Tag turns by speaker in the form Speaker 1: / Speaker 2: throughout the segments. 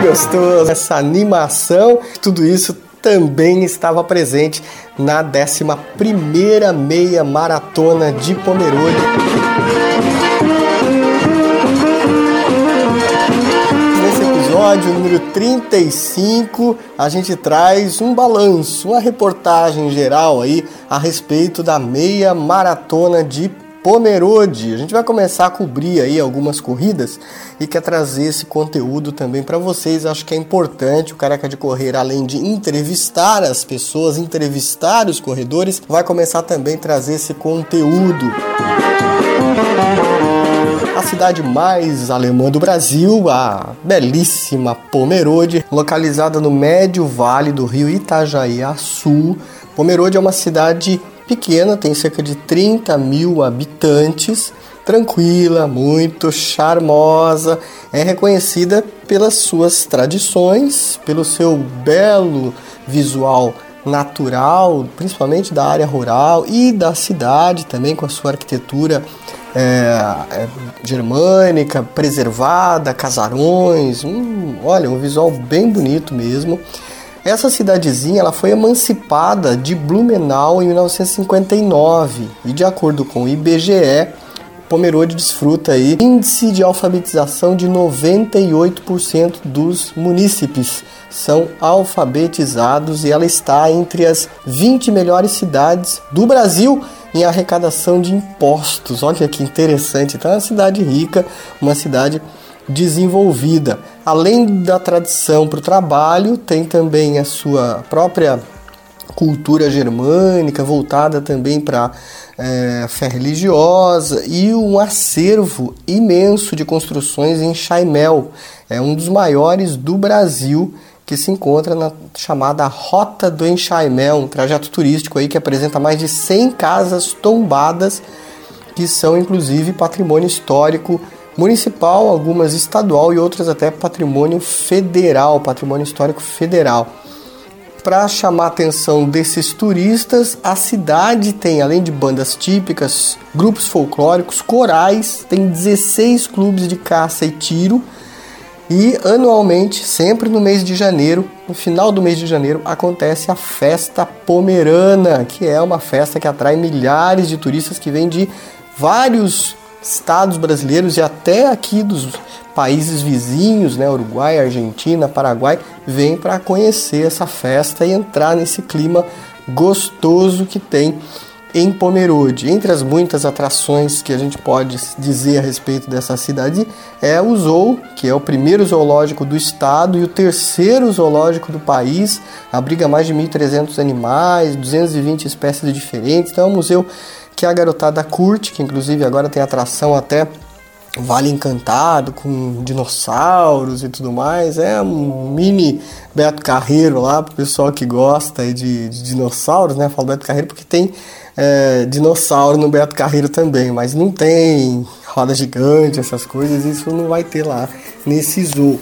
Speaker 1: gostoso, essa animação, tudo isso também estava presente na 11ª meia maratona de Pomerode. episódio número 35, a gente traz um balanço, uma reportagem geral aí a respeito da meia maratona de Pomerode. A gente vai começar a cobrir aí algumas corridas e quer trazer esse conteúdo também para vocês. Acho que é importante o Careca de Correr, além de entrevistar as pessoas, entrevistar os corredores, vai começar também a trazer esse conteúdo. Música a cidade mais alemã do Brasil, a belíssima Pomerode, localizada no médio vale do rio Itajaí a sul. Pomerode é uma cidade pequena, tem cerca de 30 mil habitantes, tranquila, muito charmosa, é reconhecida pelas suas tradições, pelo seu belo visual natural, principalmente da área rural e da cidade também, com a sua arquitetura é, é, germânica, preservada, casarões, hum, olha, um visual bem bonito mesmo. Essa cidadezinha ela foi emancipada de Blumenau em 1959 e de acordo com o IBGE, Pomerode desfruta aí índice de alfabetização de 98% dos munícipes são alfabetizados e ela está entre as 20 melhores cidades do Brasil em arrecadação de impostos. Olha que interessante. Então é uma cidade rica, uma cidade desenvolvida. Além da tradição para o trabalho, tem também a sua própria cultura germânica, voltada também para é, fé religiosa e um acervo imenso de construções em Chaimel. É um dos maiores do Brasil que se encontra na chamada Rota do Enxaimel, um trajeto turístico aí que apresenta mais de 100 casas tombadas que são inclusive patrimônio histórico municipal, algumas estadual e outras até patrimônio federal, patrimônio histórico federal para chamar a atenção desses turistas, a cidade tem, além de bandas típicas, grupos folclóricos, corais, tem 16 clubes de caça e tiro. E anualmente, sempre no mês de janeiro, no final do mês de janeiro, acontece a Festa Pomerana, que é uma festa que atrai milhares de turistas que vêm de vários estados brasileiros e até aqui dos países vizinhos, né, Uruguai, Argentina, Paraguai, vêm para conhecer essa festa e entrar nesse clima gostoso que tem em Pomerode. Entre as muitas atrações que a gente pode dizer a respeito dessa cidade é o Zoo, que é o primeiro zoológico do estado e o terceiro zoológico do país, abriga mais de 1.300 animais, 220 espécies diferentes, então é um museu que a garotada curte, que inclusive agora tem atração até Vale Encantado, com dinossauros e tudo mais. É um mini Beto Carreiro lá, pro pessoal que gosta de, de dinossauros, né? Falo Beto Carreiro porque tem é, dinossauro no Beto Carreiro também, mas não tem roda gigante, essas coisas, isso não vai ter lá nesse zoo.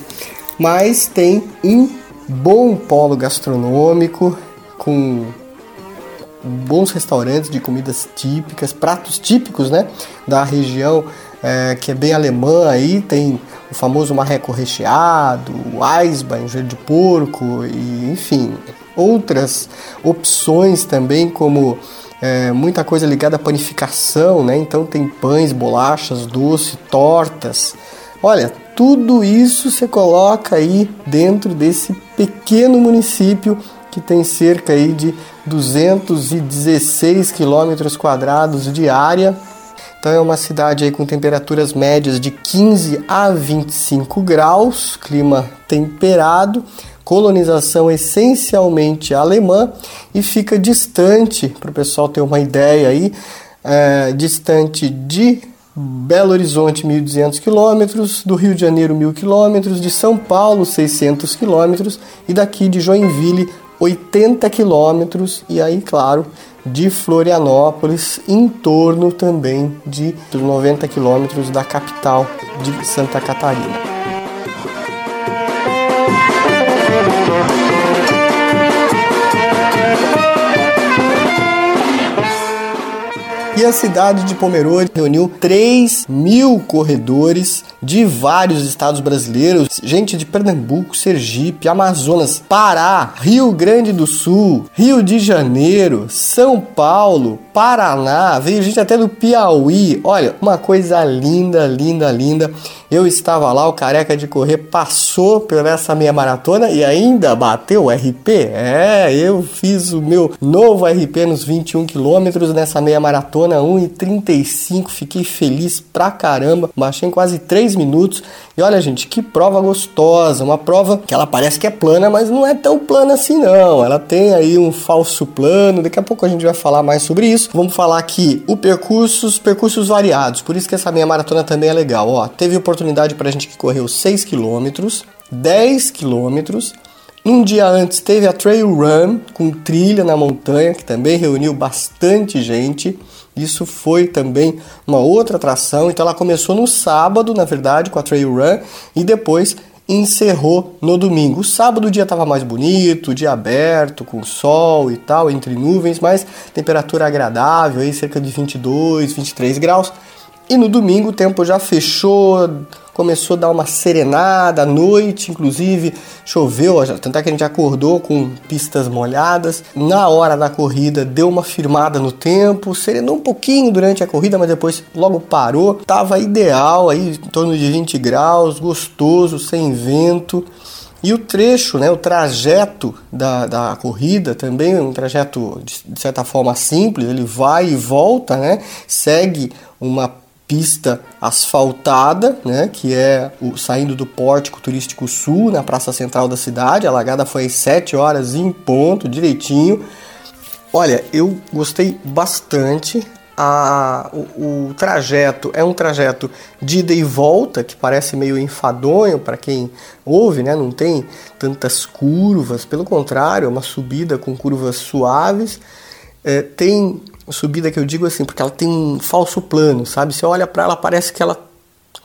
Speaker 1: Mas tem um bom polo gastronômico com bons restaurantes de comidas típicas, pratos típicos, né, da região é, que é bem alemã aí, tem o famoso marreco recheado, o Eisbein, joelho de porco e enfim, outras opções também como é, muita coisa ligada à panificação, né, então tem pães, bolachas, doce, tortas, olha, tudo isso você coloca aí dentro desse pequeno município que tem cerca aí de 216 quilômetros quadrados de área. Então é uma cidade aí com temperaturas médias de 15 a 25 graus, clima temperado, colonização essencialmente alemã e fica distante, para o pessoal ter uma ideia aí, é, distante de Belo Horizonte 1.200 quilômetros, do Rio de Janeiro 1.000 quilômetros, de São Paulo 600 quilômetros e daqui de Joinville 80 quilômetros e aí, claro, de Florianópolis, em torno também de 90 quilômetros da capital de Santa Catarina. E E a cidade de Pomerode reuniu 3 mil corredores de vários estados brasileiros, gente de Pernambuco, Sergipe, Amazonas, Pará, Rio Grande do Sul, Rio de Janeiro, São Paulo, Paraná, veio gente até do Piauí. Olha, uma coisa linda, linda, linda. Eu estava lá, o careca de correr passou por essa meia maratona e ainda bateu o RP. É, eu fiz o meu novo RP nos 21 quilômetros nessa meia maratona, 1,35. Fiquei feliz pra caramba. Baixei em quase 3 minutos. E olha, gente, que prova gostosa. Uma prova que ela parece que é plana, mas não é tão plana assim, não. Ela tem aí um falso plano. Daqui a pouco a gente vai falar mais sobre isso. Vamos falar aqui o percursos, percursos variados. Por isso que essa meia maratona também é legal. Ó, teve oportunidade pra gente que correu 6 quilômetros, 10 quilômetros. Um dia antes teve a Trail Run com trilha na montanha, que também reuniu bastante gente. Isso foi também uma outra atração. Então ela começou no sábado, na verdade, com a Trail Run e depois encerrou no domingo. O sábado o dia estava mais bonito, dia aberto, com sol e tal, entre nuvens, mas temperatura agradável, aí cerca de 22, 23 graus. E no domingo o tempo já fechou, começou a dar uma serenada à noite, inclusive choveu, tanto é que a gente acordou com pistas molhadas. Na hora da corrida deu uma firmada no tempo, serenou um pouquinho durante a corrida, mas depois logo parou. Tava ideal aí, em torno de 20 graus, gostoso, sem vento. E o trecho, né, o trajeto da, da corrida também, um trajeto de, de certa forma simples, ele vai e volta, né, segue uma pista asfaltada, né, que é o, saindo do Pórtico Turístico Sul, na praça central da cidade. A largada foi às 7 horas em ponto, direitinho. Olha, eu gostei bastante. A, o, o trajeto é um trajeto de ida e volta, que parece meio enfadonho para quem ouve, né? Não tem tantas curvas, pelo contrário, é uma subida com curvas suaves. É, tem subida que eu digo assim, porque ela tem um falso plano, sabe? Você olha para ela, parece que ela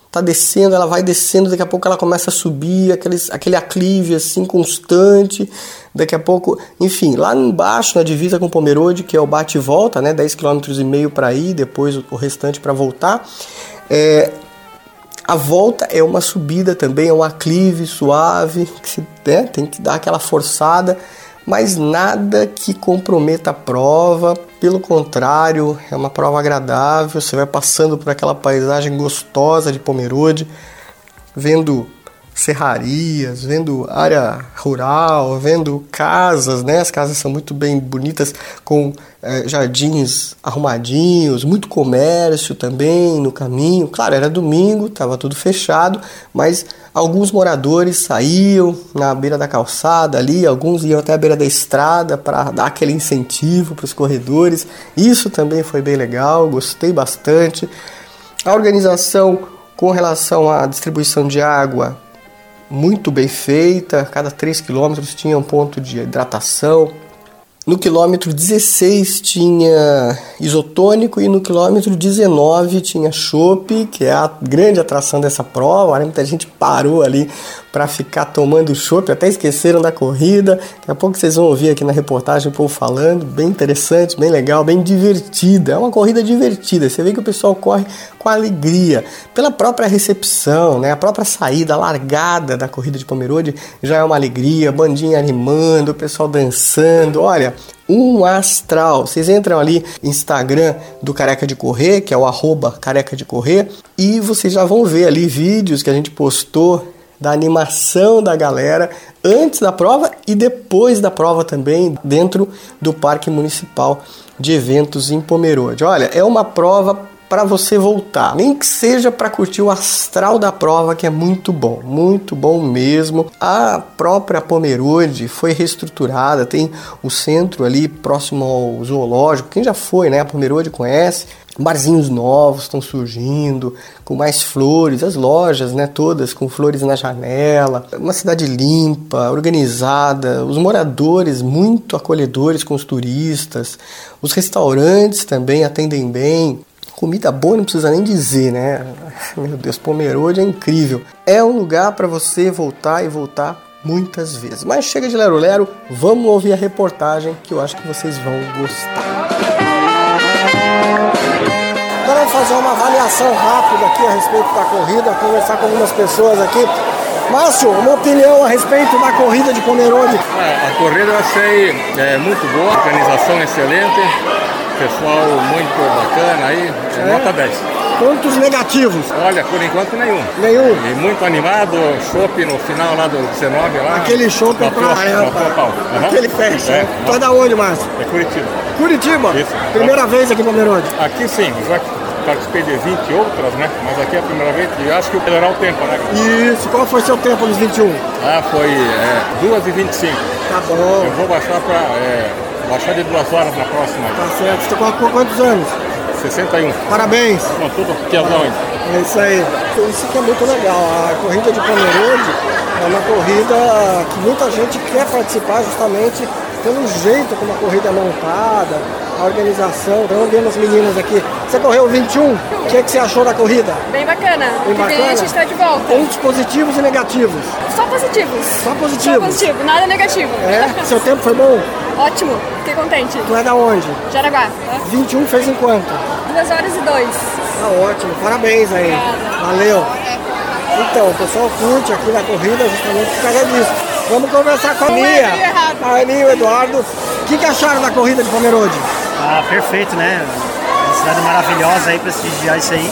Speaker 1: tá descendo, ela vai descendo, daqui a pouco ela começa a subir, aqueles, aquele aclive assim constante, daqui a pouco, enfim, lá embaixo na divisa com Pomerode, que é o bate e volta, né? 10 km e meio para ir, depois o restante para voltar. É, a volta é uma subida também, é um aclive suave, que se, né? tem que dar aquela forçada mas nada que comprometa a prova. Pelo contrário, é uma prova agradável. Você vai passando por aquela paisagem gostosa de Pomerode, vendo serrarias, vendo área rural, vendo casas, né? As casas são muito bem bonitas, com é, jardins arrumadinhos, muito comércio também no caminho. Claro, era domingo, estava tudo fechado, mas alguns moradores saíam na beira da calçada ali, alguns iam até a beira da estrada para dar aquele incentivo para os corredores. Isso também foi bem legal, gostei bastante. A organização com relação à distribuição de água muito bem feita, cada 3 quilômetros tinha um ponto de hidratação. No quilômetro 16 tinha isotônico e no quilômetro 19 tinha chopp, que é a grande atração dessa prova. Muita gente parou ali para ficar tomando chopp, até esqueceram da corrida. Daqui a pouco vocês vão ouvir aqui na reportagem o povo falando. Bem interessante, bem legal, bem divertida. É uma corrida divertida. Você vê que o pessoal corre com alegria. Pela própria recepção, né? a própria saída, a largada da corrida de Pomerode já é uma alegria. Bandinha animando, o pessoal dançando. Olha, um astral. Vocês entram ali Instagram do Careca de Correr, que é o arroba Careca de Correr, e vocês já vão ver ali vídeos que a gente postou da animação da galera antes da prova e depois da prova também dentro do Parque Municipal de Eventos em Pomerode. Olha, é uma prova para você voltar, nem que seja para curtir o astral da prova, que é muito bom, muito bom mesmo. A própria Pomerode foi reestruturada, tem o centro ali próximo ao zoológico. Quem já foi, né? A Pomerode conhece. Barzinhos novos estão surgindo, com mais flores, as lojas, né, todas com flores na janela. Uma cidade limpa, organizada, os moradores muito acolhedores com os turistas. Os restaurantes também atendem bem. Comida boa não precisa nem dizer, né? Meu Deus, Pomerode é incrível. É um lugar para você voltar e voltar muitas vezes. Mas chega de Lero Lero, vamos ouvir a reportagem que eu acho que vocês vão gostar.
Speaker 2: fazer uma avaliação rápida aqui a respeito da corrida, conversar com algumas pessoas aqui. Márcio, uma opinião a respeito da corrida de Pomerode.
Speaker 3: É, a corrida eu achei é, muito boa, organização excelente, pessoal muito bacana aí,
Speaker 2: É?
Speaker 3: nota 10.
Speaker 2: Pontos negativos?
Speaker 3: Olha, por enquanto nenhum.
Speaker 2: Nenhum.
Speaker 3: E muito animado, chopp no final lá do 19 lá.
Speaker 2: Aquele show pra
Speaker 3: Bateu-
Speaker 2: praia,
Speaker 3: bateu
Speaker 2: rapaz.
Speaker 3: a pau. Aham.
Speaker 2: Aquele fecha.
Speaker 3: É,
Speaker 2: né? Tu é da onde, Márcio?
Speaker 3: é Curitiba.
Speaker 2: Curitiba.
Speaker 3: Isso.
Speaker 2: Primeira vez aqui em Pomerode.
Speaker 3: Aqui sim, já participei de 20 outras, né? Mas aqui é a primeira vez e acho que o melhorar o tempo, né?
Speaker 2: Isso. Qual foi seu tempo nos 21?
Speaker 3: Ah, foi é, 2h25.
Speaker 2: Tá
Speaker 3: Eu
Speaker 2: bom.
Speaker 3: vou baixar pra. é, baixar de duas horas na próxima.
Speaker 2: Tá certo. Você colocou quantos anos?
Speaker 3: 61.
Speaker 2: Parabéns.
Speaker 3: Com tudo piazão ainda.
Speaker 2: É isso aí. Isso que é muito legal. A corrida de Pomerode é uma corrida que muita gente quer participar justamente pelo jeito como a corrida é montada, a organização. Então eu vendo as meninas aqui. Você correu 21? O que, é que você achou da corrida?
Speaker 4: Bem bacana.
Speaker 2: Bem
Speaker 4: Porque
Speaker 2: bacana.
Speaker 4: a gente está de volta.
Speaker 2: Pontos positivos e negativos.
Speaker 4: Só positivos. Só
Speaker 2: positivos.
Speaker 4: positivo, nada negativo.
Speaker 2: É? Seu tempo foi bom?
Speaker 4: Ótimo, fiquei contente.
Speaker 2: Tu é da onde?
Speaker 4: Jaraguá. né?
Speaker 2: 21 fez em quanto?
Speaker 4: Duas horas e dois.
Speaker 2: Tá ótimo, parabéns aí.
Speaker 4: Obrigada.
Speaker 2: Valeu. Então, o pessoal curte aqui na corrida justamente por causa disso. Vamos conversar com a
Speaker 4: Não é
Speaker 2: Aninha.
Speaker 4: meio errado.
Speaker 2: A Aninha e o Eduardo. O que, que acharam da corrida de Pomerode?
Speaker 5: Ah, perfeito, né? Uma cidade maravilhosa aí pra se prestigiar isso aí.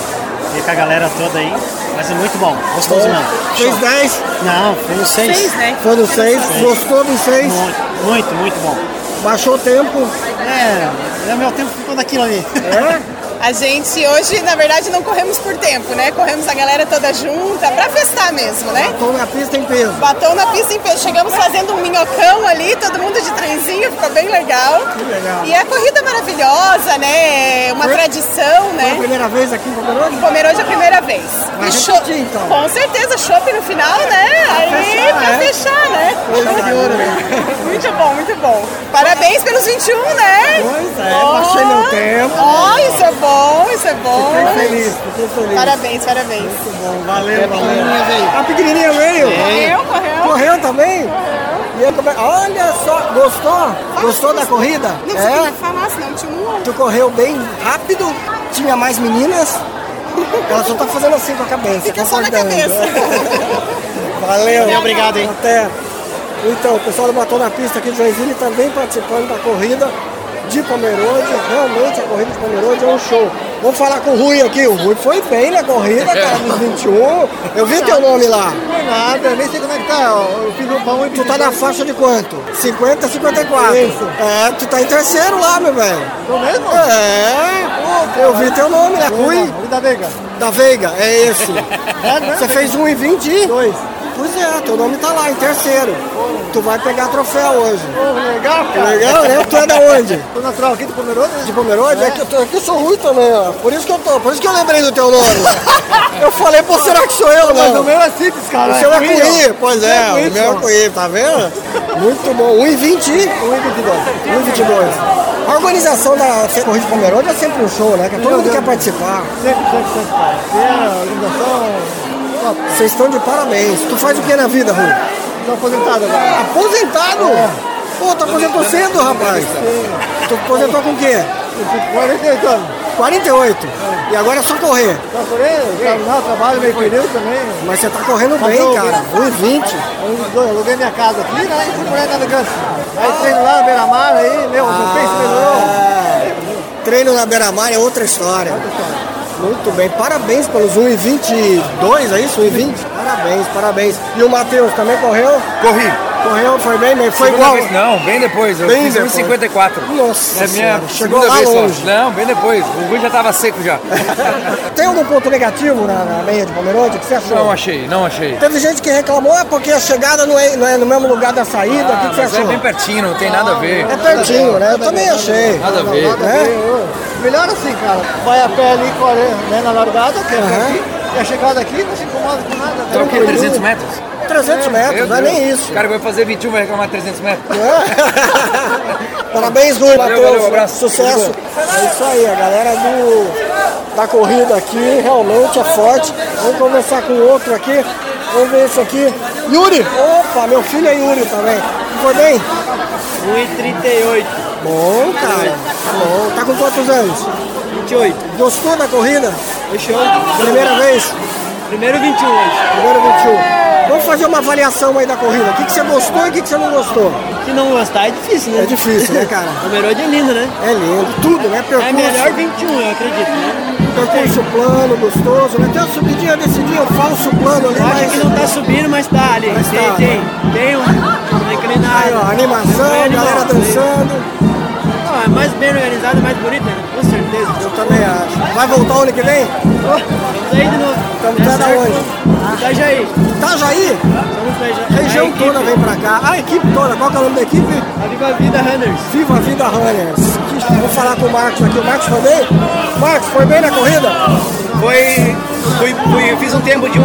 Speaker 5: E com a galera toda aí. Mas é muito bom. Gostoso mesmo.
Speaker 2: Fez 10,
Speaker 5: Não, foi no 6.
Speaker 4: né?
Speaker 2: foi no 6, gostou do 6,
Speaker 5: Muito, muito, muito bom.
Speaker 2: baixou o tempo.
Speaker 5: É, é o meu tempo ficou daquilo ali.
Speaker 2: É?
Speaker 6: A gente hoje, na verdade, não corremos por tempo, né? Corremos a galera toda junta pra festar mesmo, né?
Speaker 2: Então a pista em peso.
Speaker 6: Batom na pista em pé. Chegamos fazendo um minhocão ali, todo mundo de trenzinho, ficou bem legal.
Speaker 2: Que legal.
Speaker 6: E a corrida maravilhosa, né? É Uma
Speaker 2: Foi-
Speaker 6: tradição,
Speaker 2: Foi a
Speaker 6: né?
Speaker 2: primeira vez aqui em Pomerode?
Speaker 6: Comer hoje é a primeira vez.
Speaker 2: Vai
Speaker 6: E cho-
Speaker 2: repetir, então.
Speaker 6: Com certeza, chopp no final, né? Aí
Speaker 2: fechar,
Speaker 6: pra
Speaker 2: né?
Speaker 6: fechar, né?
Speaker 2: Coisa de ouro, né?
Speaker 6: Muito bom, muito bom. Parabéns pelos 21, né?
Speaker 2: Pois é, baixei meu tempo.
Speaker 6: Ó, isso é bom, isso é bom.
Speaker 2: Fiquei feliz, fiquei feliz.
Speaker 6: Parabéns, parabéns.
Speaker 2: Bom, valeu, valeu. A É, pequenininha veio?
Speaker 6: Correu, correu.
Speaker 2: Correu também? E eu come- Olha só, gostou? Gostou da corrida?
Speaker 6: Não sei o
Speaker 2: É?
Speaker 6: que falar, senão tinha um outro.
Speaker 2: Tu correu bem rápido? Tinha mais meninas? Ela só tá fazendo assim com a cabeça.
Speaker 6: Fica só na
Speaker 2: concordando.
Speaker 6: cabeça.
Speaker 2: Valeu.
Speaker 5: Obrigado, hein?
Speaker 2: Até. Então, o pessoal do Batom na Pista aqui de Joinville também participando da corrida de Pomerode. Realmente, a corrida de Pomerode é um show. Vamos falar com o Rui aqui. O Rui foi bem na corrida, cara, dos 21. Eu vi teu nome lá.
Speaker 1: É. Não nada, nem sei como é que tá. ó. Eu fiz um pão e
Speaker 2: Tu tá na faixa de quanto? 50, 54.
Speaker 1: Isso.
Speaker 2: É, tu tá em terceiro lá, meu velho.
Speaker 1: Tô mesmo?
Speaker 2: É, pô, eu vi teu nome, né?
Speaker 1: Rui?
Speaker 2: Rui
Speaker 1: Rui da Veiga.
Speaker 2: da Veiga, é esse.
Speaker 1: né?
Speaker 2: Você fez 1 e 20?
Speaker 1: Dois.
Speaker 2: Pois é, teu nome tá lá, em terceiro. Tu vai pegar troféu hoje.
Speaker 1: Pô, legal, cara.
Speaker 2: Legal, né? Tu é da onde?
Speaker 1: Tô natural aqui do Pomerode. né?
Speaker 2: De Pomerode? É, que eu, tô, é que eu sou ruim também, ó. Por isso que eu tô, por isso que eu lembrei do teu nome. eu falei, pô, será que sou eu,
Speaker 1: Mas o
Speaker 2: não?
Speaker 1: meu é simples, cara.
Speaker 2: O seu é
Speaker 1: Cunha, ó.
Speaker 2: Cuí, pois é,
Speaker 1: Cuí,
Speaker 2: o meu é
Speaker 1: pô. Um
Speaker 2: Cuí, tá vendo? Muito bom, 1,20. 1,22. 1,22. A organização da Corrida de Pomerode é sempre um show, né? Que todo mundo quer participar.
Speaker 1: Sempre, sempre, sempre, cara. Aqui é a organização top.
Speaker 2: Vocês estão de parabéns. Tu faz o que na vida, Rui?
Speaker 1: Tô aposentado agora.
Speaker 2: Aposentado?
Speaker 1: É.
Speaker 2: Pô, tu aposentou cedo, rapaz. Tu aposentou com o quê?
Speaker 1: Eu fiz 48 anos.
Speaker 2: 48. E agora é só correr.
Speaker 1: Tá por aí, terminar o trabalho, meio período também.
Speaker 2: Mas você tá correndo bem,
Speaker 1: Fazer o quê?
Speaker 2: cara. 1,20.
Speaker 1: Eu dois, aluguei minha casa aqui, né? E fui morar na Vegança.
Speaker 2: Ah.
Speaker 1: Aí treino lá, beira-mar, aí, meu, meu peito melhorou.
Speaker 2: Treino na beira-mar é outra história. Muito bem, parabéns pelos 1,22, é isso? 1,20? Parabéns, parabéns. E o Matheus também correu?
Speaker 7: Corri.
Speaker 2: Correu, foi bem, bem, foi
Speaker 7: Segunda
Speaker 2: igual.
Speaker 7: vez- não, bem depois. Eu
Speaker 2: Bem
Speaker 7: fiz
Speaker 2: depois.
Speaker 7: 1,54.
Speaker 2: Nossa,
Speaker 7: É minha
Speaker 2: senhora, chegou
Speaker 7: segunda
Speaker 2: lá
Speaker 7: vez só.
Speaker 2: longe.
Speaker 7: Não, bem depois. O Rui já tava seco já.
Speaker 2: Tem algum ponto negativo na, na meia de Pomerode? O que você achou?
Speaker 7: Não achei, não achei.
Speaker 2: Teve gente que reclamou, ah, porque a chegada não é, não é no mesmo lugar da saída. o que,
Speaker 7: Ah,
Speaker 2: que você
Speaker 7: mas
Speaker 2: achou?
Speaker 7: é bem pertinho, não tem nada a ver.
Speaker 2: É pertinho, né? Eu também achei. Né?
Speaker 7: Nada a ver. Né?
Speaker 1: Nada a ver, ô. Melhor assim, cara. Vai a pé ali com a- né, na largada, que é
Speaker 2: Aham.
Speaker 1: aqui, e a chegada aqui não se incomoda com nada. né?
Speaker 7: Então, o quê?
Speaker 1: Tranquilo.
Speaker 7: 300 metros?
Speaker 2: 300 metros,
Speaker 7: Meu
Speaker 2: não é
Speaker 7: Deus.
Speaker 2: nem isso. É?
Speaker 7: O cara vai fazer 21, vai reclamar 300 metros.
Speaker 2: Parabéns, Rui,
Speaker 7: Valeu,
Speaker 2: Matheus.
Speaker 7: valeu, um abraço.
Speaker 2: Sucesso. É isso aí, a galera do, da corrida aqui realmente é forte. Vamos conversar com o outro aqui. Vamos ver esse aqui. Yuri! Opa, meu filho é Yuri também. Foi bem?
Speaker 5: 1,38.
Speaker 2: Bom, cara. Tá bom. Tá com quantos anos?
Speaker 8: 28.
Speaker 2: Gostou da corrida?
Speaker 8: Foi show.
Speaker 2: Primeira vez?
Speaker 8: Primeiro 21 hoje.
Speaker 2: Primeiro 21. Vamos fazer uma avaliação aí da corrida. O que, que você gostou e o que, que você não gostou?
Speaker 8: Se não gostar é difícil, né?
Speaker 2: É difícil, né, cara?
Speaker 8: O Merode é lindo, né?
Speaker 2: É lindo. Tudo, né? Percurso,
Speaker 8: É melhor 21, eu acredito, né?
Speaker 2: percurso plano, gostoso. Né? Tem uma subidinha descidinha, um falso plano ali,
Speaker 8: Eu acho
Speaker 2: mas...
Speaker 8: que não tá subindo, mas tá ali.
Speaker 2: Mas
Speaker 8: tem,
Speaker 2: tá,
Speaker 8: tem, tem um, uma inclinada.
Speaker 2: Aí, ó, animação,
Speaker 8: Foi animal.
Speaker 2: galera dançando.
Speaker 8: Não, é mais bem organizado, mais bonito, né? Com certeza.
Speaker 2: Eu também acho. Vai voltar ano que vem? Então tá
Speaker 8: Estamos aí de novo.
Speaker 2: Tamo
Speaker 8: Dá
Speaker 2: cada
Speaker 8: certo,
Speaker 2: hoje.
Speaker 8: né? Tá já aí.
Speaker 2: Itajaí,
Speaker 8: Estamos aí já.
Speaker 2: região
Speaker 8: É a
Speaker 2: toda
Speaker 8: equipe,
Speaker 2: vem pra cá. A equipe toda, qual que é o nome da equipe?
Speaker 8: A Viva Vida Runners.
Speaker 2: Viva a Vida Runners. Que- Vou falar com o Marcos aqui. O Marcos foi bem? Marcos, foi bem na corrida?
Speaker 8: Foi, fui, fui- eu fiz um tempo de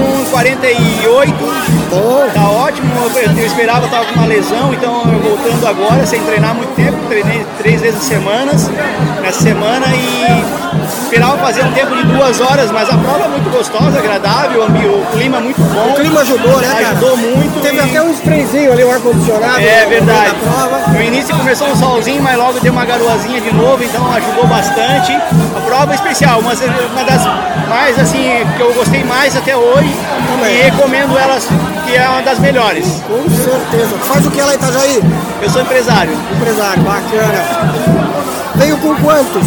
Speaker 8: 1,48,
Speaker 2: Bom.
Speaker 8: tá ótimo, eu, eu esperava, eu tava com uma lesão, então eu voltando agora, sem treinar muito tempo, treinei três vezes em semanas, nessa semana e esperava fazer um tempo de duas horas, mas a prova é muito gostosa, agradável, o ambi- o clima é muito bom.
Speaker 2: O clima ajudou, né, cara?
Speaker 8: Ajudou muito.
Speaker 2: Teve
Speaker 8: e-
Speaker 2: até um sprayzinho ali, um ar-condicionado. no
Speaker 8: É
Speaker 2: meio
Speaker 8: verdade.
Speaker 2: Da prova.
Speaker 8: No início começou um solzinho, mas logo deu uma garoazinha de novo, então ajudou bastante. A prova é especial, uma, uma das mais assim que eu gostei mais até hoje
Speaker 2: Também.
Speaker 8: e recomendo elas que é uma das melhores.
Speaker 2: Com certeza. Faz o que lá em Itajaí?
Speaker 8: Eu sou empresário.
Speaker 2: Empresário, bacana. Veio com quantos?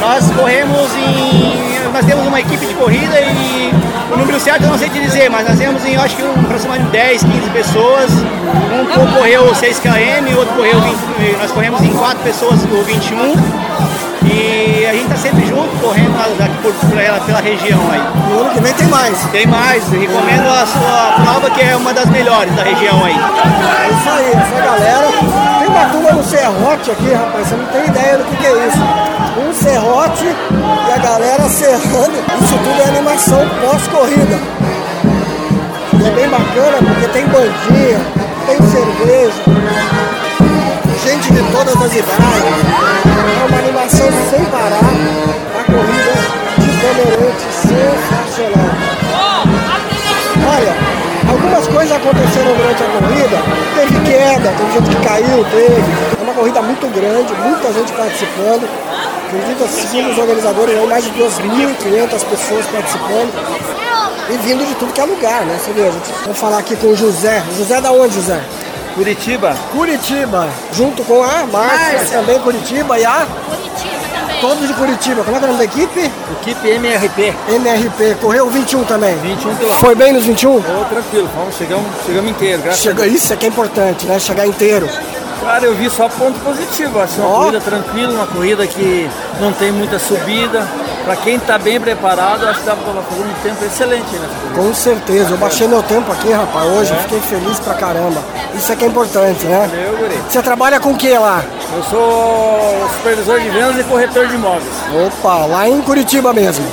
Speaker 8: Nós corremos em. Nós temos uma equipe de corrida e o número certo eu não sei te dizer, mas nós temos em eu acho que um, aproximadamente 10, 15 pessoas. Um co- correu 6 km, outro correu 20, nós corremos em 4 pessoas o 21. E a gente tá sempre junto, correndo lá- aqui por, por ela- pela região aí.
Speaker 2: No ano que vem tem mais.
Speaker 8: Tem mais, recomendo a sua prova que é uma das melhores da região aí.
Speaker 2: É isso aí, essa galera. Tem uma turma no serrote aqui, rapaz, você não tem ideia do que, que é isso. Um serrote e a galera serrando. Isso tudo é animação pós-corrida. E é bem bacana porque tem bandinha, tem cerveja, gente de todas as idades. É uma animação sem parar. A corrida de Bandeirantes sensacional. Olha, algumas coisas aconteceram durante a corrida, teve queda, teve gente que caiu, teve. É uma corrida muito grande, muita gente participando. Acredita, segundo os organizadores, eram mais de 2.500 pessoas participando. E vindo de tudo que é lugar, né? Você vê, a gente- vamos falar aqui com o José. José da onde, José?
Speaker 7: Curitiba.
Speaker 2: Curitiba. Junto com a Márcia, também Curitiba, e a...
Speaker 9: Curitiba também.
Speaker 2: Todos de Curitiba. Como é que é o nome da equipe?
Speaker 7: Equipe MRP.
Speaker 2: MRP. Correu 21 também.
Speaker 7: 21 quilômetros.
Speaker 2: Foi bem nos 21?
Speaker 7: Ô, tranquilo, vamos, chegamos, chegamos inteiro, graças
Speaker 2: Chega, isso é que é importante, né? Chegar inteiro.
Speaker 7: Cara, eu vi só ponto positivo. Acho uma
Speaker 2: Ó.
Speaker 7: corrida tranquila, uma corrida que não tem muita subida. Pra quem tá bem preparado, acho que dá pra fazer um tempo excelente, né?
Speaker 2: Com certeza, eu baixei meu tempo aqui, rapaz,
Speaker 7: É.
Speaker 2: hoje, fiquei feliz pra caramba. Isso é que é importante, né?
Speaker 7: Eu, guri.
Speaker 2: Você trabalha com o que lá?
Speaker 7: Eu sou supervisor de vendas e corretor de imóveis.
Speaker 2: Opa, Tipo, ah, lá em Curitiba mesmo.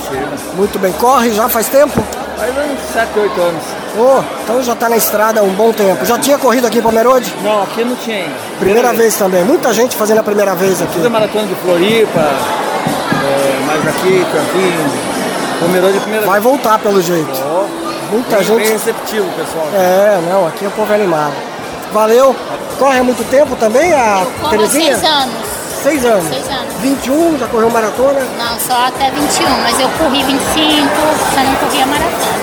Speaker 2: Muito bem, corre já faz tempo?
Speaker 7: Faz uns 7, 8 anos.
Speaker 2: Ô, então já tá na estrada há um bom tempo. Já tinha corrido aqui em Pomerode?
Speaker 7: Não, aqui não tinha ainda.
Speaker 2: Primeira vez também, muita gente fazendo a primeira vez aqui.
Speaker 7: Fiz a é maratona de Floripa, é, mas aqui, Campinho, Pomerode, primeira
Speaker 2: Vai voltar Ah, pelo jeito. Muita
Speaker 7: vez. Bem
Speaker 2: gente.
Speaker 7: receptivo, pessoal.
Speaker 2: É, não, aqui o povo é animado. Valeu. Corre há muito tempo também, a
Speaker 9: Corro há
Speaker 2: Terezinha?
Speaker 9: é seis anos.
Speaker 2: Seis anos.
Speaker 9: Seis anos.
Speaker 2: 21, já correu maratona?
Speaker 9: Não, só até 21, mas eu corri 25, só não corri a maratona.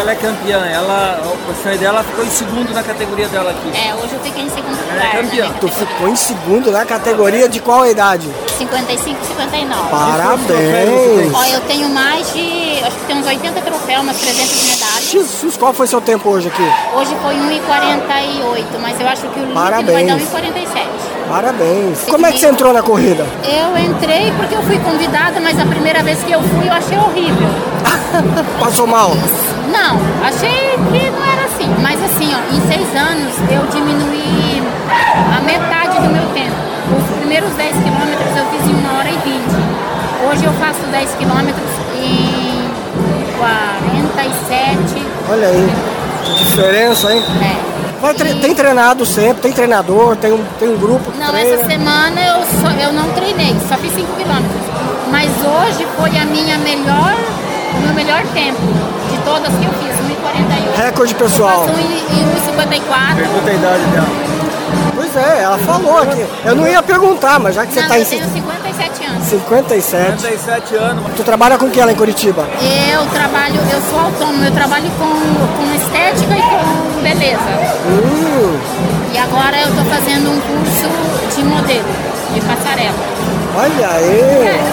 Speaker 7: Ela é campeã, ela, o sonho dela ficou em segundo na categoria dela aqui.
Speaker 9: É, hoje eu fiquei em segundo lugar. né? na minha
Speaker 7: campeã.
Speaker 2: Tu ficou em segundo na categoria de qual idade?
Speaker 9: 55, 59.
Speaker 2: Parabéns!
Speaker 9: Ó, eu tenho mais de, acho que tem uns 80 troféus, umas 300 medalhas.
Speaker 2: Jesus, qual foi seu tempo hoje aqui?
Speaker 9: Hoje foi 1,48, mas eu acho que o líquido vai
Speaker 2: Parabéns.
Speaker 9: dar 1,47.
Speaker 2: Parabéns! Como é que você entrou na corrida?
Speaker 9: Eu entrei porque eu fui convidada, mas a primeira vez que eu fui eu achei horrível.
Speaker 2: Passou mal?
Speaker 9: Não, achei que não era assim. Mas assim, ó, em seis anos eu diminuí a metade do meu tempo. Os primeiros 10 quilômetros eu fiz em uma hora e 20. Hoje eu faço 10 quilômetros em 47.
Speaker 2: Olha aí, que diferença, hein?
Speaker 9: É.
Speaker 2: Vai tre- tem treinado sempre, tem treinador, tem um, tem um grupo que
Speaker 9: Não, essa
Speaker 2: treina.
Speaker 9: semana eu, só- eu não treinei, só fiz 5 quilômetros. Mas hoje foi a minha melhor, o meu melhor tempo de todas que eu fiz, 1,48.
Speaker 2: Recorde pessoal.
Speaker 9: Eu faço um em, em 1,54.
Speaker 2: Pergunta a idade dela. Pois é, ela falou aqui. Eu não ia perguntar, mas já que você
Speaker 9: não,
Speaker 2: tá em...
Speaker 9: eu tenho 57 57 anos.
Speaker 2: 57.
Speaker 10: 37 anos.
Speaker 2: Tu trabalha com o que lá em Curitiba?
Speaker 9: Eu trabalho, eu sou autônoma, eu trabalho com, com estética e com beleza.
Speaker 2: Hum,
Speaker 9: E agora eu tô fazendo um curso de modelo, de passarela.
Speaker 2: olha aí.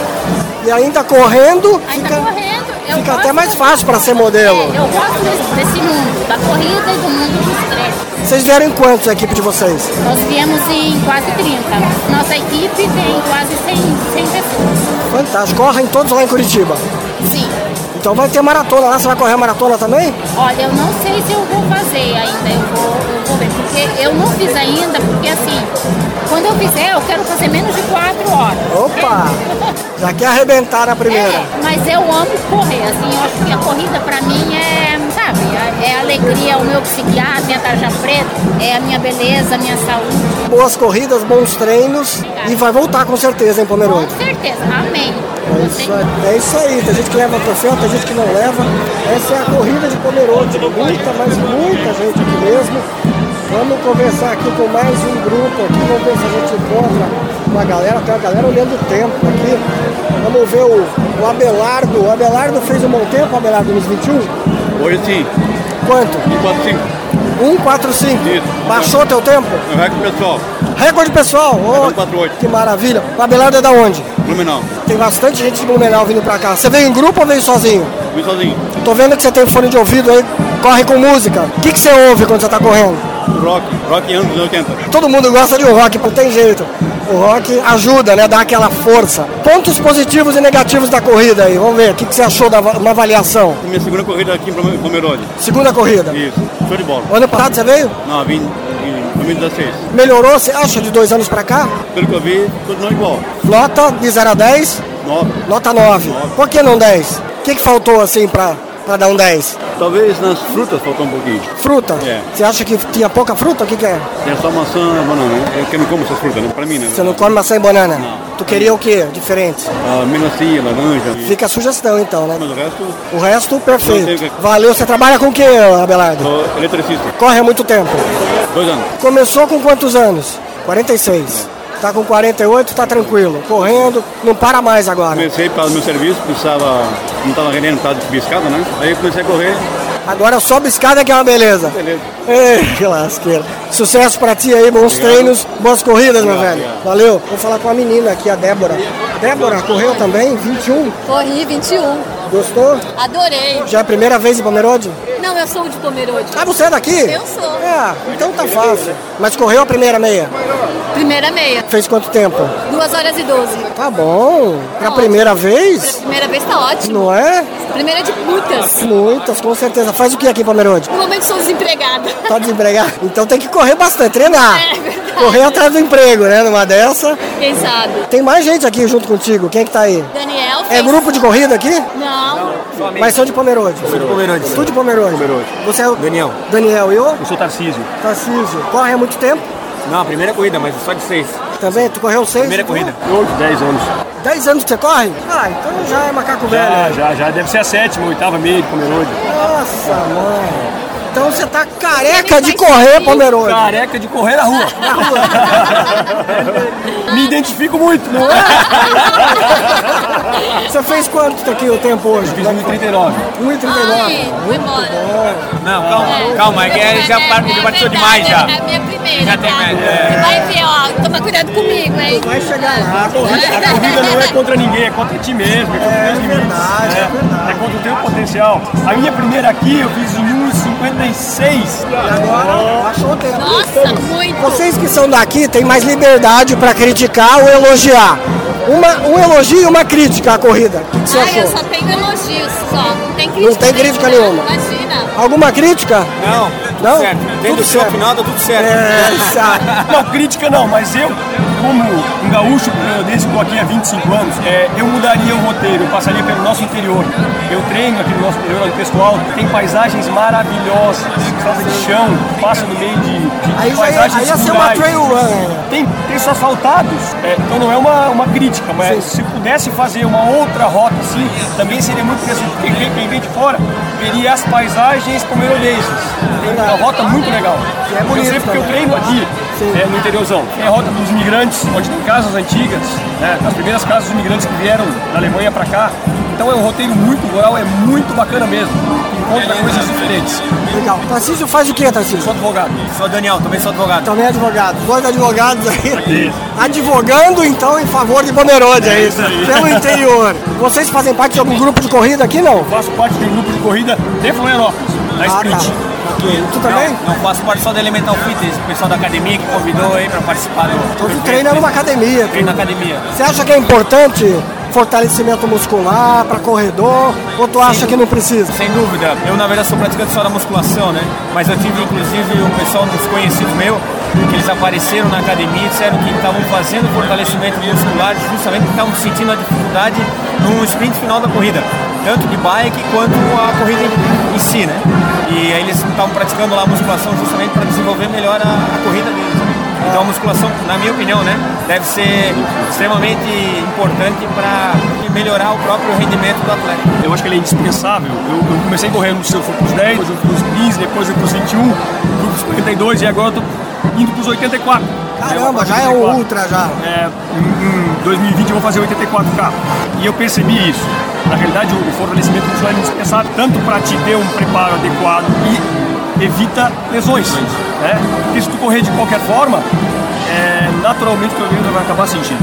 Speaker 2: E ainda correndo,
Speaker 9: Aí
Speaker 2: fica...
Speaker 9: tá correndo, eu
Speaker 2: fica
Speaker 9: gosto
Speaker 2: até mais
Speaker 9: do-
Speaker 2: fácil pra ser modelo.
Speaker 9: É, eu gosto desse, desse mundo, da corrida e do mundo do estresse.
Speaker 2: Vocês vieram em quantos a equipe de vocês?
Speaker 9: Nós viemos em quase 30. Nossa equipe tem quase 100, 100 pessoas.
Speaker 2: Fantástico. Correm todos lá em Curitiba.
Speaker 9: Sim.
Speaker 2: Então vai ter maratona lá. Você vai correr a maratona também?
Speaker 9: Olha, eu não sei se eu vou fazer ainda, eu vou, eu vou ver, porque eu não fiz ainda, porque assim, quando eu fizer, eu quero fazer menos de 4 horas.
Speaker 2: Opa! Já quer arrebentar na primeira.
Speaker 9: É, mas eu amo correr, assim, eu acho que a corrida pra mim é, sabe, é é alegria, é o meu psiquiatra, minha tarja preta, é a minha beleza, a minha saúde,
Speaker 2: Boas corridas, bons treinos. E vai voltar com certeza, hein,
Speaker 9: com
Speaker 2: Pomerode?
Speaker 9: certeza, amém.
Speaker 2: É isso, aí, é isso aí, tem gente que leva troféu, tem gente que não leva. Essa é a corrida de Pomerode, muita, mas muita gente aqui mesmo. Vamos conversar aqui com mais um grupo aqui, vamos ver se a gente encontra uma galera, tem uma galera olhando o tempo aqui. Vamos ver o, o Abelardo. O Abelardo fez um bom tempo, o Abelardo nos 21?
Speaker 3: Hoje sim,
Speaker 2: Quanto?
Speaker 3: 145.
Speaker 2: 1,45. Baixou teu tempo?
Speaker 3: Vai com É o pessoal,
Speaker 2: Recorde pessoal! Ô,
Speaker 3: 1,48.
Speaker 2: que maravilha! O Abelardo é da onde?
Speaker 3: Blumenau.
Speaker 2: Tem bastante gente de Blumenau vindo pra cá. Você veio em grupo ou veio sozinho?
Speaker 3: Vim sozinho.
Speaker 2: Tô vendo que você tem fone de ouvido aí, corre com música. O que, que você ouve quando você tá correndo?
Speaker 3: Rock, rock anos 80.
Speaker 2: Todo mundo gosta de rock, não tem jeito. O rock ajuda, né? Dá aquela força. Pontos positivos e negativos da corrida aí. Vamos ver, o que, que você achou da va- uma avaliação?
Speaker 3: Minha segunda corrida aqui em Pomerode.
Speaker 2: Segunda corrida.
Speaker 3: Isso, show de bola.
Speaker 2: Ano passado você veio?
Speaker 3: Não, vim em 2016.
Speaker 2: Melhorou, você acha, de dois anos pra cá?
Speaker 3: Pelo que eu vi, continuou igual.
Speaker 2: Nota de 0 a 10,
Speaker 3: Nove.
Speaker 2: nota 9. Por que não 10? O que, que faltou assim pra, pra dar um 10?
Speaker 3: Talvez nas frutas faltou um pouquinho.
Speaker 2: Fruta?
Speaker 3: É.
Speaker 2: Você acha que tinha pouca fruta? O que, que é?
Speaker 3: Tem só maçã banana, né? Eu que não como essas frutas, né? Pra mim, né?
Speaker 2: Você não come maçã e banana?
Speaker 3: Não.
Speaker 2: Tu queria o quê? Diferente?
Speaker 3: Ah, melancia, laranja.
Speaker 2: Fica a sugestão então, né?
Speaker 3: Mas o resto,
Speaker 2: O resto,
Speaker 3: Não
Speaker 2: perfeito.
Speaker 3: tem o que- é.
Speaker 2: Valeu, você trabalha com o que, Abelardo?
Speaker 3: sou eletricista.
Speaker 2: Corre há muito tempo.
Speaker 3: Dois
Speaker 11: é.
Speaker 3: anos.
Speaker 2: Começou com quantos anos? 46.
Speaker 3: É.
Speaker 2: Tá com 48, tá tranquilo. Correndo, não para mais agora.
Speaker 3: Comecei para o meu serviço, precisava, não estava rendendo, estava desbiscado, né? Aí comecei a correr,
Speaker 2: Agora só escada que é uma beleza.
Speaker 3: beleza.
Speaker 2: Ei, que lasqueira. Sucesso pra ti aí, bons treinos, boas corridas, meu velho.
Speaker 3: obrigado.
Speaker 2: Valeu. Vou falar com a menina aqui, a Débora. Débora, correu também? 21?
Speaker 5: Corri 21.
Speaker 2: Gostou?
Speaker 5: Adorei.
Speaker 2: Já é a primeira vez em Pomerode?
Speaker 5: Não, eu sou de Pomerode.
Speaker 2: Ah, você é daqui?
Speaker 5: Eu sou.
Speaker 2: É, então tá fácil. Mas correu a primeira meia?
Speaker 5: Primeira meia,
Speaker 2: Fez quanto tempo?
Speaker 5: 2 horas e 12.
Speaker 2: Tá bom. Pra primeira vez?
Speaker 5: Primeira vez tá ótimo.
Speaker 2: Não é?
Speaker 5: Primeira de muitas.
Speaker 2: Muitas, com certeza. Faz o que aqui, Pomerode?
Speaker 5: No momento sou desempregada.
Speaker 2: Tá desempregado? Então tem que correr bastante, treinar.
Speaker 5: É verdade.
Speaker 2: Correr atrás do emprego, né? Numa dessa.
Speaker 5: Quem sabe?
Speaker 2: Tem mais gente aqui junto contigo. Quem é que tá aí?
Speaker 5: Daniel
Speaker 2: É
Speaker 5: fez...
Speaker 2: grupo de corrida aqui?
Speaker 5: Não.
Speaker 2: Mas são de Pomerode. Sou de Pomerode. Tu de Pomerode? Você é o... Daniel. Daniel, e eu?
Speaker 4: Eu sou Tarcísio.
Speaker 2: Tarcísio. Corre há muito tempo?
Speaker 4: Não, a primeira corrida, É, mas só de seis.
Speaker 2: Também? Tu correu seis? Então?
Speaker 4: Primeira
Speaker 2: tu
Speaker 4: corrida.
Speaker 2: correu?
Speaker 4: 10 anos.
Speaker 2: Dez anos que você corre? Ah, então já é macaco velho.
Speaker 4: Já, já, já. Deve ser a sétima, oitava, meia de Pomerode.
Speaker 2: Nossa, mãe. Então você tá careca de correr, Pomerode.
Speaker 4: Careca de correr na rua. Me identifico muito. Não é?
Speaker 2: Você fez quanto aqui o tempo hoje?
Speaker 4: Fiz 1,39.
Speaker 2: 1,39.
Speaker 9: vou embora.
Speaker 4: Não, calma, calma. É que ele já par- já bateu demais já.
Speaker 9: É a minha primeira.
Speaker 4: Já tem
Speaker 9: tá?
Speaker 4: mais, é.
Speaker 9: Você vai ver, ó, toma cuidado comigo, hein?
Speaker 2: Vai chegar lá. tá pô.
Speaker 4: A corrida não é contra ninguém, é contra ti mesmo. É, contra
Speaker 2: É
Speaker 4: teus limites,
Speaker 2: verdade,
Speaker 4: né?
Speaker 2: é verdade.
Speaker 4: É contra o teu potencial. A minha primeira aqui eu fiz um em 1,56.
Speaker 2: E Agora, achou o tempo.
Speaker 9: Nossa, muito.
Speaker 2: Vocês que são daqui têm mais liberdade pra criticar ou elogiar. Uma, um elogio e uma crítica à corrida. O que, que você
Speaker 9: Ai, eu
Speaker 2: achou?
Speaker 9: só tenho elogios, só. Não tem crítica.
Speaker 2: Não tem crítica
Speaker 9: não,
Speaker 2: nenhuma.
Speaker 9: Imagina.
Speaker 2: Alguma crítica?
Speaker 4: Não,
Speaker 2: Não?
Speaker 4: tudo certo. Dentro
Speaker 2: Tudo
Speaker 4: do seu
Speaker 2: certo.
Speaker 4: final, tá tudo certo.
Speaker 2: É, exato.
Speaker 4: Não, crítica não, mas eu, como um gaúcho canadense, estou aqui há 25 anos, é, eu mudaria o roteiro, eu passaria pelo nosso interior. Eu treino aqui no nosso interior ali, pessoal, tem paisagens maravilhosas, estradas de chão, passa no meio de, de- de
Speaker 2: Aí já ia,
Speaker 4: paisagens
Speaker 2: aí ia ser uma
Speaker 4: rurais.
Speaker 2: trail run.
Speaker 4: Tem, tem só asfaltados, é, então não é uma, uma crítica, mas se pudesse fazer uma outra rota assim, também seria muito interessante. Quem vem, quem vem de fora veria as paisagens pomerolhenses. Tem uma rota muito legal.
Speaker 2: é bonito
Speaker 4: eu sei porque eu
Speaker 2: também.
Speaker 4: treino aqui, é, no interiorzão. Tem a rota dos imigrantes, onde tem casas antigas, né, as primeiras casas dos imigrantes que vieram da Alemanha para cá. Então é um roteiro muito rural, é muito bacana mesmo. Encontra coisas diferentes.
Speaker 2: Legal. Tarcísio faz o que, Tarcísio?
Speaker 4: Sou advogado.
Speaker 7: Sou Daniel, também sou advogado. É
Speaker 2: Também é advogado. Dois advogados aí. Advogando, então, em favor de Pomerode, é,
Speaker 4: É
Speaker 2: isso?
Speaker 4: isso aí.
Speaker 2: Pelo interior. Vocês fazem parte de algum grupo de corrida aqui, não?
Speaker 4: Faço parte de um grupo de corrida de Florianópolis, na
Speaker 2: Ah,
Speaker 4: Sprint.
Speaker 2: tá. Ok. Tu também?
Speaker 7: Não, não faço parte só da Elemental Fitness, o pessoal da academia que convidou aí pra participar do.
Speaker 2: Então tu treina numa academia.
Speaker 7: Treino na academia.
Speaker 2: Você acha que é importante fortalecimento muscular para corredor? Ou tu acha que não precisa?
Speaker 7: Sem dúvida, eu na verdade sou praticante só da musculação, né? Mas eu tive inclusive um pessoal desconhecido meu, que eles apareceram na academia e disseram que estavam fazendo fortalecimento muscular, justamente porque estavam sentindo a dificuldade no sprint final da corrida, tanto de bike quanto a corrida em- em si, né? E aí eles estavam praticando lá a musculação justamente para desenvolver melhor a, a corrida deles. né? Então a musculação, na minha opinião, né, deve ser extremamente importante para melhorar o próprio rendimento do atleta.
Speaker 4: Eu acho que ele é indispensável. Eu, eu comecei correndo, se eu fui pros 10, depois eu fui pros 15, depois eu fui pros 21, fui pros 42 e agora eu tô indo pros 84.
Speaker 2: Caramba, já é um ultra já.
Speaker 4: É, em, em 2020 eu vou fazer 84K. E eu percebi isso. Na realidade, o fortalecimento muscular é indispensável tanto para te ter um preparo adequado e evita lesões. Né? Porque se tu correr de qualquer forma, é, naturalmente o teu organismo vai acabar se enchendo.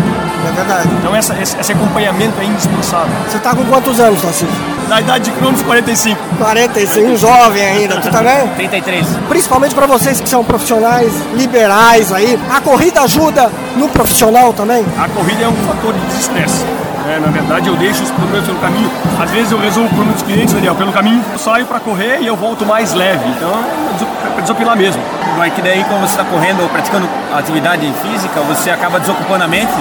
Speaker 2: É verdade.
Speaker 4: Então essa- esse, esse acompanhamento é indispensável.
Speaker 2: Você tá com quantos anos, Tarcísio?
Speaker 4: Na idade de Cronos, 45.
Speaker 2: 45, um jovem ainda. Tu também?
Speaker 7: 33.
Speaker 2: Principalmente para vocês que são profissionais liberais aí. A corrida ajuda no profissional também?
Speaker 4: A corrida é um fator de desestresse. né? na verdade, eu deixo os problemas pelo caminho. Às vezes eu resolvo o problema dos clientes, Daniel, pelo caminho. Eu saio para correr e eu volto mais leve. Então, é des- é pra desopilar mesmo.
Speaker 7: Vai que daí quando você está correndo ou praticando atividade física, você acaba desocupando a mente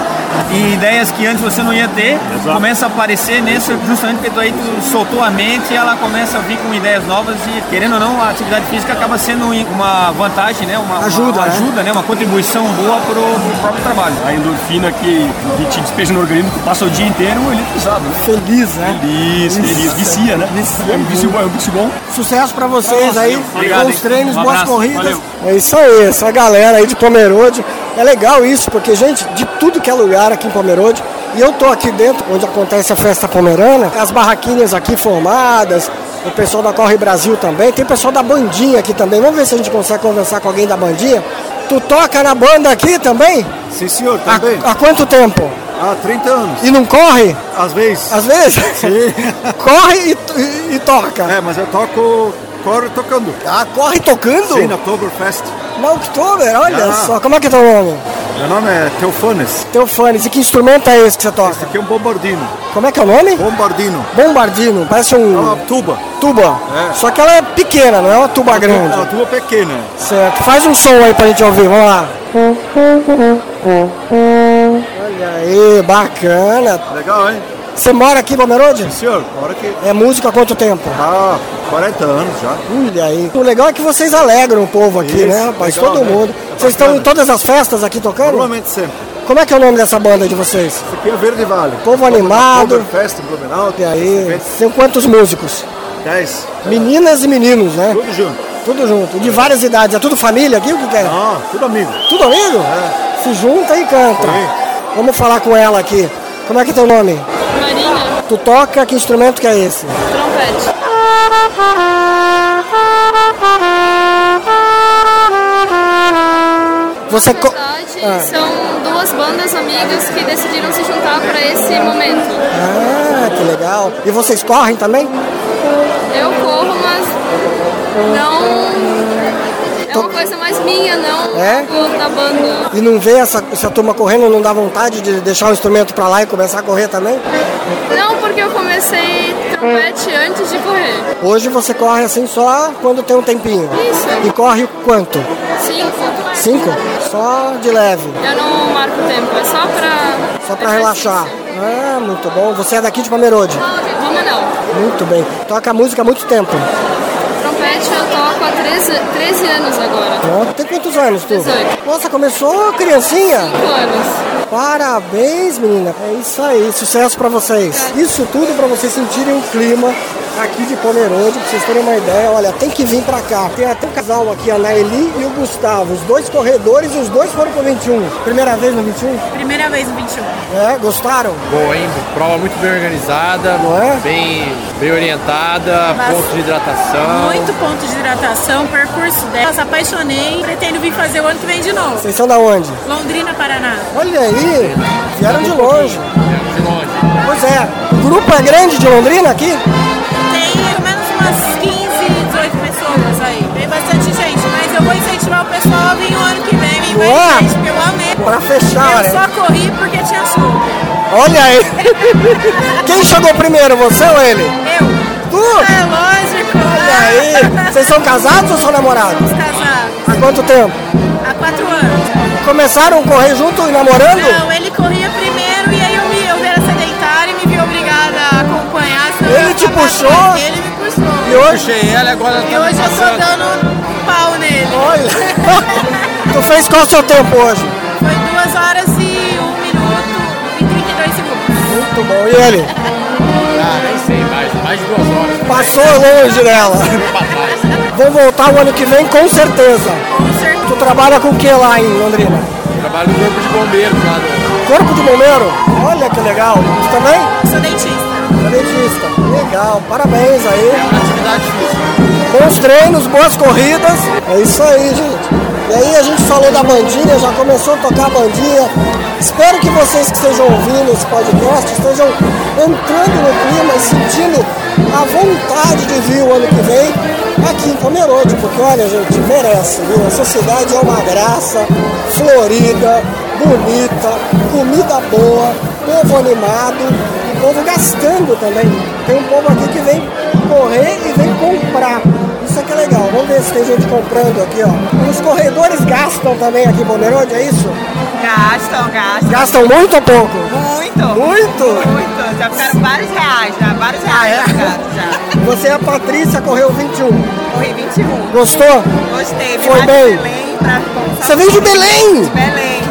Speaker 7: e ideias que antes você não ia ter começa a aparecer nessa justamente porque tu aí tu soltou a mente e ela começa a vir com ideias novas e querendo ou não a atividade física acaba sendo um, uma vantagem, né? Uma uma-
Speaker 4: Ajuda,
Speaker 7: uma
Speaker 4: né?
Speaker 7: ajuda, né? Uma contribuição boa pro, pro próprio trabalho.
Speaker 4: A endorfina que, que te despeja no organismo, tu passa o dia inteiro eletrizado. Né?
Speaker 2: Feliz, né?
Speaker 4: Feliz, feliz. Vicia, né? É um vício bom, é um vício bom.
Speaker 2: Sucesso para vocês
Speaker 4: Nossa,
Speaker 2: aí.
Speaker 4: meu. Obrigado,
Speaker 2: Bons
Speaker 4: hein?
Speaker 2: treinos,
Speaker 4: Um
Speaker 2: boas
Speaker 4: abraço,
Speaker 2: corridas.
Speaker 4: valeu.
Speaker 2: É isso aí, essa galera aí de Pomerode. É legal isso, porque, gente, de tudo que é lugar aqui em Pomerode. E eu tô aqui dentro, onde acontece a festa pomerana, as barraquinhas aqui formadas, o pessoal da Corre Brasil também, tem pessoal da bandinha aqui também. Vamos ver se a gente consegue conversar com alguém da bandinha. Tu toca na banda aqui também?
Speaker 12: Sim, senhor, também.
Speaker 2: Há quanto tempo?
Speaker 12: Há 30 anos.
Speaker 2: E não corre?
Speaker 12: Às vezes.
Speaker 2: Às vezes?
Speaker 12: Sim.
Speaker 2: corre e, e- e toca.
Speaker 12: É, mas eu toco, corro tocando.
Speaker 2: Ah, corre tocando?
Speaker 12: Sim, na Oktoberfest.
Speaker 2: Na Oktober, olha
Speaker 12: Ah.
Speaker 2: só, como é que é teu nome?
Speaker 12: Meu nome é Teofanes.
Speaker 2: Teofanes, e que instrumento é esse que você toca?
Speaker 12: Esse aqui é um bombardino.
Speaker 2: Como é que é o nome?
Speaker 12: Bombardino.
Speaker 2: Bombardino, parece um...
Speaker 12: É uma tuba.
Speaker 2: Tuba.
Speaker 12: É.
Speaker 2: Só que ela é pequena, não é uma tuba grande.
Speaker 12: É uma tuba pequena.
Speaker 2: Certo, faz um som aí pra gente ouvir, vamos lá. Olha aí, bacana.
Speaker 12: Legal, hein?
Speaker 2: Você mora aqui em Pomerode? Sim,
Speaker 12: senhor, moro aqui.
Speaker 2: É música há quanto tempo?
Speaker 12: Ah, 40 anos já.
Speaker 2: Olha aí. O legal é que vocês alegram o povo aqui,
Speaker 12: Isso,
Speaker 2: né, rapaz?
Speaker 12: legal,
Speaker 2: Todo
Speaker 12: né?
Speaker 2: mundo.
Speaker 12: É
Speaker 2: vocês estão em todas as festas aqui tocando?
Speaker 12: Normalmente sempre.
Speaker 2: Como é que é o nome dessa banda de vocês? Isso
Speaker 12: aqui é Verde Vale.
Speaker 2: Povo animado.
Speaker 12: Oktoberfest, em Blumenau.
Speaker 2: E aí, são quantos músicos?
Speaker 12: 10.
Speaker 2: Meninas e meninos, né?
Speaker 12: Tudo junto.
Speaker 2: Tudo junto. De várias idades. É tudo família aqui? O que, que é?
Speaker 12: Ah, tudo amigo.
Speaker 2: Tudo amigo? É. Se junta e canta. Vamos falar com ela aqui. Como é que é teu nome?
Speaker 5: Marina,
Speaker 2: Tu toca, que instrumento que é esse?
Speaker 5: trompete. Tá
Speaker 2: Você
Speaker 5: Na
Speaker 2: co-
Speaker 5: verdade,
Speaker 2: Ah.
Speaker 5: são duas bandas amigas que decidiram se juntar para esse momento.
Speaker 2: Ah, que legal. E vocês correm também?
Speaker 5: Eu corro, mas não. É uma coisa mais minha, não
Speaker 2: É?
Speaker 5: do- da banda.
Speaker 2: E não vê essa, essa turma correndo, não dá vontade de deixar o instrumento pra lá e começar a correr também?
Speaker 5: Não, porque eu comecei trompete antes de correr.
Speaker 2: Hoje você corre assim só quando tem um tempinho.
Speaker 5: Isso.
Speaker 2: E corre quanto?
Speaker 5: Cinco.
Speaker 2: Cinco? Só de leve.
Speaker 5: Eu não marco tempo, é só pra.
Speaker 2: Só pra relaxar. Ah, muito bom. Você é daqui de Pomerode?
Speaker 5: Vamos não.
Speaker 2: Muito bem. Toca música há muito tempo.
Speaker 5: Trompete eu toco há 13, 13 anos agora.
Speaker 2: Nossa, tem quantos anos tu?
Speaker 5: 18.
Speaker 2: Nossa, começou criancinha?
Speaker 5: Cinco anos.
Speaker 2: Parabéns, menina. É isso aí. Sucesso pra vocês. Isso tudo pra vocês sentirem o clima aqui de Pomerode, pra vocês terem uma ideia, olha, tem que vir pra cá. Tem até um casal aqui, a Naeli e o Gustavo, os dois corredores e os dois foram pro 21. Primeira vez no 21?
Speaker 13: Primeira vez no 21.
Speaker 2: É, gostaram?
Speaker 12: Boa, hein? Prova muito bem organizada,
Speaker 2: é?
Speaker 12: bem, bem orientada,
Speaker 13: Mas-
Speaker 12: pontos de hidratação.
Speaker 13: Muito ponto de hidratação, percurso dela. Se apaixonei, pretendo vir fazer o ano que vem de novo.
Speaker 2: Vocês são da onde?
Speaker 13: Londrina, Paraná.
Speaker 2: Olha aí, vieram de longe.
Speaker 12: De longe.
Speaker 2: Pois é, o grupo é grande de Londrina aqui?
Speaker 13: Tem pelo menos umas 15, 18 pessoas aí. Tem bastante gente, mas eu vou incentivar o pessoal a vir o ano que vem. Vem
Speaker 2: Boa!
Speaker 13: mais gente, porque eu amei.
Speaker 2: Pra fechar,
Speaker 13: Eu
Speaker 2: né?
Speaker 13: só corri porque tinha chuva.
Speaker 2: Olha aí. Quem chegou primeiro, você ou ele? Eu. Tu? É
Speaker 13: lógico.
Speaker 2: Olha aí. Vocês são casados ou são namorados? Somos
Speaker 13: casados.
Speaker 2: Há quanto tempo?
Speaker 13: Há quatro anos.
Speaker 2: Começaram a correr junto e namorando?
Speaker 13: Não, ele corria primeiro e aí eu, me, eu era sedentária e me vi obrigada a acompanhar. senão eu
Speaker 2: Ele te
Speaker 13: acabava-
Speaker 2: puxou?
Speaker 13: Ele me puxou.
Speaker 2: E hoje?
Speaker 12: Puxei ela e agora tá ela
Speaker 13: E hoje eu tô
Speaker 2: passando.
Speaker 13: dando um pau nele.
Speaker 2: Tu fez qual o seu tempo hoje?
Speaker 13: Foi duas horas e um minuto e 32 segundos.
Speaker 2: Muito bom. E ele?
Speaker 12: Ah, nem sei, mais, mais de duas horas.
Speaker 2: Passou longe dela. Vou voltar o ano que vem com certeza.
Speaker 13: Com certeza.
Speaker 2: Tu trabalha com o que lá em Londrina?
Speaker 12: Trabalho no corpo de bombeiros lá do...
Speaker 2: Corpo de bombeiro? Olha que legal. Tu também?
Speaker 13: Sou dentista.
Speaker 2: Sou dentista. Legal. Parabéns aí. Atividade física. Bons treinos, boas corridas. É isso aí, gente. E aí a gente falou da bandinha, já começou a tocar a bandinha. Espero que vocês que estejam ouvindo esse podcast estejam entrando no clima e sentindo a vontade de vir o ano que vem aqui em Pomerode, porque olha, gente, merece, viu? Essa cidade é uma graça, florida, bonita, comida boa, povo animado, e povo gastando também. Tem um povo aqui que vem correr e vem comprar. Isso é que é legal. Vamos ver se tem gente comprando aqui, ó. Os corredores gastam também aqui em Pomerode, é isso?
Speaker 6: Gastam, gastam.
Speaker 2: Gastam muito ou pouco?
Speaker 6: Muito.
Speaker 2: Muito? Ah, é?
Speaker 6: Muito. Já ficaram vários reais, já. Vários reais já ficaram, já.
Speaker 2: Você é a Patrícia, correu 21.
Speaker 6: Corri 21.
Speaker 2: Gostou?
Speaker 6: Gostei. Vim
Speaker 2: Foi
Speaker 6: lá
Speaker 2: bem.
Speaker 6: de Belém pra...
Speaker 2: Você veio de Belém?
Speaker 6: De Belém.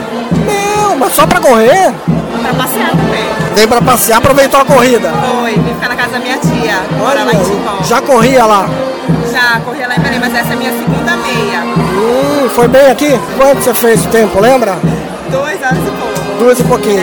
Speaker 2: Não, mas só pra correr?
Speaker 6: Pra passear também.
Speaker 2: Veio pra passear, aproveitou a corrida.
Speaker 6: Foi. Vim ficar na casa da minha tia. Morar lá em Timbó.
Speaker 2: Já corria lá.
Speaker 6: Já, corri lá em Belém, mas essa é a minha segunda meia.
Speaker 2: Hum, foi bem aqui? Quanto você fez o tempo, lembra?
Speaker 6: Dois anos e pouco.
Speaker 2: Duas e pouquinho.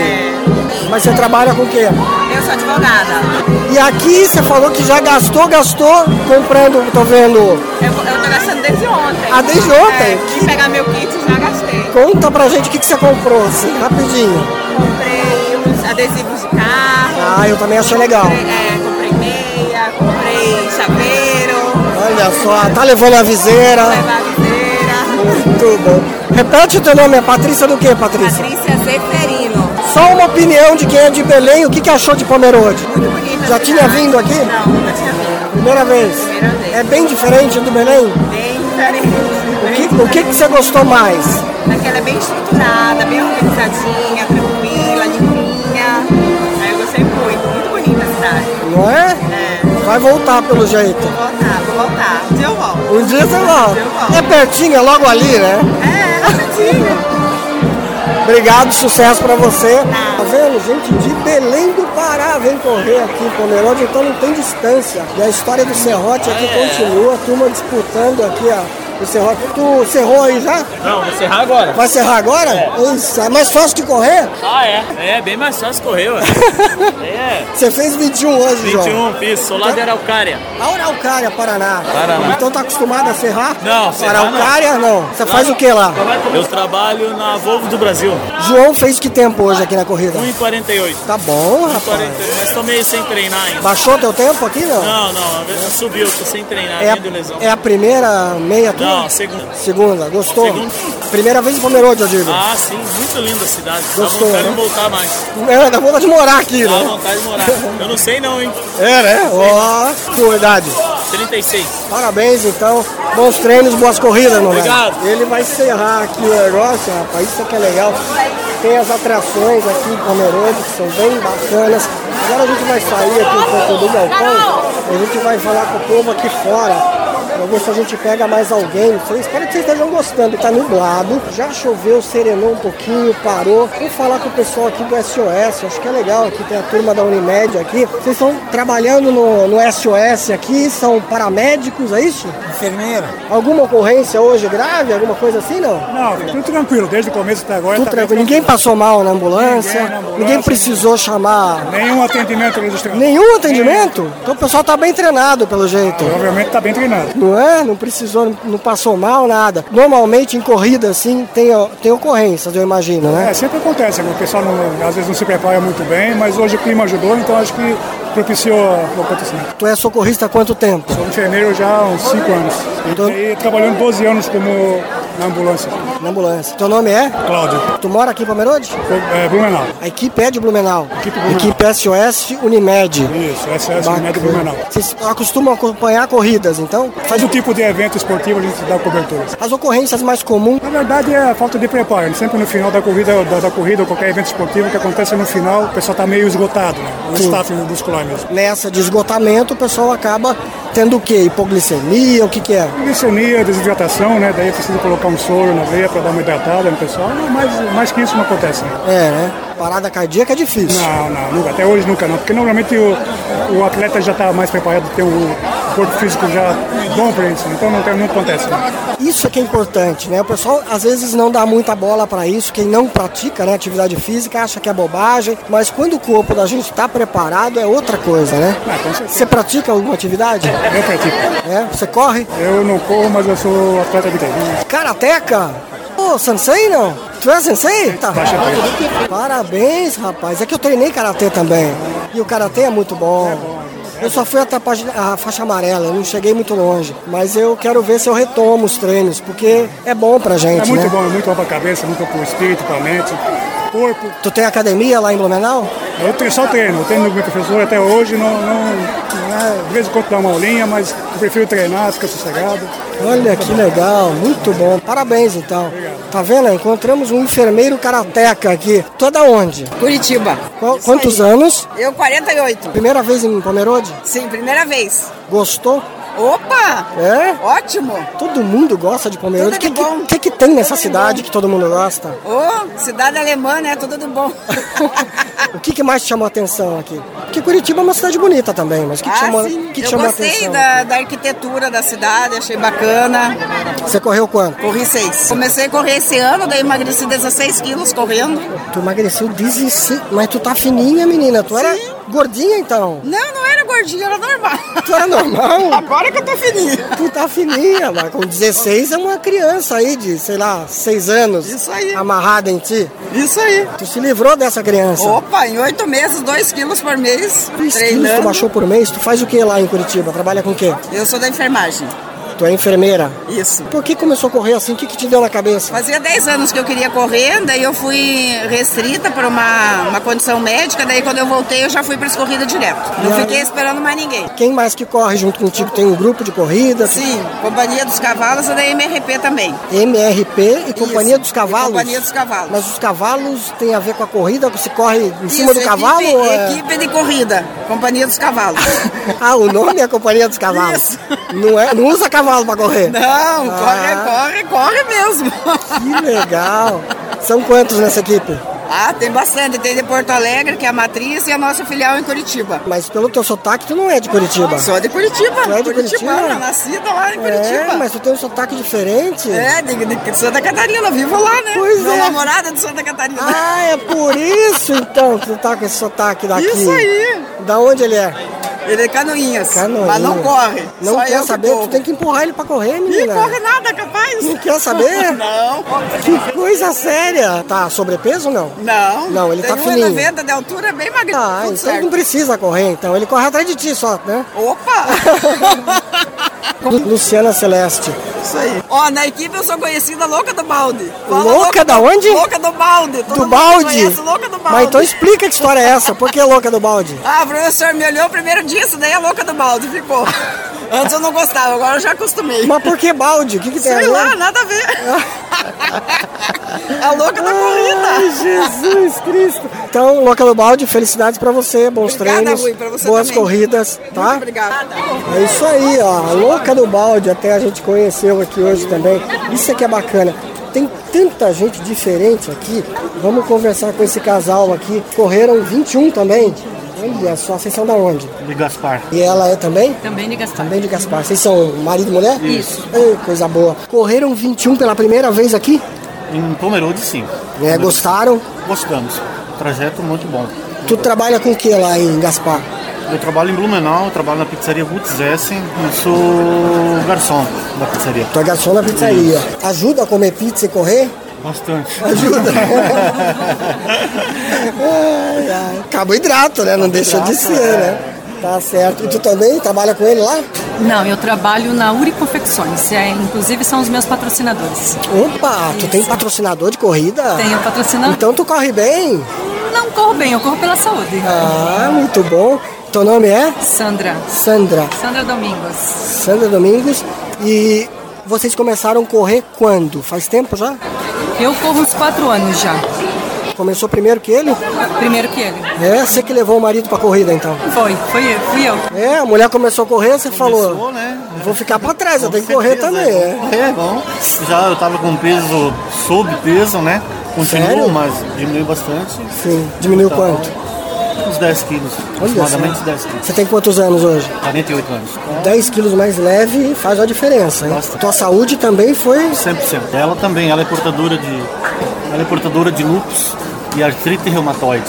Speaker 2: Mas você trabalha com o quê?
Speaker 6: Eu sou advogada.
Speaker 2: E aqui você falou que já gastou, gastou, comprando, tô vendo.
Speaker 6: Eu, eu tô gastando desde ontem.
Speaker 2: Ah, desde ontem?
Speaker 6: É, vim pegar meu kit e já gastei.
Speaker 2: Conta pra gente o que, que você comprou, assim, rapidinho.
Speaker 6: Comprei uns adesivos de carro.
Speaker 2: Ah, eu também achei legal.
Speaker 6: Comprei, é, comprei meia, comprei chaveiro.
Speaker 2: Olha só, tá levando a viseira. Muito bom. Repete o teu nome, é Patrícia do quê, Patrícia?
Speaker 6: Patrícia Zeferino.
Speaker 2: Só uma opinião de quem é de Belém, o que, que achou de Pomerode?
Speaker 6: Muito bonita.
Speaker 2: Já
Speaker 6: cidade.
Speaker 2: tinha vindo aqui?
Speaker 6: Não, nunca tinha vindo.
Speaker 2: Primeira vez.
Speaker 6: Primeira vez.
Speaker 2: É bem diferente do Belém?
Speaker 6: Bem diferente.
Speaker 2: O que, o que, que você gostou mais?
Speaker 6: Aqui ela né? é bem estruturada, bem organizadinha, tranquila, limpinha. Aí eu gostei muito. Muito bonita a cidade.
Speaker 2: Não é? Vai voltar pelo jeito.
Speaker 6: Vou voltar, vou voltar. Um dia eu volto.
Speaker 2: Um dia você volta.
Speaker 6: Eu volto.
Speaker 2: É pertinho, é logo ali, né?
Speaker 6: É, rapidinho.
Speaker 2: Obrigado, sucesso pra você. Tá vendo, gente? De Belém do Pará vem correr aqui em Pomerode, então não tem distância. E a história do Serrote
Speaker 14: Ah,
Speaker 2: aqui
Speaker 14: é.
Speaker 2: continua, a turma disputando aqui, ó. O Serrote. Tu cerrou aí já?
Speaker 14: Não, vou encerrar agora.
Speaker 2: Vai cerrar agora? Isso, é mais fácil de correr?
Speaker 14: Ah, é? É, bem mais fácil correr, ué. É.
Speaker 2: Você fez 21 hoje, João.
Speaker 14: 21, fiz, sou lá de Araucária.
Speaker 2: Araucária, Paraná.
Speaker 14: Paraná.
Speaker 2: Então tá acostumado a serrar?
Speaker 14: Não, serrar não.
Speaker 2: Araucária não. Você
Speaker 14: Lá
Speaker 2: faz
Speaker 14: não.
Speaker 2: o que lá?
Speaker 14: Eu trabalho na Volvo do Brasil.
Speaker 2: João fez que tempo hoje aqui na corrida?
Speaker 14: 1,48.
Speaker 2: Tá bom, rapaz.
Speaker 14: 1,48, mas tô meio sem treinar ainda.
Speaker 2: Baixou teu tempo aqui, não?
Speaker 14: Não, não, a vez que subiu, tô sem treinar,
Speaker 2: É
Speaker 14: é vindo lesão.
Speaker 2: a, é a primeira meia tua?
Speaker 14: Não, a segunda.
Speaker 2: Segunda, gostou?
Speaker 14: Segunda.
Speaker 2: Primeira vez em Pomerode, eu digo.
Speaker 14: Ah, sim, muito linda a cidade.
Speaker 2: Gostou,
Speaker 14: Dá vontade
Speaker 2: né?
Speaker 14: de voltar mais.
Speaker 2: É, dá vontade de morar aqui,
Speaker 14: Dá
Speaker 2: né?
Speaker 14: vontade de morar. Eu não sei não, hein?
Speaker 2: É, né? Ó, tua idade.
Speaker 14: 36.
Speaker 2: Parabéns, então. Bons treinos, boas corridas, meu velho.
Speaker 14: Obrigado.
Speaker 2: Ele vai encerrar aqui o negócio, rapaz. Isso que é legal. Tem as atrações aqui em Pomerode, que são bem bacanas. Agora a gente vai sair aqui um pouco do balcão e a gente vai falar com o povo aqui fora. Pra ver se a gente pega mais alguém. não sei. Espero que vocês estejam gostando. Tá nublado, já choveu, serenou um pouquinho, parou. Vou falar com o pessoal aqui do SOS, acho que é legal. Aqui tem a turma da Unimed aqui. Vocês estão trabalhando no, no SOS aqui, são paramédicos, é isso?
Speaker 15: Enfermeira.
Speaker 2: Alguma ocorrência hoje grave, alguma coisa assim, não?
Speaker 15: Não, tudo tranquilo, desde o começo até agora.
Speaker 2: Tudo
Speaker 15: tá bem
Speaker 2: tranquilo. Ninguém passou mal na ambulância,
Speaker 15: Ninguém na
Speaker 2: ninguém,
Speaker 15: ambulância.
Speaker 2: precisou chamar.
Speaker 15: Nenhum atendimento registrado.
Speaker 2: Nenhum atendimento? Então o pessoal tá bem treinado, pelo jeito.
Speaker 15: Provavelmente tá bem treinado.
Speaker 2: Não é? Não precisou, não- não passou mal, nada. Normalmente em corrida assim tem, ó, tem ocorrências, eu imagino, né?
Speaker 15: É, sempre acontece. O pessoal não- às vezes não se prepara muito bem, mas hoje o clima ajudou, então acho que propiciou o acontecimento.
Speaker 2: Tu é socorrista há quanto tempo? Então-
Speaker 15: Sou enfermeiro já há uns 5 anos. E daí trabalhando 12 anos como na ambulância.
Speaker 2: Na ambulância. Teu nome é?
Speaker 15: Cláudio.
Speaker 2: Tu mora aqui em Pomerode?
Speaker 15: É, Blumenau.
Speaker 2: A equipe é de Blumenau.
Speaker 15: Equipe Blumenau.
Speaker 2: Equipe SOS Unimed.
Speaker 15: Isso, SOS
Speaker 2: Bacana.
Speaker 15: Unimed Blumenau.
Speaker 2: Vocês acostumam acompanhar corridas, então?
Speaker 15: Faz o tipo de evento esportivo a gente dá cobertura.
Speaker 2: As ocorrências mais comuns?
Speaker 15: Na verdade é a falta de preparo. Sempre no final da corrida, da, da corrida ou qualquer evento esportivo que acontece no final, o pessoal está meio esgotado, né? o
Speaker 2: Sim.
Speaker 15: staff muscular mesmo.
Speaker 2: Nessa de esgotamento, o pessoal acaba tendo o quê? Hipoglicemia, o que que é?
Speaker 15: Glicemia, desidratação, né? Daí precisa colocar um soro na veia para dar uma hidratada no pessoal. Não, mais, mais que isso não acontece, né?
Speaker 2: É, né? Parada cardíaca é difícil.
Speaker 15: Não, não, nunca. Até hoje nunca não. Porque normalmente o, o atleta já está mais preparado, tem o corpo físico já bom para isso. Então não, tem, não acontece. né?
Speaker 2: Isso é que é importante, né? O pessoal às vezes não dá muita bola pra isso, quem não pratica né, atividade física acha que é bobagem, mas quando o corpo da gente tá preparado é outra coisa, né? Você pratica alguma atividade?
Speaker 15: Ah, Eu pratico.
Speaker 2: É? Você corre?
Speaker 15: Eu não corro, mas eu sou atleta de tênis.
Speaker 2: Karateca? Ô, sensei não? Tu é sensei? Tá.
Speaker 15: Faixa preta.
Speaker 2: Parabéns, rapaz. É que eu treinei karatê também. E o karatê é muito bom. Eu só fui até a, página- a faixa amarela, eu não cheguei muito longe. Mas eu quero ver se eu retomo os treinos, porque é bom pra gente.
Speaker 15: é muito
Speaker 2: né?
Speaker 15: bom, é muito bom para a cabeça, muito bom para o espírito, para a mente, corpo.
Speaker 2: Tu tem academia lá em Blumenau?
Speaker 15: Eu tre- só treino, eu treino com meu professor até hoje, não, não, né, de vez em quando dá uma aulinha, mas eu prefiro treinar, ficar sossegado.
Speaker 2: Olha que legal, muito bom. Parabéns então. Tá vendo? Encontramos um enfermeiro karateca aqui. Tu é da onde?
Speaker 16: Curitiba.
Speaker 2: Qual- quantos anos?
Speaker 16: Eu, 48.
Speaker 2: Primeira vez em Pomerode?
Speaker 16: Sim, primeira vez.
Speaker 2: Gostou?
Speaker 16: Opa!
Speaker 2: É?
Speaker 16: Ótimo!
Speaker 2: Todo mundo gosta de Pomerode. O que, que, que que tem nessa cidade que todo mundo gosta?
Speaker 16: Ô, cidade alemã, né? Tudo do bom.
Speaker 2: O que, que mais te chamou a atenção aqui? Porque Curitiba é uma cidade bonita também, mas o que, te
Speaker 16: ah,
Speaker 2: chamou,
Speaker 16: sim.
Speaker 2: o que te
Speaker 16: Eu
Speaker 2: chamou a
Speaker 16: gostei
Speaker 2: atenção?
Speaker 16: da, da arquitetura da cidade, achei bacana.
Speaker 2: Você correu quanto?
Speaker 16: Corri seis. Comecei a correr esse ano, daí emagreci 16 quilos correndo.
Speaker 2: Tu emagreceu 16. Mas tu tá fininha, menina. Tu era gordinha então?
Speaker 16: Não, não era gordinha, era normal.
Speaker 2: Tu era Tá normal?
Speaker 16: Agora que eu tô fininha.
Speaker 2: Tu tá fininha, mas com 16 é uma criança aí de, sei lá, 6 anos. Isso aí. Amarrada em ti.
Speaker 16: Isso aí.
Speaker 2: Tu se livrou dessa criança.
Speaker 16: Opa, em oito meses, 2 quilos por mês.
Speaker 2: Quilos tu
Speaker 16: Treinando.
Speaker 2: baixou por mês, tu faz o que lá em Curitiba? Trabalha com o quê?
Speaker 16: Eu sou da enfermagem.
Speaker 2: Tu é enfermeira?
Speaker 16: Isso.
Speaker 2: Por que começou a correr assim? O que, que te deu na cabeça?
Speaker 16: Fazia 10 anos que eu queria correr, daí eu fui restrita por uma, uma condição médica, daí quando eu voltei eu já fui para as corridas direto. Não
Speaker 2: E aí?
Speaker 16: fiquei esperando mais ninguém.
Speaker 2: Quem mais que corre junto contigo? Tem um grupo de corrida?
Speaker 16: Sim, Companhia dos Cavalos e da MRP também.
Speaker 2: MRP e Companhia dos Cavalos?
Speaker 16: Companhia dos Cavalos.
Speaker 2: Mas os cavalos tem a ver com a corrida? Você corre em
Speaker 16: Isso,
Speaker 2: cima do
Speaker 16: equipe-
Speaker 2: cavalo? ou é-
Speaker 16: Equipe de corrida, Companhia dos Cavalos.
Speaker 2: Ah, o nome é Companhia dos Cavalos. Não, é, não usa cavalo pra correr?
Speaker 16: Não,
Speaker 2: Ah,
Speaker 16: corre, corre, corre mesmo.
Speaker 2: Que legal. São quantos nessa equipe?
Speaker 16: Ah, tem bastante. Tem de Porto Alegre, que é a matriz, e a nossa filial em Curitiba.
Speaker 2: Mas pelo teu sotaque, tu não é de Curitiba.
Speaker 16: Sou de Curitiba.
Speaker 2: Tu é de
Speaker 16: Curitibana,
Speaker 2: Curitiba?
Speaker 16: nascida lá em
Speaker 2: É,
Speaker 16: Curitiba.
Speaker 2: mas tu tem um sotaque diferente.
Speaker 16: É, de, de Santa Catarina, vivo lá, né?
Speaker 2: Pois
Speaker 16: Sou
Speaker 2: é.
Speaker 16: namorada de Santa Catarina.
Speaker 2: Ah, é por isso então que tu tá com esse sotaque daqui.
Speaker 16: Isso aí.
Speaker 2: Da onde ele é?
Speaker 16: Ele é Canoinhas.
Speaker 2: Canoinhas.
Speaker 16: Mas não corre.
Speaker 2: Não
Speaker 16: Só
Speaker 2: quer
Speaker 16: eu que
Speaker 2: saber, tu tem que empurrar ele pra correr,
Speaker 16: Ih,
Speaker 2: menina.
Speaker 16: corre nada, capaz.
Speaker 2: Não quer saber?
Speaker 16: Não.
Speaker 2: Que coisa séria. Tá sobrepeso ou não?
Speaker 16: Não.
Speaker 2: Não, ele
Speaker 16: tem
Speaker 2: tá fininho.
Speaker 16: 1,90 de altura, é bem magrinho.
Speaker 2: Ah,
Speaker 16: tudo
Speaker 2: então
Speaker 16: certo.
Speaker 2: ele não precisa correr, então. Ele corre atrás de ti só, né?
Speaker 16: Opa!
Speaker 2: Lu- Luciana Celeste.
Speaker 16: Isso aí. Ó, na equipe eu sou conhecida louca do balde. Fala
Speaker 2: louca, da onde?
Speaker 16: Louca do balde. Todo
Speaker 2: do
Speaker 16: mundo
Speaker 2: balde?
Speaker 16: conhece louca do balde.
Speaker 2: Mas então explica que história é essa. Por que louca do balde?
Speaker 16: Ah, professor, me olhou primeiro disso, daí é louca do balde, ficou. Antes eu não gostava, agora eu já acostumei.
Speaker 2: é, né? Mas por que balde? O que, que tem a
Speaker 16: Sei
Speaker 2: ver?
Speaker 16: lá, nada a ver.
Speaker 17: É o louco da corrida.
Speaker 2: Ai, Jesus Cristo. Então, Louca do Balde, felicidades pra você, bons
Speaker 17: Obrigada,
Speaker 2: treinos,
Speaker 17: Rui, pra você
Speaker 2: boas
Speaker 17: também.
Speaker 2: corridas, tá?
Speaker 17: Muito obrigada.
Speaker 2: É isso aí, ó. A louca do balde até a gente conheceu aqui hoje também. Isso aqui é bacana. Tem tanta gente diferente aqui. Vamos conversar com esse casal aqui. Correram 21 também. Olha só, vocês são da onde?
Speaker 8: De Gaspar.
Speaker 2: E ela é também?
Speaker 18: Também de Gaspar.
Speaker 2: Também de Gaspar. Vocês são marido e mulher?
Speaker 18: Isso.
Speaker 2: Ei, coisa boa. Correram 21 pela primeira vez aqui?
Speaker 8: Em Pomerode, sim.
Speaker 2: É, gostaram?
Speaker 8: Gostamos. Trajeto muito bom.
Speaker 2: Tu trabalha com o que lá em Gaspar?
Speaker 8: Eu trabalho em Blumenau, trabalho na pizzaria Woods S e sou garçom da pizzaria.
Speaker 2: Tu é garçom na pizzaria. Ajuda a comer pizza e correr?
Speaker 8: Bastante.
Speaker 2: Ajuda. Ai, ai. Carboidrato, né? Não deixa de
Speaker 18: Carboidrato,
Speaker 2: ser, né? Tá certo. E tu também trabalha com ele lá?
Speaker 18: Não, eu trabalho na Uri Confecções, é, inclusive são os meus patrocinadores.
Speaker 2: Opa, tu tem patrocinador de corrida?
Speaker 18: Tenho patrocinador.
Speaker 2: Então tu corre bem?
Speaker 18: Não corro bem, eu corro pela saúde.
Speaker 2: Ah, muito bom. Teu nome é?
Speaker 18: Sandra.
Speaker 2: Sandra.
Speaker 18: Sandra Domingos.
Speaker 2: Sandra Domingos. E vocês começaram a correr quando? Faz tempo já?
Speaker 18: Eu corro uns quatro anos já.
Speaker 2: Começou primeiro que ele?
Speaker 18: Primeiro que ele.
Speaker 2: É, você que levou o marido pra corrida então.
Speaker 18: Foi, foi eu, fui eu.
Speaker 2: É, a mulher começou a correr, você falou. Vou ficar pra trás, eu tenho que correr também. É.
Speaker 8: né? É bom. Já eu tava com peso sob peso, né? Continuo,
Speaker 2: Sério?
Speaker 8: mas diminuiu bastante.
Speaker 2: Sim, diminuiu
Speaker 8: Então,
Speaker 2: quanto?
Speaker 8: Uns 10 quilos.
Speaker 2: Olha só.
Speaker 8: aproximadamente 10 quilos.
Speaker 2: Você tem quantos anos hoje?
Speaker 8: 48 anos.
Speaker 2: 10 quilos mais leve faz a diferença, hein? Tua saúde também foi.
Speaker 8: 100%. Ela também, ela é portadora de ela é portadora de lúpus e artrite reumatoide.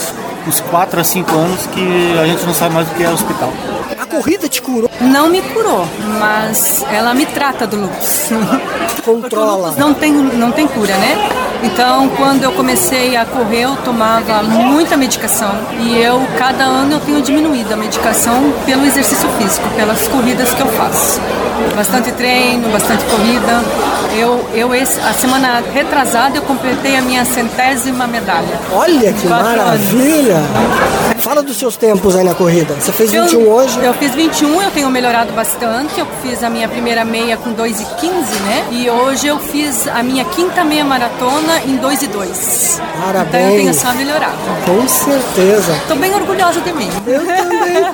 Speaker 8: Uns 4 a 5 anos que a gente não sabe mais o que é hospital.
Speaker 2: A corrida te curou?
Speaker 18: Não me curou, mas ela me trata do lúpus.
Speaker 2: Controla.
Speaker 18: Não tem, não tem cura, né? Então, quando eu comecei a correr, eu tomava muita medicação. E eu, cada ano, eu tenho diminuído a medicação pelo exercício físico, pelas corridas que eu faço. Bastante treino, bastante corrida. Eu, eu esse- a semana retrasada, eu completei a minha centésima medalha.
Speaker 2: Olha que
Speaker 18: Quatro
Speaker 2: maravilha! Fala dos seus tempos aí na corrida. Você fez 21
Speaker 18: eu,
Speaker 2: hoje?
Speaker 18: Eu fiz 21, eu tenho melhorado bastante. Eu fiz a minha primeira meia com 2 e 15, né? E hoje eu fiz a minha quinta meia maratona em 2 e 2. Então eu tenho
Speaker 2: Parabéns.
Speaker 18: só melhorado.
Speaker 2: Com certeza.
Speaker 18: Tô bem orgulhosa de mim.
Speaker 2: Eu também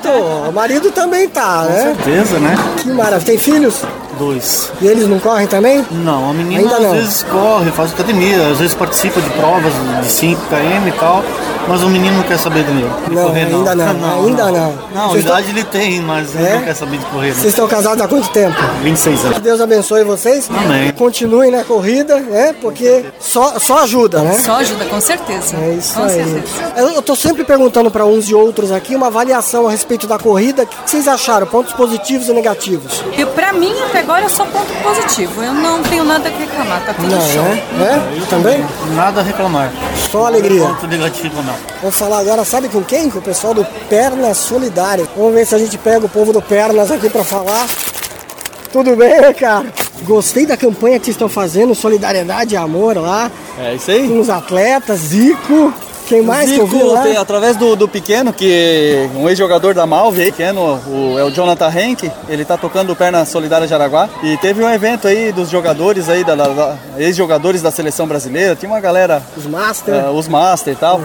Speaker 2: tô. O marido também tá, né?
Speaker 8: Certeza, né?
Speaker 2: Que maravilha. Tem filhos?
Speaker 8: Dois.
Speaker 2: E eles não correm também?
Speaker 8: Não, a menina
Speaker 2: Ainda
Speaker 8: às
Speaker 2: não.
Speaker 8: vezes corre, faz academia, às vezes participa de provas de 5 km e tal, mas o menino não quer saber de, de
Speaker 2: Não,
Speaker 8: correr não.
Speaker 2: ainda não, ainda não.
Speaker 8: Não,
Speaker 2: Vocês
Speaker 8: idade ele tem, mas
Speaker 2: É?
Speaker 8: ele não quer saber de correr.
Speaker 2: Vocês estão casados há quanto tempo?
Speaker 8: 26
Speaker 2: Que
Speaker 8: anos.
Speaker 2: Deus abençoe vocês.
Speaker 8: Amém.
Speaker 2: Continuem na corrida, né? Porque só, só ajuda, né?
Speaker 18: Só ajuda, com certeza. É
Speaker 2: isso
Speaker 18: com
Speaker 2: aí.
Speaker 18: certeza.
Speaker 2: Eu, eu tô sempre perguntando para uns e outros aqui uma avaliação a respeito da corrida. O que que vocês acharam? Pontos positivos e negativos?
Speaker 18: E pra mim, até agora, é só ponto positivo. Eu não tenho nada a reclamar, tá tudo
Speaker 2: Não,
Speaker 18: show.
Speaker 2: né? É? Também?
Speaker 8: Nada a reclamar.
Speaker 2: Só alegria.
Speaker 8: Ponto negativo não.
Speaker 2: Vou falar agora, sabe com quem? Com o pessoal do Pernas Solidárias. Vamos ver se a gente pega o povo do Pernas aqui para falar. Tudo bem, né, cara? Gostei da campanha que vocês estão fazendo, Solidariedade e Amor lá.
Speaker 19: É isso aí.
Speaker 2: Com os atletas, Zico. Quem mais que eu vi
Speaker 19: Zico,
Speaker 2: lá?
Speaker 19: tem- através do, do pequeno, que um ex-jogador da Malve, aí, pequeno, o- é o Jonathan Henke, ele tá tocando o Perna Solidária de Araguá. E teve um evento aí dos jogadores aí, da, da- da- ex-jogadores da seleção brasileira, tinha uma galera.
Speaker 2: Os Master. Uhum.
Speaker 19: ah, os Master e tal.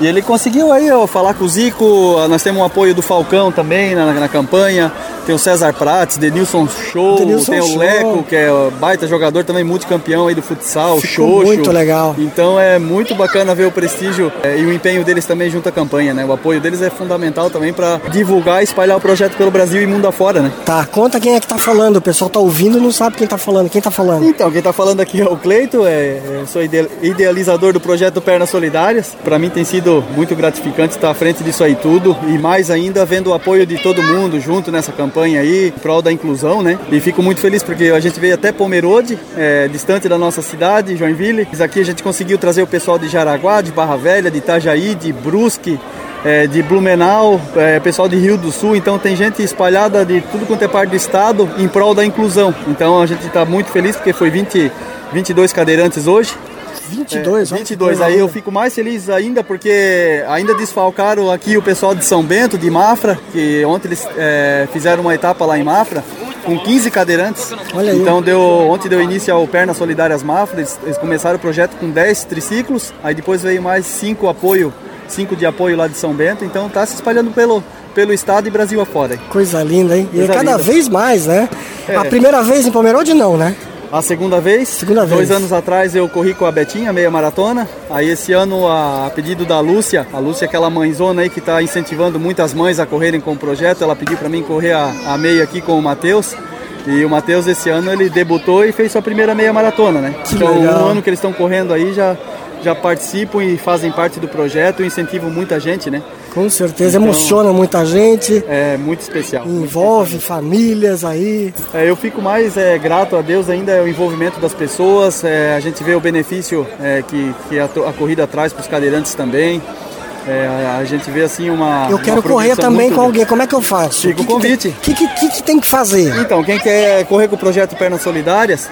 Speaker 19: E ele conseguiu aí ó, falar com o Zico, ah, nós temos um apoio do Falcão também na, na campanha, tem o César Prates, Denilson Show,
Speaker 2: Denilson
Speaker 19: tem o
Speaker 2: Show.
Speaker 19: Leco, que é ó, baita jogador também, multicampeão aí do futsal,
Speaker 2: Ficou
Speaker 19: Xoxo.
Speaker 2: muito legal.
Speaker 19: Então é muito bacana ver o prestígio eh, e o empenho deles também junto à campanha, né? O apoio deles é fundamental também para divulgar e espalhar o projeto pelo Brasil e mundo afora, né?
Speaker 2: Tá, conta quem é que tá falando. O pessoal tá ouvindo e não sabe quem tá falando. Quem tá falando?
Speaker 19: Então, quem tá falando aqui é o Cleito, é, é, sou ide- idealizador do projeto Pernas Solidárias. Para mim tem sido muito gratificante estar à frente disso aí tudo e mais ainda vendo o apoio de todo mundo junto nessa campanha aí, em prol da inclusão, né? E fico muito feliz porque a gente veio até Pomerode, é, distante da nossa cidade, Joinville. Mas Aqui a gente conseguiu trazer o pessoal de Jaraguá, de Barra Velha, de Itajaí, de Brusque, é, de Blumenau, é, pessoal de Rio do Sul, então tem gente espalhada de tudo quanto é parte do estado em prol da inclusão. Então a gente está muito feliz porque foi 20, 22 cadeirantes hoje.
Speaker 2: 22,
Speaker 19: é,
Speaker 2: olha que
Speaker 19: 22.
Speaker 2: coisa
Speaker 19: Aí eu
Speaker 2: linda.
Speaker 19: fico mais feliz ainda porque ainda desfalcaram aqui o pessoal de São Bento, de Mafra, que ontem eles é, fizeram uma etapa lá em Mafra. com 15 cadeirantes.
Speaker 2: Olha aí.
Speaker 19: Então deu, ontem deu início ao Pernas Solidárias Mafra, eles, eles começaram o projeto com 10 triciclos, aí depois veio mais 5 apoio, 5 de apoio lá de São Bento, então tá se espalhando pelo, pelo estado e Brasil afora.
Speaker 2: Coisa linda, hein? E é
Speaker 19: Coisa
Speaker 2: cada
Speaker 19: linda.
Speaker 2: vez mais, né?
Speaker 19: É.
Speaker 2: A primeira vez em Pomerode não, né?
Speaker 19: A segunda vez? Segunda
Speaker 2: vez.
Speaker 19: Dois anos atrás eu corri com a Betinha, meia maratona. Aí esse ano, a pedido da Lúcia, a Lúcia é aquela mãezona aí que está incentivando muitas mães a correrem com o projeto, ela pediu para mim correr a, a meia aqui com o Matheus. E o Matheus esse ano ele debutou e fez sua primeira meia maratona, né?
Speaker 2: Que
Speaker 19: então
Speaker 2: legal.
Speaker 19: um ano que eles estão correndo aí já, já participam e fazem parte do projeto, incentivam muita gente, né?
Speaker 2: Com certeza,
Speaker 19: Então-
Speaker 2: emociona muita gente.
Speaker 19: É muito especial.
Speaker 2: Envolve famílias aí.
Speaker 19: É, eu fico mais é, grato a Deus ainda é o envolvimento das pessoas. é, a gente vê o benefício é, que, que a, to- a corrida traz para os cadeirantes também. É, a- a gente vê assim uma.
Speaker 2: Eu
Speaker 19: uma
Speaker 2: quero correr
Speaker 19: progressão
Speaker 2: também
Speaker 19: muito-
Speaker 2: com alguém. Como é que eu faço?
Speaker 19: Fica o
Speaker 2: Que que
Speaker 19: convite.
Speaker 2: tem- que, que, que que tem que fazer?
Speaker 19: Então, quem quer correr com o projeto Pernas Solidárias,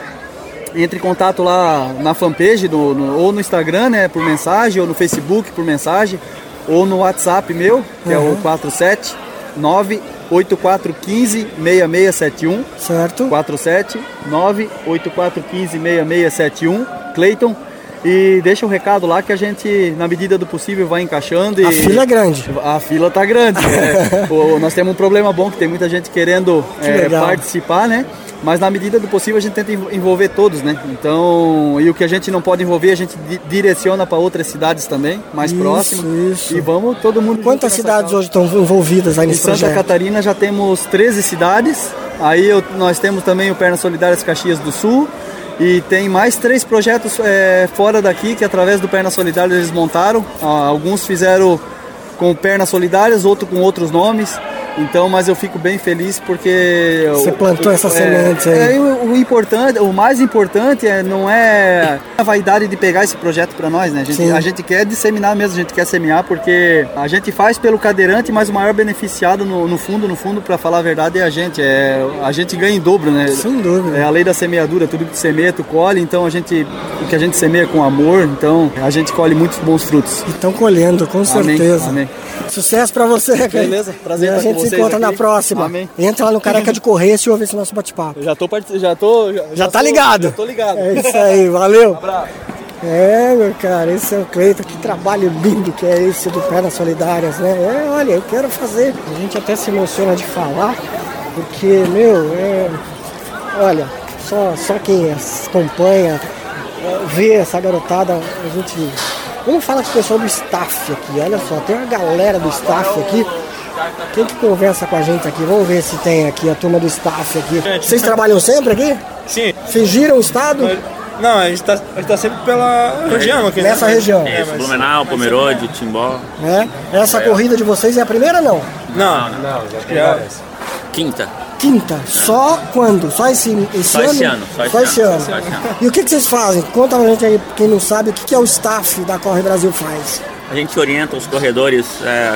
Speaker 19: entre em contato lá na fanpage do, no- ou no Instagram, né, por mensagem, ou no Facebook por mensagem, ou no WhatsApp meu, que é
Speaker 2: Uhum.
Speaker 19: o 47 98415 6671.
Speaker 2: Certo.
Speaker 19: 47 98415 6671. Cleiton. E deixa um recado lá que a gente, na medida do possível, vai encaixando. E
Speaker 2: A fila é grande.
Speaker 19: A fila tá grande. é. O- nós temos um problema bom que tem muita gente querendo
Speaker 2: Que
Speaker 19: é,
Speaker 2: legal.
Speaker 19: participar, né? Mas na medida do possível a gente tenta env- envolver todos, né? Então, e o que a gente não pode envolver, a gente di- direciona para outras cidades também, mais
Speaker 2: Isso,
Speaker 19: próximas.
Speaker 2: isso.
Speaker 19: E vamos todo mundo.
Speaker 2: Quantas cidades hoje estão envolvidas aí
Speaker 19: Em
Speaker 2: nesse
Speaker 19: Santa
Speaker 2: projeto?
Speaker 19: Catarina já temos 13 cidades. Aí eu- nós temos também o Pernas Solidárias Caxias do Sul. E tem mais três projetos eh, fora daqui que através do Pernas Solidárias eles montaram. Ah, alguns fizeram com Pernas Solidárias, outro com outros nomes. Então, mas eu fico bem feliz porque...
Speaker 2: Você
Speaker 19: o-
Speaker 2: plantou
Speaker 19: o-
Speaker 2: essa
Speaker 19: é,
Speaker 2: semente aí.
Speaker 19: é, o, o importante, o mais importante é, não é a vaidade de pegar esse projeto para nós, né? A gente,
Speaker 2: Sim.
Speaker 19: a gente quer disseminar mesmo, a gente quer semear porque a gente faz pelo cadeirante, mas o maior beneficiado no, no fundo, no fundo, para falar a verdade, é a gente. É, a gente ganha em dobro, né?
Speaker 2: Sem dúvida.
Speaker 19: É a lei da semeadura, tudo que tu semeia, tu colhe, então a gente, o que a gente semeia é com amor, então a gente colhe muitos bons frutos.
Speaker 2: Estão colhendo, com
Speaker 19: Amém,
Speaker 2: certeza.
Speaker 19: amém.
Speaker 2: Sucesso pra você, cara.
Speaker 19: Beleza, prazer
Speaker 2: E a
Speaker 19: estar
Speaker 2: gente
Speaker 19: com
Speaker 2: se
Speaker 19: vocês
Speaker 2: encontra na
Speaker 19: aqui.
Speaker 2: próxima.
Speaker 19: Amém.
Speaker 2: Entra lá no Careca de Correia e ouve esse nosso bate-papo.
Speaker 19: Eu já tô, partic- já tô, já,
Speaker 2: Já tá
Speaker 19: sou-
Speaker 2: ligado.
Speaker 19: Já tô ligado.
Speaker 2: É isso aí, valeu. É, meu cara, esse é o Cleiton, que trabalho lindo que é esse do Pernas Solidárias, né? É, olha, eu quero fazer. A gente até se emociona de falar, porque, meu, é, olha, só, só quem acompanha, é, vê essa garotada, a gente. Vamos falar com o pessoal do staff aqui, olha só, tem uma galera do staff aqui. Quem que conversa com a gente aqui? Vamos ver se tem aqui a turma do staff aqui. Vocês trabalham sempre aqui?
Speaker 20: Sim.
Speaker 2: Vocês giram o estado?
Speaker 20: Não, a gente tá, a gente tá sempre pela região aqui. né?
Speaker 2: Nessa região.
Speaker 20: É,
Speaker 14: Isso,
Speaker 20: mas-
Speaker 14: Blumenau, Pomerode, Timbó.
Speaker 2: né? Essa corrida de vocês é a primeira não?
Speaker 20: Não, não, já tem várias.
Speaker 14: Quinta.
Speaker 2: Quinta. Só quando? Só esse, esse
Speaker 14: Só
Speaker 2: ano?
Speaker 14: esse ano, só esse ano, só esse ano.
Speaker 2: E o que, que vocês fazem? Conta pra gente aí, quem não sabe, o que, que é o staff da Corre Brasil faz?
Speaker 14: A gente orienta os corredores é,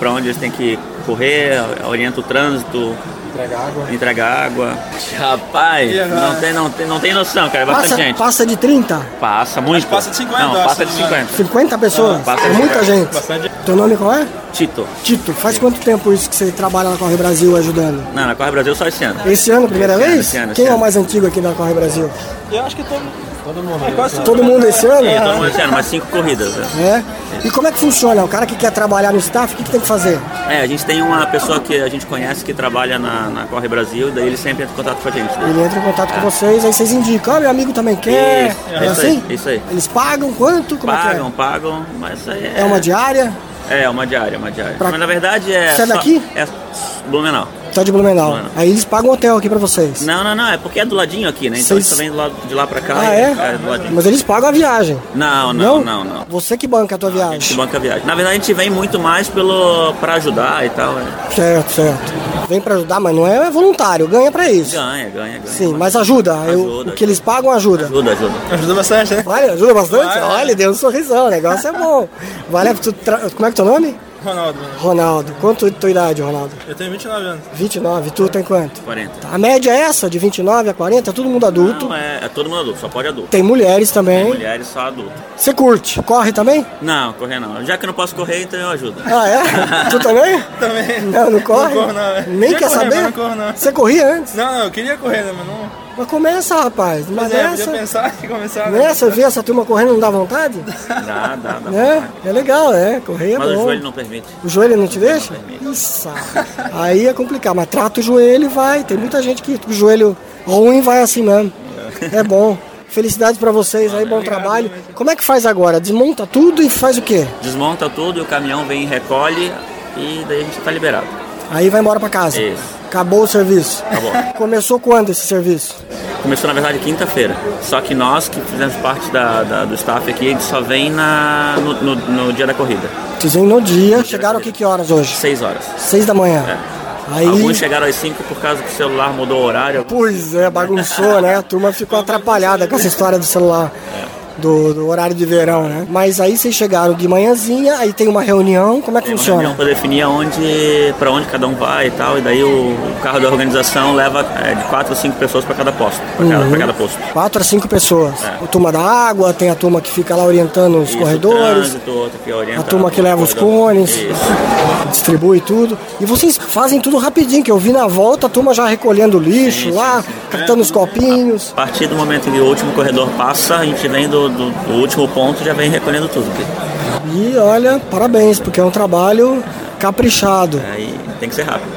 Speaker 14: para onde eles têm que correr, orienta o trânsito. Entrega água. Entrega água. Rapaz,
Speaker 2: E agora?
Speaker 14: não tem, não, tem, não tem noção, cara. É bastante
Speaker 2: Passa,
Speaker 14: gente.
Speaker 2: passa de 30?
Speaker 14: Passa muito. Passa de 50. Não,
Speaker 2: eu acho,
Speaker 14: passa de
Speaker 20: assim,
Speaker 2: se não me engano.
Speaker 14: 50.
Speaker 2: 50 pessoas?
Speaker 14: Ah, passa
Speaker 2: é
Speaker 14: de
Speaker 2: muita
Speaker 14: 50.
Speaker 2: gente.
Speaker 14: Bastante.
Speaker 2: Teu nome qual é?
Speaker 14: Tito.
Speaker 2: Tito. Faz quanto tempo isso que você trabalha na Corre Brasil ajudando?
Speaker 14: Não, na Corre Brasil só esse ano.
Speaker 2: Esse ano, primeira
Speaker 14: Esse ano,
Speaker 2: vez?
Speaker 14: esse ano, esse
Speaker 2: quem é o
Speaker 14: ano.
Speaker 2: mais antigo aqui da Corre Brasil?
Speaker 20: Eu acho que todo, todo mundo.
Speaker 2: Todo mundo esse ano?
Speaker 14: É, todo mundo esse ano, mas cinco corridas. né?
Speaker 2: É? E como é que funciona? O cara que quer trabalhar no staff, o que, que tem que fazer?
Speaker 14: É, a gente tem uma pessoa que a gente conhece que trabalha na, na Corre Brasil, daí ele sempre entra em contato com a gente. né?
Speaker 2: Ele entra em contato com vocês, aí vocês indicam, ó, meu amigo também quer.
Speaker 14: Isso,
Speaker 2: é
Speaker 14: isso aí,
Speaker 2: assim?
Speaker 14: isso aí.
Speaker 2: Eles pagam quanto? Como
Speaker 14: pagam,
Speaker 2: é
Speaker 14: pagam, mas isso aí
Speaker 2: que
Speaker 14: é.
Speaker 2: é? É uma diária?
Speaker 14: É, uma diária, uma diária.
Speaker 2: Pra-
Speaker 14: Mas na verdade é.
Speaker 2: Você é
Speaker 14: só-
Speaker 2: daqui?
Speaker 14: É Blumenau.
Speaker 2: Tá de Blumenau.
Speaker 14: Blumenau.
Speaker 2: Aí eles pagam hotel aqui pra vocês.
Speaker 14: Não, não, não, é porque é do ladinho aqui, né? Então
Speaker 2: Vocês-
Speaker 14: isso vem do lado, de lá pra cá.
Speaker 2: Ah,
Speaker 14: e-
Speaker 2: é?
Speaker 14: do ladinho.
Speaker 2: Mas eles pagam a viagem.
Speaker 14: Não, não,
Speaker 2: Não?
Speaker 14: não, não.
Speaker 2: Você que banca a tua
Speaker 14: A
Speaker 2: viagem.
Speaker 14: gente banca a viagem. Na verdade, a gente vem muito mais pelo, pra ajudar e tal. é.
Speaker 2: Certo, certo. Vem pra ajudar, mas não é voluntário, ganha pra isso.
Speaker 14: Ganha, ganha, ganha.
Speaker 2: Sim, mas ajuda. Eu- o que eles pagam ajuda.
Speaker 14: Ajuda, ajuda.
Speaker 20: Ajuda bastante, né?
Speaker 2: Olha, ajuda bastante? Olha, deu um sorrisão, o negócio é bom. Vale, tu tra- como é que é teu nome?
Speaker 20: Ronaldo, né?
Speaker 2: Ronaldo, quanto é tua idade, Ronaldo?
Speaker 20: Eu tenho 29 anos.
Speaker 2: 29, tu tem quanto?
Speaker 14: 40.
Speaker 2: A média é essa, de 29 a 40, todo mundo adulto.
Speaker 14: Não, é, é todo mundo adulto, só pode adulto.
Speaker 2: Tem mulheres também.
Speaker 14: Tem mulheres, só adulto.
Speaker 2: Você curte? Corre também?
Speaker 14: Não, correr não. Já que eu não posso correr, então eu ajudo.
Speaker 2: Ah, é? tu também?
Speaker 20: Também.
Speaker 2: Não, não corre?
Speaker 20: Não corro, não, é.
Speaker 2: Nem
Speaker 20: Já
Speaker 2: quer
Speaker 20: corri,
Speaker 2: saber?
Speaker 20: mas não corro, não.
Speaker 2: Você corria antes?
Speaker 20: Não, não, eu queria correr, né, mas não.
Speaker 2: Mas começa, rapaz. Mas
Speaker 20: Pois é,
Speaker 2: nessa,
Speaker 20: podia pensar que começar. né?
Speaker 2: nessa, ver essa turma correndo não dá vontade?
Speaker 14: Dá, dá, dá.
Speaker 2: né? É legal, é. Correr é
Speaker 14: Mas
Speaker 2: bom.
Speaker 14: o joelho não permite.
Speaker 2: O joelho não te deixa? Isso. Aí é complicado, mas trata o joelho e vai. Tem muita gente que o joelho ruim vai assim mesmo. É bom. Felicidades pra vocês aí, bom trabalho. Como é que faz agora? Desmonta tudo e faz o quê?
Speaker 14: Desmonta tudo e o caminhão vem e recolhe e daí a gente tá liberado.
Speaker 2: Aí vai embora pra casa.
Speaker 14: Isso.
Speaker 2: Acabou o serviço.
Speaker 14: Acabou.
Speaker 2: Começou quando esse serviço?
Speaker 14: Começou na verdade quinta-feira. Só que nós que fizemos parte da, da- do staff aqui, a gente só vem na, no, no- no dia da corrida.
Speaker 2: Dizem no dia. Chegaram aqui que horas hoje?
Speaker 14: Seis horas. É.
Speaker 2: Seis da manhã. Aí-
Speaker 14: Alguns chegaram às cinco por causa que o celular mudou o horário.
Speaker 2: Pois é, bagunçou, né? A turma ficou atrapalhada com essa história do celular.
Speaker 14: É.
Speaker 2: Do, do horário de verão, né? Mas aí vocês chegaram de manhãzinha, aí tem uma reunião, como é que funciona?
Speaker 14: Para definir aonde, para onde cada um vai e tal, e daí o, o carro da organização leva é, de quatro a cinco pessoas para cada posto, para cada,
Speaker 2: Uhum.
Speaker 14: pra cada posto.
Speaker 2: Quatro a cinco pessoas.
Speaker 14: É.
Speaker 2: A turma da água, tem a turma que fica lá orientando os
Speaker 14: Isso,
Speaker 2: corredores,
Speaker 14: trânsito, outro que orienta
Speaker 2: a turma que
Speaker 14: o
Speaker 2: leva os
Speaker 14: corredor.
Speaker 2: cones,
Speaker 14: Isso.
Speaker 2: distribui tudo. E vocês fazem tudo rapidinho, que eu vi na volta a turma já recolhendo lixo lá, catando os copinhos.
Speaker 14: A partir do momento que o último corredor passa, a gente vem do, do- do último ponto e já vem recolhendo tudo.
Speaker 2: E olha, parabéns, porque é um trabalho caprichado.
Speaker 14: Aí tem que ser rápido.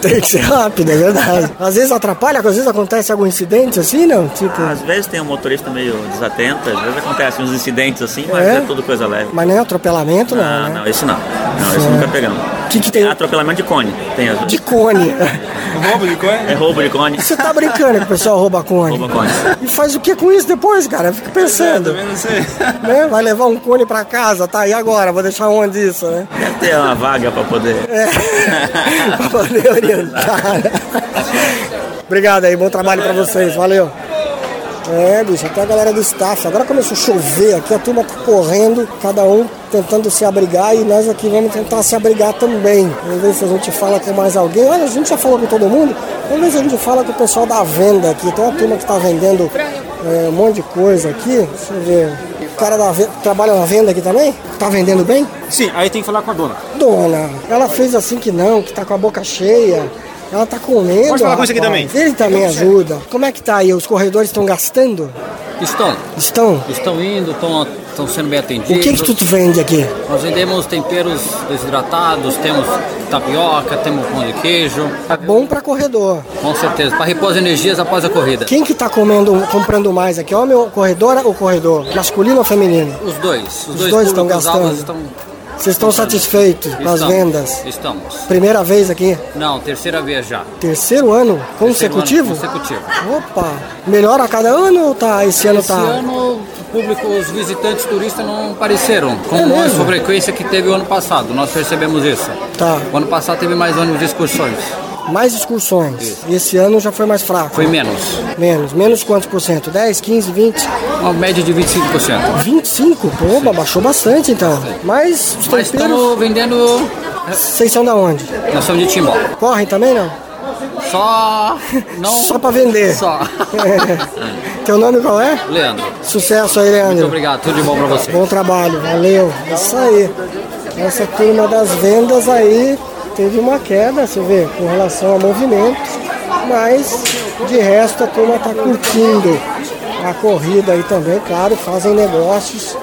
Speaker 2: Tem que ser rápido, é verdade. Às vezes atrapalha, às vezes acontece algum incidente assim, não? Tipo,
Speaker 14: Às vezes tem um motorista meio desatento, às vezes acontecem uns incidentes assim, mas
Speaker 2: É?
Speaker 14: é, tudo coisa leve.
Speaker 2: mas não é atropelamento, não.
Speaker 14: Ah, não, isso não. Não, isso
Speaker 2: Certo.
Speaker 14: nunca pegamos. É
Speaker 2: Que que tem?
Speaker 14: Atropelamento de cone. Tem às vezes.
Speaker 2: De cone.
Speaker 14: Roubo de cone? É roubo de cone.
Speaker 2: Você tá brincando que o pessoal rouba cone?
Speaker 14: Rouba cone.
Speaker 2: E faz o que com isso depois, cara? Eu fico pensando.
Speaker 14: também não sei.
Speaker 2: Né? Vai levar um cone pra casa, tá? E agora? Vou deixar onde isso, né?
Speaker 14: Deve ter uma vaga pra poder.
Speaker 2: É. pra poder orientar. Obrigado aí, bom trabalho pra vocês, valeu. É, bicho, até a galera do staff. Agora começou a chover aqui, a turma tá correndo, cada um tentando se abrigar e nós aqui vamos tentar se abrigar também. Vamos ver se a gente fala com mais alguém. Olha, a gente já falou com todo mundo, vamos ver se a gente fala com o pessoal da venda aqui. Tem uma turma que tá vendendo é, um monte de coisa aqui. Deixa eu ver. O cara da venda, trabalha na venda aqui também? Tá vendendo bem?
Speaker 7: Sim, aí tem que falar com a dona.
Speaker 2: Dona, ela fez assim que não, que tá com a boca cheia. Ela tá comendo.
Speaker 7: Pode falar com esse aqui
Speaker 2: rapaz.
Speaker 7: também.
Speaker 2: Ele também ajuda. Como é que tá aí? Os corredores estão gastando?
Speaker 21: Estão.
Speaker 2: Estão?
Speaker 21: Estão indo, estão, estão sendo bem
Speaker 2: O
Speaker 21: atendidos.
Speaker 2: que que tu vende aqui?
Speaker 21: Nós vendemos temperos desidratados, temos tapioca, temos pão de queijo.
Speaker 2: É bom pra corredor.
Speaker 21: Com certeza, para repor as energias após a corrida.
Speaker 2: Quem que tá comendo, comprando mais aqui? Homem ou corredora ou corredor? Masculino ou feminino?
Speaker 21: Os dois. Os,
Speaker 2: Os dois estão
Speaker 21: públicos
Speaker 2: gastando.
Speaker 21: alvos estão...
Speaker 2: Vocês estão satisfeitos com as
Speaker 21: Estamos,
Speaker 2: vendas?
Speaker 21: Estamos.
Speaker 2: Primeira vez aqui?
Speaker 21: Não, terceira vez já.
Speaker 2: Terceiro ano consecutivo?
Speaker 21: Terceiro ano consecutivo.
Speaker 2: Opa! Melhora a cada ano ou tá? Esse, ano
Speaker 21: Esse
Speaker 2: tá.
Speaker 21: ano, o público, os visitantes turistas não apareceram com
Speaker 2: É
Speaker 21: a
Speaker 2: mesmo?
Speaker 21: frequência que teve o ano passado. Nós percebemos isso.
Speaker 2: Tá.
Speaker 21: O ano passado teve mais ônibus de excursões.
Speaker 2: Mais excursões. Esse ano já foi mais fraco.
Speaker 21: Foi menos.
Speaker 2: Menos. Menos quantos por cento? 10, 15, 20?
Speaker 21: Uma média de 25%.
Speaker 2: 25? Pô, baixou bastante então. Mas os
Speaker 21: Mas
Speaker 2: temperos.
Speaker 21: estamos vendendo.
Speaker 2: Vocês são da onde?
Speaker 21: Nós somos de Timbó.
Speaker 2: Correm também não?
Speaker 21: Só. Não.
Speaker 2: Só pra vender.
Speaker 21: Só.
Speaker 2: Teu nome qual é?
Speaker 21: Leandro.
Speaker 2: Sucesso aí, Leandro.
Speaker 21: Muito obrigado, tudo de bom pra você.
Speaker 2: Bom trabalho, valeu. Isso aí. Essa turma das vendas aí teve uma queda, você vê, com relação a movimento, mas de resto a turma está curtindo a corrida aí também, claro, fazem negócios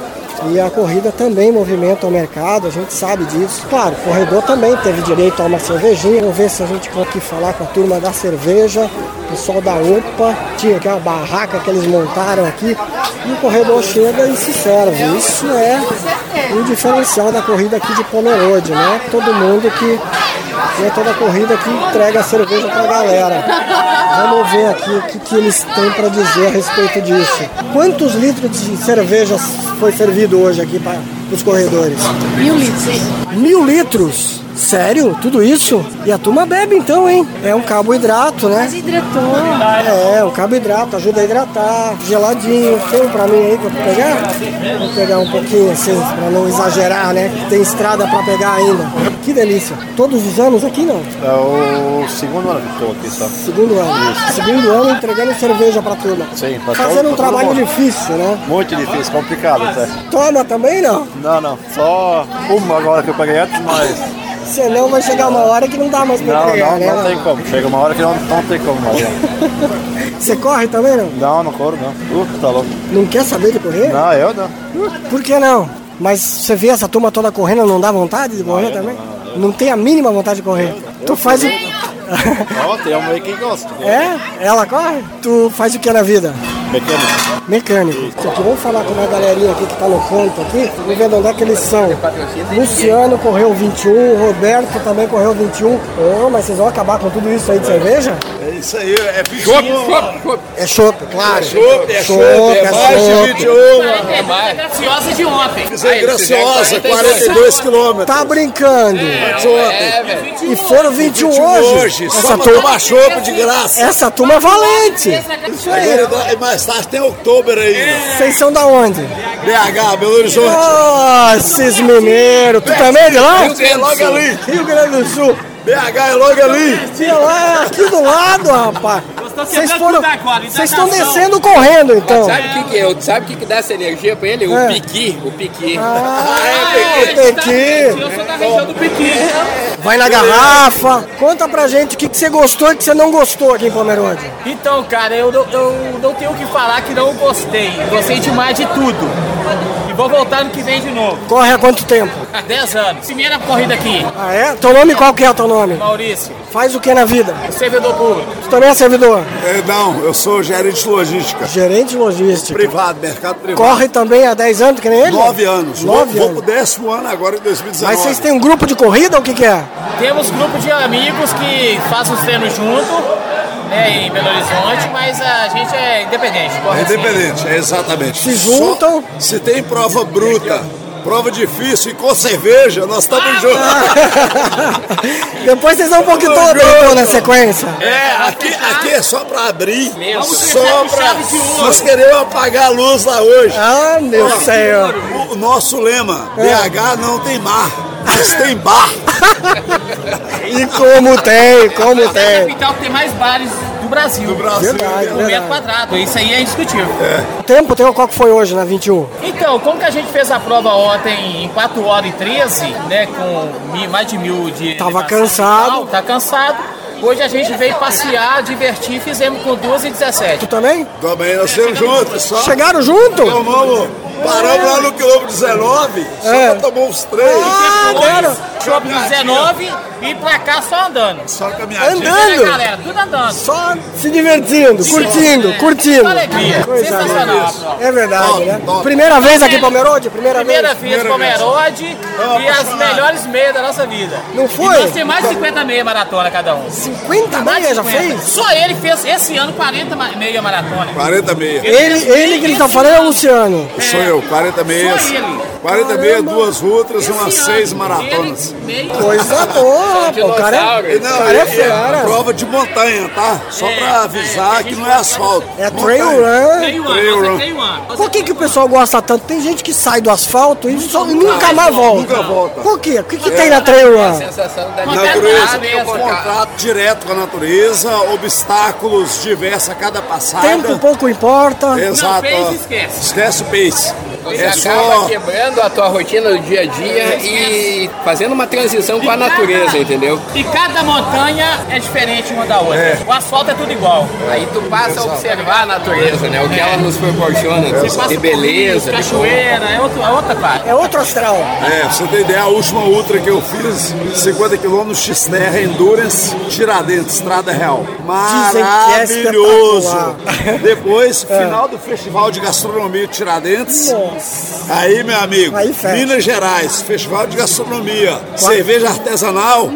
Speaker 2: e a corrida também movimenta o mercado, a gente sabe disso. Claro, o corredor também teve direito a uma cervejinha. Vamos ver se a gente consegue falar com a turma da cerveja, o pessoal da OPA. Tinha aquela barraca que eles montaram aqui e o corredor chega e se serve. Isso é o diferencial da corrida aqui de Pomerode, né? Todo mundo que. Não é toda corrida que entrega a cerveja pra galera. Vamos ver aqui o que, que eles têm para dizer a respeito disso. Quantos litros de cerveja foi servido hoje aqui para os corredores?
Speaker 11: Mil litros.
Speaker 2: Mil litros? Sério? Tudo isso? E a turma bebe então, hein? É um carboidrato, né? Mas hidratou. É, um carboidrato, ajuda a hidratar, geladinho. Tem um pra mim aí pra pegar? Vou pegar um pouquinho assim, pra não exagerar, né? Tem estrada pra pegar ainda. Que delícia. Todos os anos aqui não?
Speaker 1: É o segundo ano que estou aqui só.
Speaker 2: Segundo ano. Segundo ano entregando cerveja pra turma.
Speaker 1: Sim, pra
Speaker 2: Fazendo
Speaker 1: todo-
Speaker 2: um
Speaker 1: pra todo
Speaker 2: trabalho
Speaker 1: mundo.
Speaker 2: difícil, né?
Speaker 1: Muito difícil, complicado até.
Speaker 2: Toma também não?
Speaker 1: Não, não. Só uma agora que eu paguei antes, mas.
Speaker 2: Senão vai chegar uma hora que não dá mais pra
Speaker 1: Não,
Speaker 2: entregar,
Speaker 1: não,
Speaker 2: né?
Speaker 1: não tem como. Chega uma hora que não, não tem como mais.
Speaker 2: Você corre também não?
Speaker 1: Não, não corro não. Uh, tá louco.
Speaker 2: Não quer saber de correr?
Speaker 1: Não, eu não.
Speaker 2: Por que não? Mas você vê essa turma toda correndo, não dá vontade de correr também? Não, tem a mínima vontade de correr. Tu faz o...
Speaker 1: Ó, tem uma aí que gosta.
Speaker 11: né?
Speaker 2: É? Ela corre? Tu faz o que na vida?
Speaker 1: Mecânico.
Speaker 2: Mecânico. Isso aqui, vamos falar com uma galerinha aqui que tá no canto aqui, vamos ver de onde é que eles são. Luciano correu 21, Roberto também correu 21. Ô, mas vocês vão acabar com tudo isso aí de cerveja?
Speaker 11: É isso aí, é bichinho.
Speaker 2: É chope, claro.
Speaker 11: É chope, é chope,
Speaker 2: Chope,
Speaker 11: é mais de 21. É
Speaker 22: mais. Graciosa de ontem.
Speaker 11: Isso aí, É graciosa, 42 quilômetros.
Speaker 2: Tá brincando.
Speaker 11: É,
Speaker 2: E foram 21,
Speaker 11: 21
Speaker 2: hoje.
Speaker 11: hoje, só pra tomar chope de graça.
Speaker 2: Essa turma é valente. Isso aí.
Speaker 11: Agora, dá- mais tarde tem outubro aí.
Speaker 2: Vocês são da onde?
Speaker 11: BH, Belo Horizonte.
Speaker 2: Nossa, esses mineiros. Tu também é de lá?
Speaker 11: Rio Grande do Sul.
Speaker 2: Logo ali. Rio Grande do Sul.
Speaker 11: BH é logo ali.
Speaker 2: Sei lá, aqui do lado, rapaz. Vocês foram. Vocês estão descendo correndo, então.
Speaker 10: Tá
Speaker 22: Sabe o que, que é? Sabe o que, que dá essa energia pra ele?
Speaker 2: É.
Speaker 22: O piqui, o piqui. É,
Speaker 2: Ah, o Pequi.
Speaker 22: Eu sou da região do piqui.
Speaker 2: Vai na garrafa. Conta pra gente o que, que você gostou e o que você não gostou aqui em Pomerode.
Speaker 22: Então, cara, eu, não- eu não tenho o que falar que não gostei. Gostei demais de tudo. E vou voltar no que vem de novo.
Speaker 2: Corre há quanto tempo?
Speaker 22: 10 anos. Primeira corrida aqui.
Speaker 2: Ah, é? Teu nome qual que é o teu nome?
Speaker 22: Maurício,
Speaker 2: Faz o que na vida?
Speaker 22: servidor público.
Speaker 2: Tu também é servidor?
Speaker 11: É, não, eu sou gerente de logística.
Speaker 2: Gerente de logística.
Speaker 11: Privado, mercado privado.
Speaker 2: Corre também há 10 anos, que nem ele?
Speaker 11: Nove
Speaker 2: Nove
Speaker 11: anos. vou,
Speaker 2: anos.
Speaker 11: vou pro décimo ano agora em 2019.
Speaker 2: Mas vocês têm um grupo de corrida ou o que, que é?
Speaker 22: Temos grupo de amigos que fazem os treinos junto, né, em Belo Horizonte, mas a gente é independente. corre
Speaker 11: É
Speaker 22: assim.
Speaker 11: independente, é exatamente.
Speaker 22: Se
Speaker 11: Só
Speaker 22: juntam.
Speaker 11: se tem prova bruta, prova difícil e com cerveja, nós estamos juntos.
Speaker 2: Depois vocês vão um pouquinho todo, então, na sequência.
Speaker 11: É, aqui, aqui é só pra abrir.
Speaker 2: Vamos
Speaker 11: Só
Speaker 2: fechar com
Speaker 11: pra.
Speaker 2: chave de ouro.
Speaker 11: Nós queremos apagar a luz lá hoje.
Speaker 2: Ah, meu
Speaker 11: Ó,
Speaker 2: Senhor.
Speaker 11: O, o nosso lema: BH não tem mar, mas tem bar.
Speaker 2: E como tem, como
Speaker 22: Essa É a
Speaker 2: tem.
Speaker 22: capital que tem mais bares do Brasil. Do
Speaker 11: Brasil.
Speaker 2: Verdade,
Speaker 22: um
Speaker 2: verdade.
Speaker 22: metro quadrado. Isso aí é indiscutível.
Speaker 2: O tempo tem qual que foi hoje na 21?
Speaker 22: Então, como que a gente fez a prova ontem em 4 horas e 13, né? Com mi- mais de mil de.
Speaker 2: Tava
Speaker 22: elevação
Speaker 2: cansado.
Speaker 22: e tal, Tá cansado. Hoje a gente veio passear, divertir, fizemos com 12 e 17. Tu
Speaker 2: também?
Speaker 11: Também nós temos juntos. Só
Speaker 2: Chegaram junto?
Speaker 11: Tomamos. Paramos lá no quilômetro 19, só
Speaker 22: É.
Speaker 11: pra tomar uns três.
Speaker 22: Ah, claro. Shopping 19 e pra cá só andando. Só caminhadinha.
Speaker 2: Andando?
Speaker 22: galera, tudo andando.
Speaker 2: Só se divertindo,
Speaker 22: Sim.
Speaker 2: curtindo,
Speaker 22: É.
Speaker 2: curtindo.
Speaker 22: Alegria.
Speaker 2: Coisa
Speaker 22: Sensacional,
Speaker 2: linda.
Speaker 22: Rafa.
Speaker 2: É verdade, né?
Speaker 22: Top.
Speaker 2: Primeira vez aqui em Pomerode? Primeira,
Speaker 22: Primeira
Speaker 2: vez.
Speaker 22: vez, Pomerode e as melhores meias da nossa vida.
Speaker 2: Não foi?
Speaker 22: E nós temos mais de 50 meia maratona cada um.
Speaker 2: 50 meia já fez?
Speaker 22: Só ele fez esse ano 40 ma- meia maratona.
Speaker 11: 40 meia.
Speaker 2: Ele, ele que ele tá falando é o Luciano.
Speaker 11: Sou eu, 40 meias.
Speaker 22: ele.
Speaker 11: 40 meias, duas ultras, umas seis maratonas.
Speaker 2: Coisa boa, pô. O cara é,
Speaker 11: E
Speaker 2: o
Speaker 11: não,
Speaker 2: cara é
Speaker 11: e é
Speaker 2: fera.
Speaker 11: prova de montanha, tá? Só pra avisar que não é asfalto.
Speaker 2: É trail run. Trail run,
Speaker 11: Trail
Speaker 2: você
Speaker 11: run.
Speaker 2: Por que, que o pessoal gosta tanto? Tem gente que sai do asfalto e, só- e nunca mais volta.
Speaker 11: Nunca volta.
Speaker 2: Por quê? O que, que
Speaker 11: É.
Speaker 2: tem na trail run?
Speaker 11: Natureza, tem um contrato direto com a natureza, obstáculos diversos a
Speaker 2: um
Speaker 11: cada passada.
Speaker 2: Tempo pouco importa.
Speaker 11: Exato.
Speaker 22: Não,
Speaker 11: ó.
Speaker 22: pace esquece.
Speaker 11: Esquece o pace.
Speaker 22: Você
Speaker 11: É
Speaker 22: acaba
Speaker 11: só.
Speaker 22: quebrando a tua rotina do dia a dia e fazendo uma transição com a natureza, entendeu? E cada montanha é diferente uma da outra. O asfalto é tudo igual. Aí tu passa a observar a natureza, né? O que ela nos proporciona
Speaker 11: É,
Speaker 22: de beleza, de
Speaker 11: cachoeira,
Speaker 22: é outra, outra parte.
Speaker 2: É outro astral.
Speaker 11: É, pra você ter ideia, a última ultra que eu fiz, 50 km Xterra Endurance, Tiradentes, Estrada Real.
Speaker 2: que é
Speaker 11: Maravilhoso!
Speaker 2: espetacular. É.
Speaker 11: Depois, final do Festival de Gastronomia de Tiradentes.
Speaker 2: Nossa.
Speaker 11: Aí, meu amigo,
Speaker 2: Aí fecha.
Speaker 11: Minas Gerais, Festival de Gastronomia, cerveja artesanal.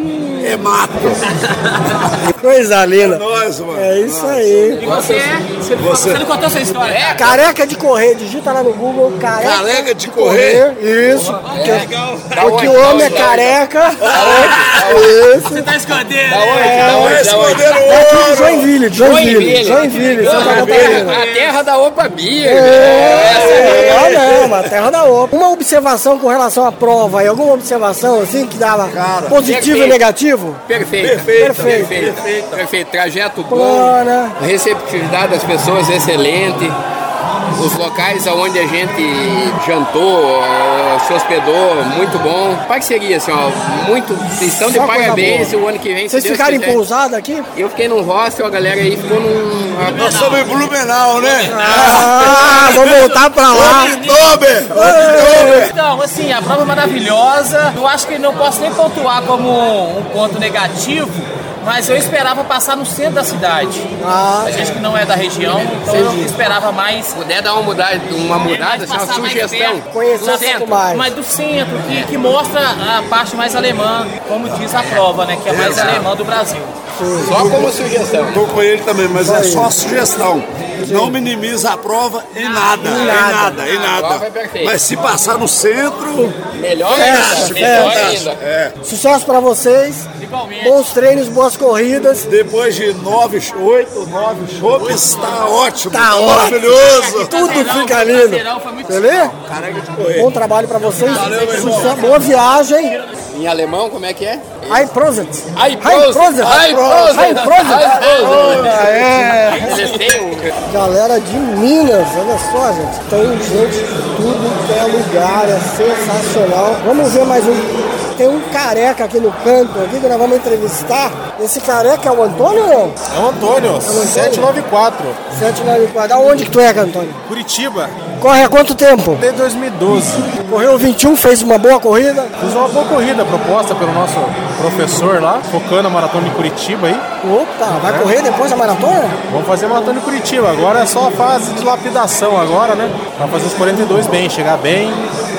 Speaker 11: é mato.
Speaker 2: Hum. Coisa linda.
Speaker 11: É nóis, mano.
Speaker 2: É isso aí.
Speaker 10: E você, você, não-
Speaker 11: Você-
Speaker 10: você não contou sua história. É,
Speaker 2: Careca de correr, digita lá no Google, careca,
Speaker 11: Careca de correr. Ah, é
Speaker 2: Isso. Porque,
Speaker 11: legal.
Speaker 2: porque o
Speaker 22: um
Speaker 2: homem é
Speaker 22: Tá
Speaker 2: careca. Isso.
Speaker 10: Você tá
Speaker 22: né?
Speaker 10: escondendo. Tá
Speaker 2: É, Daqui de é Joinville, de Joinville, Joinville,
Speaker 22: né?
Speaker 2: Santa Catarina.
Speaker 10: A terra da Opa Bia.
Speaker 2: É, olha, é uma terra da opa. Uma observação com relação à prova e alguma observação assim que dava positivo
Speaker 10: perfeito.
Speaker 2: e negativo?
Speaker 10: Perfeito.
Speaker 2: Perfeito.
Speaker 10: Perfeito. Perfeito. Trajeto bom.
Speaker 2: Plana.
Speaker 10: A receptividade das pessoas é excelente. Os locais onde a gente jantou, eh, se hospedou, muito bom. Parceria, assim, ó, muito. Estão de
Speaker 2: Só coisa
Speaker 10: parabéns
Speaker 2: boa.
Speaker 10: o ano que vem. se
Speaker 2: Vocês
Speaker 10: Deus
Speaker 2: ficaram em
Speaker 10: quiser.
Speaker 2: pousada aqui?
Speaker 10: Eu fiquei num hostel, a galera aí ficou num.
Speaker 11: Nós somos em Blumenau, né?
Speaker 2: Ah, vou voltar pra lá.
Speaker 22: Então, assim, a prova é maravilhosa. Eu acho que não posso nem pontuar como um ponto negativo, mas eu esperava passar no centro da cidade. a gente que não é da região, então eu esperava mais.
Speaker 10: Puder dar uma mudada, uma mudada, assim, uma
Speaker 22: passar mais
Speaker 10: sugestão. É.
Speaker 22: perto,
Speaker 10: Conhecer
Speaker 22: do
Speaker 10: um
Speaker 22: centro,
Speaker 10: pouco mais.
Speaker 22: mas do centro, que, que mostra a parte mais alemã, como diz a prova, né? Que é mais
Speaker 11: Exato.
Speaker 22: alemã do Brasil.
Speaker 11: Só como sugestão. Tô com ele também, mas
Speaker 22: Isso
Speaker 11: é
Speaker 22: aí.
Speaker 11: só sugestão. Não minimiza a prova em nada, em nada. nada, em A prova nada. é perfeita. Mas se passar no centro,
Speaker 10: melhor
Speaker 11: ainda, melhor ainda.
Speaker 2: É. Sucesso pra vocês. Bons treinos, boas corridas.
Speaker 11: Depois de nove, oito, nove shows, tá ótimo.
Speaker 2: Tá
Speaker 11: maravilhoso.
Speaker 2: ótimo. Tudo fica lindo. Beleza? Bom trabalho pra vocês.
Speaker 10: Valeu, meu irmão.
Speaker 2: Sucesso. Boa viagem.
Speaker 10: Em alemão, como é que é?
Speaker 2: Ai, Prosit.
Speaker 10: Ai,
Speaker 2: Prosit.
Speaker 10: Ai, Prosit.
Speaker 2: Ai,
Speaker 10: Ai, Prosit.
Speaker 2: Prosit. É.
Speaker 10: Vocês têm um-
Speaker 2: Galera de Minas, olha só, gente. Tem gente de tudo que é lugar, é sensacional. Vamos ver mais um. Tem um careca aqui no canto, aqui que nós vamos entrevistar. Esse careca é o Antônio ou não?
Speaker 3: É o Antônio, 794.
Speaker 2: 794. Aonde que tu é, Antônio?
Speaker 3: Curitiba.
Speaker 2: Corre há quanto tempo?
Speaker 3: Desde 2012.
Speaker 2: Correu 21, fez uma boa corrida.
Speaker 3: Fiz uma boa corrida proposta pelo nosso professor lá, focando a maratona de Curitiba aí. É.
Speaker 2: Opa, vai correr depois da maratona?
Speaker 3: Vamos fazer a maratona de Curitiba. Agora é só a fase de lapidação agora, né? Pra fazer os 42 bem, chegar bem.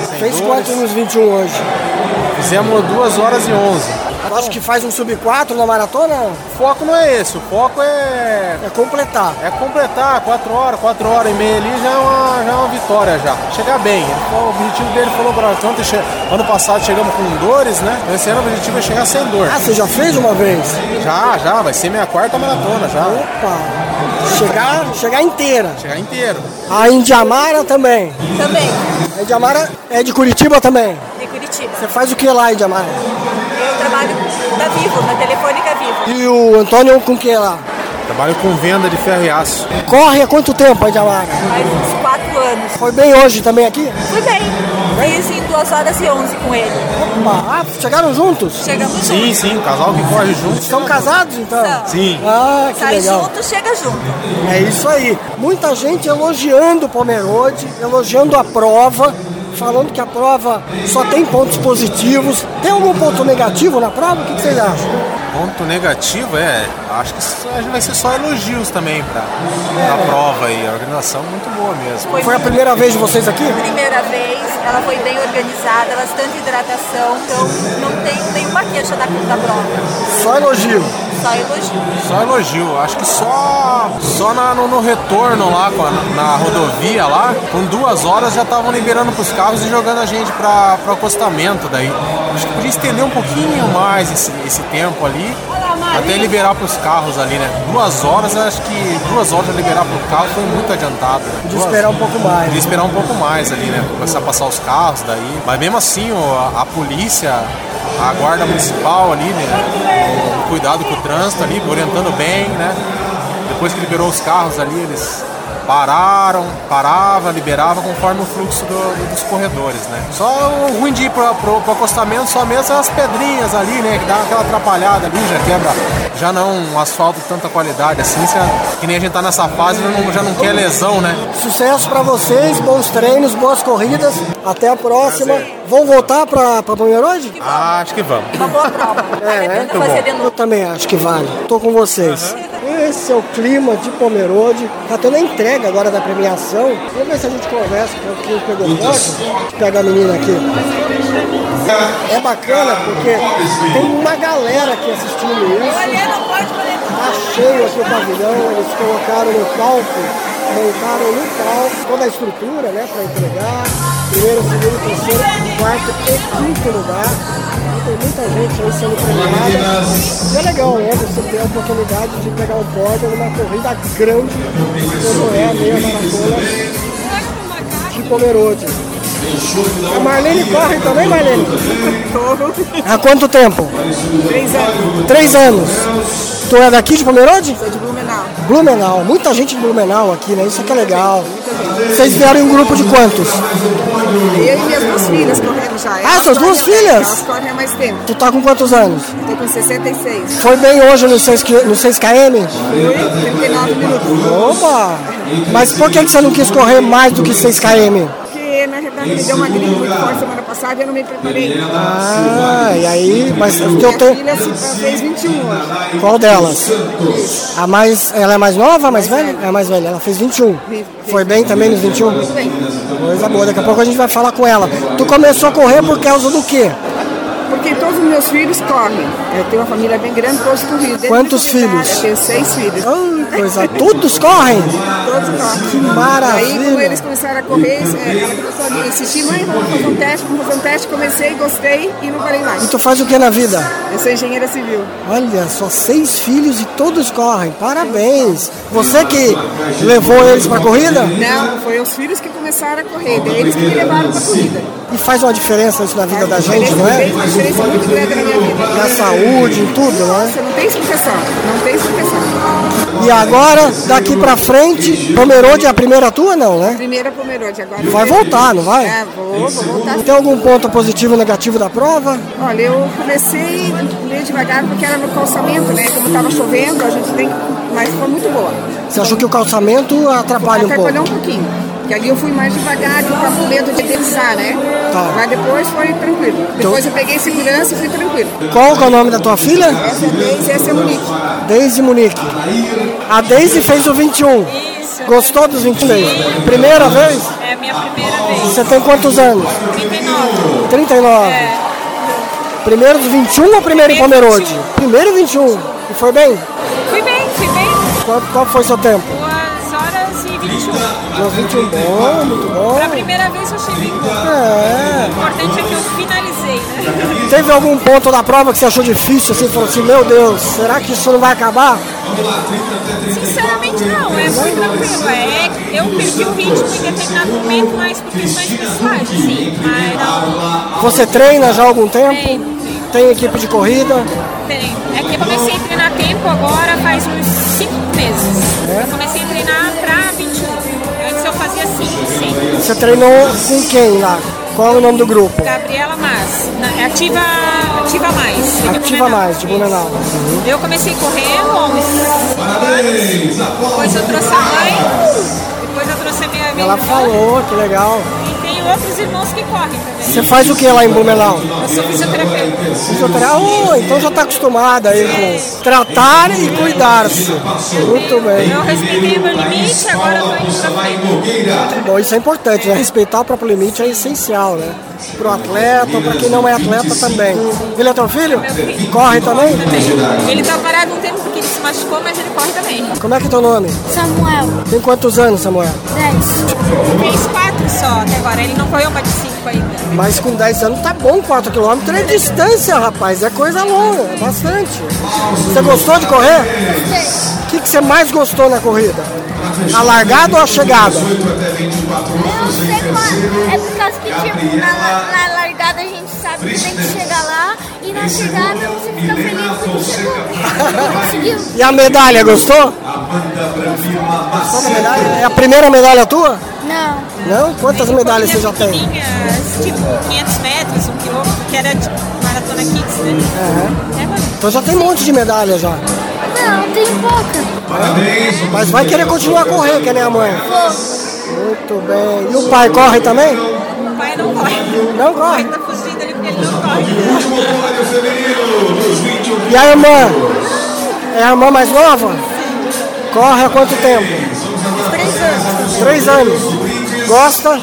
Speaker 3: sem
Speaker 2: Fez
Speaker 3: dores.
Speaker 2: quanto nos 21 hoje?
Speaker 3: Fizemos 2 horas e 11.
Speaker 2: Acho que faz um sub 4 na maratona?
Speaker 3: O foco não é esse, o foco é.
Speaker 2: É completar.
Speaker 3: É completar, 4 horas, 4 horas e meia ali já é uma, já é uma vitória já. Chegar bem. Então, o objetivo dele falou pra nós, ontem, che- ano passado chegamos com dores, né? Então, Esse ano o objetivo é chegar sem dor.
Speaker 2: Ah, você já fez uma vez?
Speaker 3: Já, já, vai ser minha quarta maratona já.
Speaker 2: Opa! Chegar, chegar inteira.
Speaker 3: Chegar inteiro.
Speaker 2: A Indiamara também.
Speaker 6: Também,
Speaker 2: A Indiamara é de Curitiba também.
Speaker 6: de Curitiba.
Speaker 2: Você faz o que lá, Indiamara?
Speaker 6: Eu trabalho na Vivo, na Telefônica Vivo.
Speaker 2: E o Antônio com o que lá?
Speaker 3: Trabalho com venda de ferro e aço.
Speaker 2: Corre há quanto tempo a Indiamara?
Speaker 6: Faz uns 4 anos.
Speaker 2: Foi bem hoje também aqui?
Speaker 6: Fui bem. Fiz em 2 horas e 11 com ele.
Speaker 2: Opa! Ah, chegaram juntos?
Speaker 6: Chegamos
Speaker 3: Sim, sim, o casal que corre junto.
Speaker 2: Estão casados então?
Speaker 3: Sim.
Speaker 2: Ah, que
Speaker 6: Sai
Speaker 2: legal.
Speaker 6: junto, chega junto.
Speaker 2: É isso aí. Muita gente elogiando o Pomerode, elogiando a prova, falando que a prova só tem pontos positivos. Tem algum ponto negativo na prova? O que que vocês acham?
Speaker 3: Ponto negativo é, acho que só- acho que vai ser só elogios também pra, pra prova aí. A organização é muito boa mesmo.
Speaker 2: Foi a primeira vez de vocês aqui?
Speaker 6: Primeira vez, ela foi bem organizada, bastante hidratação, então não tem nenhuma queixa da, da prova.
Speaker 2: Só elogio.
Speaker 6: Só elogio.
Speaker 3: Só elogio, acho que só, só na- no, no retorno lá, com a- na rodovia lá, com duas horas já estavam liberando pros carros e jogando a gente pra, pro acostamento daí. Acho que podia estender um pouquinho mais esse, esse tempo ali, até liberar pros carros ali, né? Duas horas, eu acho que duas horas já liberar pro carro foi muito adiantado. né?
Speaker 2: De
Speaker 3: Duas-
Speaker 2: esperar um pouco mais.
Speaker 3: Podia esperar um pouco mais ali, né? Começar a passar os carros daí. Mas mesmo assim, o- a, a polícia, a guarda municipal ali, né? O Cuidado com o trânsito ali, orientando bem, né? Depois que liberou os carros ali, eles pararam, parava, liberava conforme o fluxo do- do- dos corredores, né? Só o ruim de ir pro, pro, pro acostamento só mesmo é as pedrinhas ali, né? Que dá aquela atrapalhada ali, já quebra. Já não um asfalto de tanta qualidade assim, se a- que nem a gente tá nessa fase, já não, já não quer lesão, né?
Speaker 2: Sucesso pra vocês, bons treinos, boas corridas. Até a próxima. Vão voltar pra, pra Pomerode?
Speaker 1: Ah, acho que vamos.
Speaker 2: Uma boa prova. É, né?
Speaker 1: Muito fazer bom. de
Speaker 2: Eu também acho que vale. Tô com vocês. Esse é o clima de Pomerode. Tá tendo a entrega agora da premiação. Vamos ver se a gente conversa com quem pegou foto. Pega a menina aqui. É bacana porque tem uma galera aqui assistindo isso. Tá cheio aqui o pavilhão. Eles colocaram no palco, montaram no palco toda a estrutura, né, para entregar. Primeiro, segundo, terceiro, quarto e quinto lugar tem muita gente aí sendo premiada. E é legal, né? Você ter a oportunidade de pegar o pódio numa corrida grande, como é a meia maratona de Pomerode. A Marlene corre também, Marlene? Há quanto tempo?
Speaker 6: Três anos.
Speaker 2: Três anos. Tu é daqui de Pomerode?
Speaker 6: Sou de Blumenau.
Speaker 2: Blumenau, muita gente de Blumenau aqui, né? Isso aqui é legal. Vocês vieram em um grupo de quantos?
Speaker 6: Eu e minhas duas filhas correndo já.
Speaker 2: Ah, suas duas
Speaker 6: correm-
Speaker 2: filhas?
Speaker 6: Elas correm há mais tempo.
Speaker 2: Tu tá com quantos anos?
Speaker 6: Estou com 66.
Speaker 2: Foi bem hoje no 6 qui- no 6km?
Speaker 6: Fui 39 minutos.
Speaker 2: Opa! Mas por que que você não quis correr mais do que 6km?
Speaker 6: Porque na realidade me deu uma gripe muito forte semana passada e eu não me preparei.
Speaker 2: Ah, e aí? Mas o que
Speaker 6: Minha
Speaker 2: eu tenho.
Speaker 6: filha se- fez 21 hoje.
Speaker 2: Qual delas? A mais. Ela é mais nova, a mais velha? É a mais velha, ela fez 21. Foi bem também nos 21? Coisa boa, daqui a pouco a gente vai falar com ela. Tu começou a correr por causa do quê?
Speaker 6: Porque todos os meus filhos correm. Eu tenho uma família bem grande, todos corridos. Desde
Speaker 2: Quantos
Speaker 6: muito pequena,
Speaker 2: filhos?
Speaker 6: Eu tenho seis filhos.
Speaker 2: Coisa, todos correm?
Speaker 6: Todos correm.
Speaker 2: Que maravilha.
Speaker 6: Aí, quando eles começaram a correr, eh, ela começou a me insistir: mãe, vamos fazer um teste, vamos fazer um teste. Comecei, gostei e não parei mais.
Speaker 2: E tu Então faz o que na vida?
Speaker 6: Eu sou engenheira civil.
Speaker 2: Olha, só seis filhos e todos correm. Parabéns! Você que levou eles pra corrida?
Speaker 6: Não, foi os filhos que começaram a correr, daí eles que me levaram pra corrida.
Speaker 2: E faz uma diferença isso na vida da gente, não é?
Speaker 6: Fez uma diferença muito grande na minha vida.
Speaker 2: Na saúde, em tudo, né?
Speaker 6: Você não tem explicação, não tem explicação.
Speaker 2: E agora, daqui pra frente, Pomerode é a primeira tua, não, né?
Speaker 6: Primeira Pomerode agora.
Speaker 2: Vai voltar, não vai? Então,
Speaker 6: É, vou, vou voltar.
Speaker 2: Tem algum ponto positivo ou negativo da prova?
Speaker 6: Olha, eu comecei meio devagar porque era no calçamento, né? Como tava chovendo, a gente tem. Mas foi muito boa.
Speaker 2: Você achou que o calçamento atrapalha um pouco?
Speaker 6: Atrapalhou um pouquinho. Porque ali eu fui mais devagar, eu tava com medo de deslizar, né?
Speaker 2: Tá. Então-
Speaker 6: Mas depois foi tranquilo. Depois eu peguei segurança e fui tranquilo.
Speaker 2: Qual que é o nome da tua filha?
Speaker 6: Essa é a Deise, essa é a Monique.
Speaker 2: Deise Munique. A Deise fez o 21. Gostou dos 23? Primeira vez?
Speaker 13: É a minha primeira vez.
Speaker 2: Você tem quantos anos?
Speaker 13: 39.
Speaker 2: 39. Primeiro dos 21 ou primeiro em Pomerode? Primeiro 21. E foi bem?
Speaker 13: Fui bem, fui bem.
Speaker 2: Qual, qual foi seu tempo?
Speaker 13: 2 horas e 21.
Speaker 2: Deu 21. Bom, muito bom.
Speaker 13: Pra primeira vez eu cheguei bom.
Speaker 2: É.
Speaker 13: O importante é que eu finalizei, né?
Speaker 2: Teve algum ponto da prova que você achou difícil, assim, falou assim, meu Deus, será que isso não vai acabar?
Speaker 13: Sinceramente não, é muito tranquilo. É, eu perdi o ritmo em determinado momento, mas por questões pessoais, assim. Mas não
Speaker 2: Você treina já há algum tempo? Tem equipe de corrida?
Speaker 13: tem. É que eu comecei a treinar tempo agora faz uns 5 meses.
Speaker 2: É?
Speaker 13: Eu comecei a treinar pra 21. Antes eu fazia 5, 5.
Speaker 2: Você treinou com quem lá? Qual é o nome do grupo?
Speaker 13: Gabriela Mas, na- ativa, ativa mais.
Speaker 2: Ativa Mais, de Blumenau. Uhum.
Speaker 13: Eu comecei correndo há uns anos. Depois eu trouxe a mãe. Depois eu trouxe a minha minha
Speaker 2: Ela
Speaker 13: irmã.
Speaker 2: falou, que legal.
Speaker 13: E tem outros irmãos que correm também.
Speaker 2: Você faz o que lá em Blumenau?
Speaker 13: Eu sou fisioterapeuta.
Speaker 2: Fisioterapia? Oh, então já está acostumada aí com tratar e cuidar-se. Muito bem.
Speaker 13: Eu respeitei o meu limite, agora eu tô indo pra frente.
Speaker 2: Bom, isso é importante, né? Respeitar o próprio limite é essencial, né? Pro atleta, ou para quem não é atleta também. Ele é teu filho? Corre também?
Speaker 13: Ele tá parado um tempo porque ele se machucou, mas ele corre também.
Speaker 2: Como é que é teu nome?
Speaker 13: Samuel.
Speaker 2: Tem quantos anos, Samuel?
Speaker 13: 10. Fez 4 só até agora, ele não correu mais de 5 ainda.
Speaker 2: Mas com 10 anos tá bom, 4km é distância, rapaz. É coisa longa, é bastante. Você gostou de correr? O que, que você mais gostou na corrida? A largada ou a chegada?
Speaker 9: É por causa que, tipo, na, la- na largada a gente sabe que tem que chegar lá e na
Speaker 2: é
Speaker 9: chegada você fica feliz porque chegou.
Speaker 2: E a medalha, gostou? Gostou da medalha? É a primeira medalha tua?
Speaker 9: Não.
Speaker 2: Não? Quantas medalhas você já tem?
Speaker 13: Mas, tipo, 500 metros, 1 quilômetro, que era tipo maratona kids, né? É, mas
Speaker 2: Então já tem um monte de medalha já.
Speaker 9: Não, tem pouca.
Speaker 2: Mas vai querer continuar a correr, que nem a mãe.
Speaker 9: Vou.
Speaker 2: Muito bem. E o pai corre também?
Speaker 13: o pai não corre. tá
Speaker 2: Não corre?
Speaker 13: Ainda
Speaker 2: E a irmã? É a irmã mais nova? Corre há quanto tempo? Três anos. Três anos. Gosta?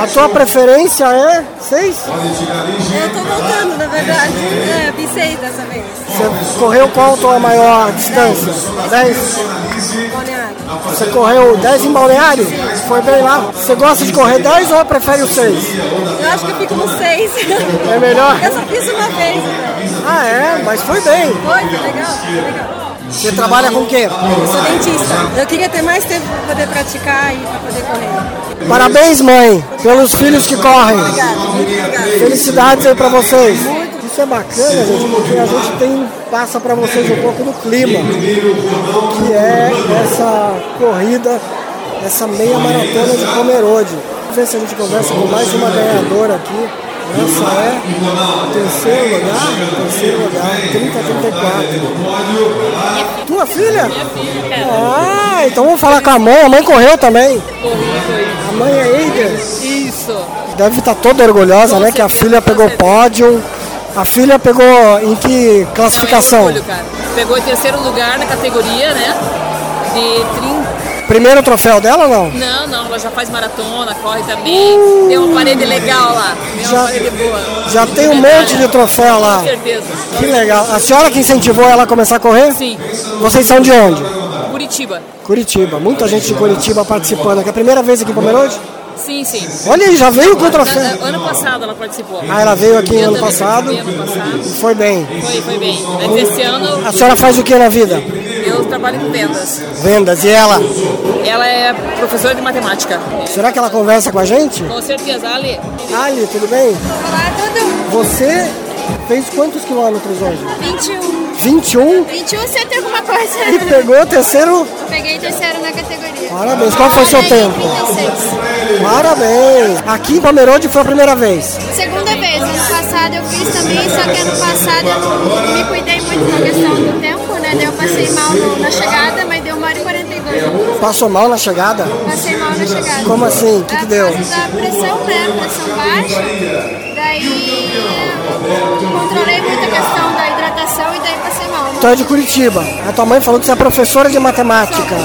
Speaker 2: A tua preferência é seis?
Speaker 5: Eu
Speaker 2: um
Speaker 5: tô voltando, na verdade. É, pisei dessa vez.
Speaker 2: Você correu qual a tua maior distância? Dez? Você correu 10 em balneário? Foi bem lá. Você gosta de correr 10 ou prefere o 6?
Speaker 5: Eu acho que eu fico no seis.
Speaker 2: É melhor?
Speaker 5: Eu só fiz uma vez.
Speaker 6: então.
Speaker 2: Ah, é? Mas foi bem.
Speaker 5: Foi, foi legal, foi legal.
Speaker 2: Você trabalha com o quê?
Speaker 5: Eu sou dentista. Eu queria ter mais tempo pra poder praticar e pra poder correr.
Speaker 2: Parabéns, mãe, pelos filhos que correm. Felicidades aí pra vocês. Isso é bacana, gente, porque a gente tem, passa pra vocês um pouco do clima, que é essa corrida, essa meia maratona de Pomerode. Vamos ver se a gente conversa com mais uma ganhadora aqui. Essa é né? o terceiro lugar, terceiro lugar, 30-34. Tua filha? Ah, então vamos falar com a mãe, a mãe correu também.
Speaker 7: Ah,
Speaker 2: A mãe é Eider?
Speaker 4: Isso.
Speaker 2: Deve estar toda orgulhosa, né? Que a filha pegou pódio. A filha pegou em que
Speaker 4: Não, é um
Speaker 2: classificação?
Speaker 4: orgulho, cara. Pegou em terceiro lugar na categoria, né? De 30.
Speaker 2: Primeiro troféu dela ou não?
Speaker 4: Não, não, ela já faz maratona, corre também. Deu uma parede legal lá. Deu uma parede boa.
Speaker 2: Já tem um monte de troféu lá.
Speaker 4: Com certeza.
Speaker 2: Que legal. A senhora que incentivou ela a começar a correr?
Speaker 4: Sim.
Speaker 2: Vocês são de onde?
Speaker 4: Curitiba.
Speaker 2: Curitiba. Muita gente de Curitiba participando. É a primeira vez aqui em Pomerode?
Speaker 4: Sim, sim.
Speaker 2: Olha aí, já veio com o troféu.
Speaker 4: Ano- Ano passado ela participou.
Speaker 2: Ah, ela veio aqui
Speaker 4: Eu
Speaker 2: ano
Speaker 4: também
Speaker 2: passado.
Speaker 4: participei ano passado.
Speaker 2: Foi bem.
Speaker 4: Foi, foi bem. Mas esse ano.
Speaker 2: A senhora faz o que na vida?
Speaker 4: Eu trabalho com vendas.
Speaker 2: Vendas. E ela?
Speaker 4: Ela é professora de matemática.
Speaker 2: Será que ela conversa com a gente?
Speaker 4: Com certeza, Ali.
Speaker 2: Ali, tudo bem?
Speaker 5: Olá, Dudu.
Speaker 2: Você fez quantos quilômetros hoje?
Speaker 5: 21.
Speaker 2: 21
Speaker 5: 21, você tem alguma coisa?
Speaker 2: e pegou o terceiro.
Speaker 5: Peguei terceiro na categoria.
Speaker 2: Parabéns. Qual foi seu tempo?
Speaker 5: 36.
Speaker 2: Parabéns. Aqui em Pomerode foi a primeira vez.
Speaker 5: Segunda vez, ano passado eu fiz também, só que ano passado eu não me cuidei muito na questão do tempo, né? Daí eu passei mal no- na chegada, mas deu 1 hora e 42.
Speaker 2: Passou mal na chegada?
Speaker 5: Passei mal na chegada.
Speaker 2: Como assim? O que, que deu?
Speaker 5: Da pressão, né? Pressão baixa. Daí eu controlei muito a questão da hidratação e daí passei mal. né?
Speaker 2: Tu é de Curitiba. A tua mãe falou que você é professora de matemática.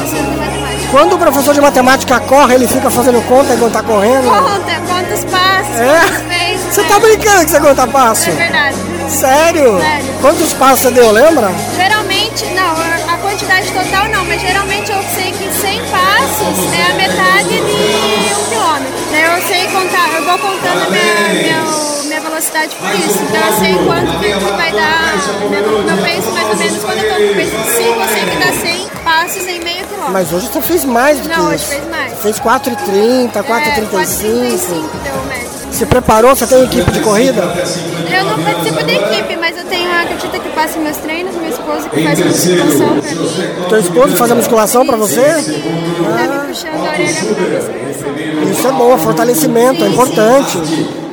Speaker 2: Quando o professor de matemática corre, ele fica fazendo conta enquanto tá correndo.
Speaker 5: Conta, conta os passos,
Speaker 2: É?
Speaker 5: quantos fez.
Speaker 2: Você tá brincando que você conta passo?
Speaker 5: É verdade.
Speaker 2: Sério?
Speaker 5: Sério.
Speaker 2: Quantos passos você deu, lembra?
Speaker 5: Geralmente, não, a- a quantidade total não, mas geralmente eu sei que 100 passos é a metade de um quilômetro. Daí Eu sei contar, eu vou contando a minha, meu- minha velocidade por isso. Então eu sei quanto que que vai dar meu, meu peso, mais ou menos. Quando eu tô com peso de 5, eu sei que dá 100 passos em meio quilômetro.
Speaker 2: Mas hoje você fez mais do que
Speaker 5: Não, hoje
Speaker 2: isso.
Speaker 5: fez mais.
Speaker 2: Fez 4,30,
Speaker 5: É,
Speaker 2: 4,35.
Speaker 5: 4,35 deu o médio.
Speaker 2: Se preparou? Você tem equipe de corrida?
Speaker 5: Eu não participo da equipe, mas eu tenho a Catita que passa meus treinos, meu esposo que faz musculação pra mim.
Speaker 2: Teu esposo faz a musculação pra você?
Speaker 5: Tá me puxando a orelha pra musculação.
Speaker 2: Isso é bom, fortalecimento, é importante.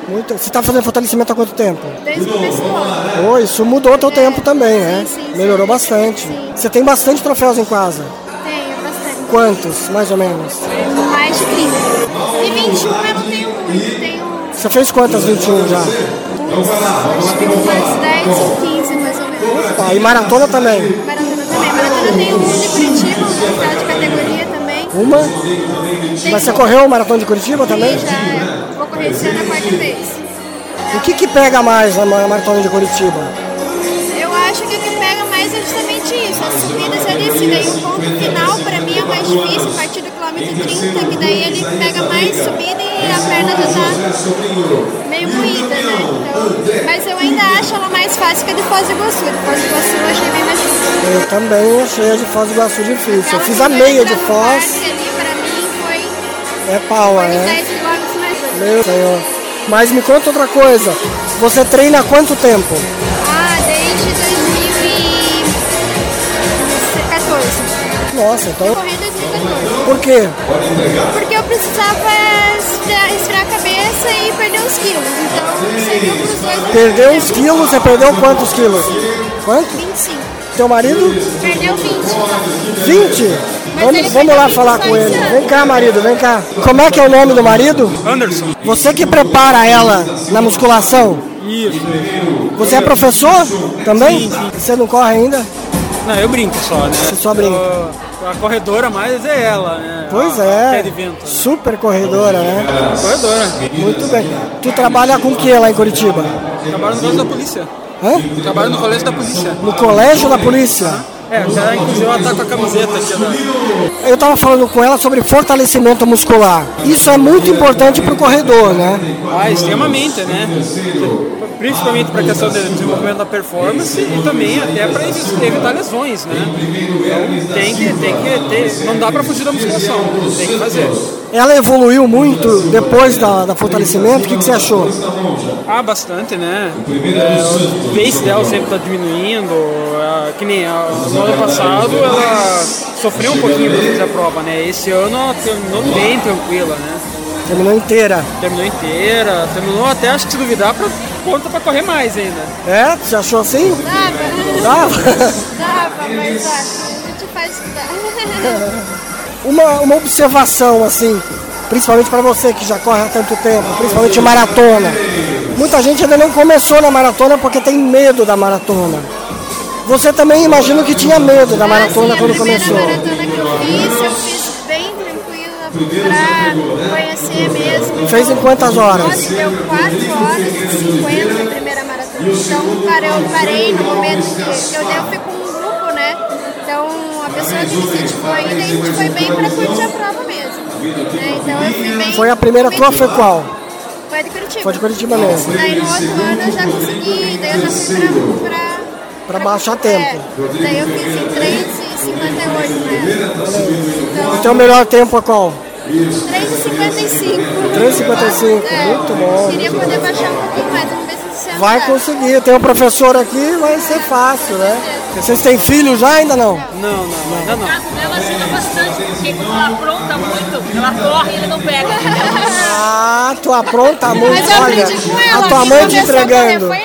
Speaker 2: Muito. Você tá fazendo fortalecimento há quanto tempo?
Speaker 5: Desde o pessoal.
Speaker 2: Oh, isso mudou teu tempo também, né? Melhorou bastante. Você tem bastante troféus em casa?
Speaker 5: Tenho bastante.
Speaker 2: Quantos, mais ou menos?
Speaker 5: Mais de 30. E 21 eu não tenho muito. Tenho
Speaker 2: Você fez quantas 21 já?
Speaker 5: acho que umas 10 ou 15 mais ou menos.
Speaker 2: Tá, e maratona também?
Speaker 5: Maratona também. Maratona eu tenho um de Curitiba, um total de categoria também.
Speaker 2: Uma? Mas você correu o maratona de Curitiba também?
Speaker 5: Já, é. vou correr esse ano a quarta vez.
Speaker 2: O que que pega mais na ma- maratona de Curitiba?
Speaker 5: Eu acho que o que pega mais é justamente isso, as subidas e a descida. E o ponto final, pra mim, é o mais difícil, a partir do quilômetro 30, que daí ele pega mais subida e a perna já tá meio moída, né? Então, mas eu ainda acho ela mais fácil que a de Foz do Iguaçu. A de Foz do Iguaçu eu achei bem mais difícil.
Speaker 2: Eu também achei a de Foz do Iguaçu difícil. Eu fiz a
Speaker 5: Ela
Speaker 2: meia de
Speaker 5: entra no
Speaker 2: Foz,
Speaker 5: parque ali, pra mim, foi
Speaker 2: é pau,
Speaker 5: uns
Speaker 2: né?
Speaker 5: 10 quilômetros mais dois.
Speaker 2: Meu senhor. Mas me conta outra coisa. Você treina há quanto tempo?
Speaker 5: Ah, desde 2014.
Speaker 2: Nossa, então.
Speaker 5: Corri em 2014.
Speaker 2: Por quê?
Speaker 5: Porque eu precisava esfriar, esfriar a cabeça e perder uns quilos. Então serviu para os dois.
Speaker 2: Perdeu uns quilos, você perdeu quantos quilos? Quanto?
Speaker 5: 25.
Speaker 2: Seu marido?
Speaker 5: Perdeu 20.
Speaker 2: 20? Vamos, vamos lá falar com ele. Vem cá, marido, vem cá. Como é que é o nome do marido?
Speaker 7: Anderson.
Speaker 2: Você que prepara ela na musculação.
Speaker 7: Isso.
Speaker 2: Você é professor também?
Speaker 7: Sim, sim.
Speaker 2: Você não corre ainda?
Speaker 7: Não, eu brinco só, né? Você
Speaker 2: só brinca.
Speaker 7: A corredora mais é ela, né?
Speaker 2: Pois
Speaker 7: A- a pé
Speaker 2: é.
Speaker 7: de vento.
Speaker 2: Super corredora, né?
Speaker 7: Corredora.
Speaker 2: Muito bem. Tu trabalha com o que lá em Curitiba?
Speaker 7: Trabalho no colégio da polícia.
Speaker 2: Hã?
Speaker 7: Trabalho no colégio da polícia.
Speaker 2: No colégio da polícia?
Speaker 7: É, já inclusive ela tá com a camiseta aqui, né?
Speaker 2: Eu estava falando com ela sobre fortalecimento muscular. Isso é muito importante para o corredor, né?
Speaker 7: Ah, extremamente, né? Principalmente para a questão do desenvolvimento da performance e também até para evitar lesões, né? Então, tem que, tem que ter, não dá para fugir da musculação, tem que fazer.
Speaker 2: Ela evoluiu muito depois da, da fortalecimento. O que, que você achou?
Speaker 7: Ah, bastante, né? É, o pace dela sempre tá diminuindo, ah, que nem ah, no ano passado ela sofreu um pouquinho para fazer a prova, né? Esse ano ela terminou bem tranquila, né?
Speaker 2: Terminou inteira.
Speaker 7: Terminou inteira, terminou até acho que se duvidar pra conta pra correr mais ainda.
Speaker 2: É? Você achou assim?
Speaker 5: Dava. Dava, mas ó, a gente faz estudar.
Speaker 2: Uma, uma observação, assim, principalmente para você que já corre há tanto tempo, principalmente maratona. Muita gente ainda não começou na maratona porque tem medo da maratona. Você também imagino que tinha medo da maratona quando começou.
Speaker 5: Assim, maratona que eu fiz, eu fiz bem tranquila pra conhecer mesmo.
Speaker 2: Fez em quantas horas?
Speaker 5: Nossa, deu 4 horas e 50 a primeira maratona. Então, cara, eu parei no momento que eu, eu fico com um grupo, né? Então, a pessoa que me incentivou ainda, e a gente foi bem pra curtir a prova mesmo. né? Então, eu fui bem...
Speaker 2: Foi a primeira tua, foi qual?
Speaker 5: Foi de Curitiba.
Speaker 2: Foi de Curitiba mesmo.
Speaker 5: Daí, no outro ano, eu já consegui, daí eu já fui pra... pra
Speaker 2: Para baixar tempo.
Speaker 5: daí eu fiz em 3,58 né?
Speaker 2: O teu melhor tempo é qual?
Speaker 5: 3,55.
Speaker 2: 3,55,
Speaker 5: É,
Speaker 2: muito bom.
Speaker 5: Queria poder baixar um pouquinho mais, vamos ver se isso
Speaker 2: Vai conseguir. Tem um professor aqui, vai ser fácil, né? Vocês têm filho já ainda não?
Speaker 7: Não, não, ainda não.
Speaker 13: Ela ajuda bastante, porque como ela apronta muito, ela corre e ele não pega.
Speaker 2: Ah, tu apronta muito,
Speaker 13: Mas eu
Speaker 2: olha.
Speaker 13: aprendi com ela,
Speaker 2: A tua
Speaker 13: quem
Speaker 2: mãe te
Speaker 13: começou a correr
Speaker 2: entregando.
Speaker 13: foi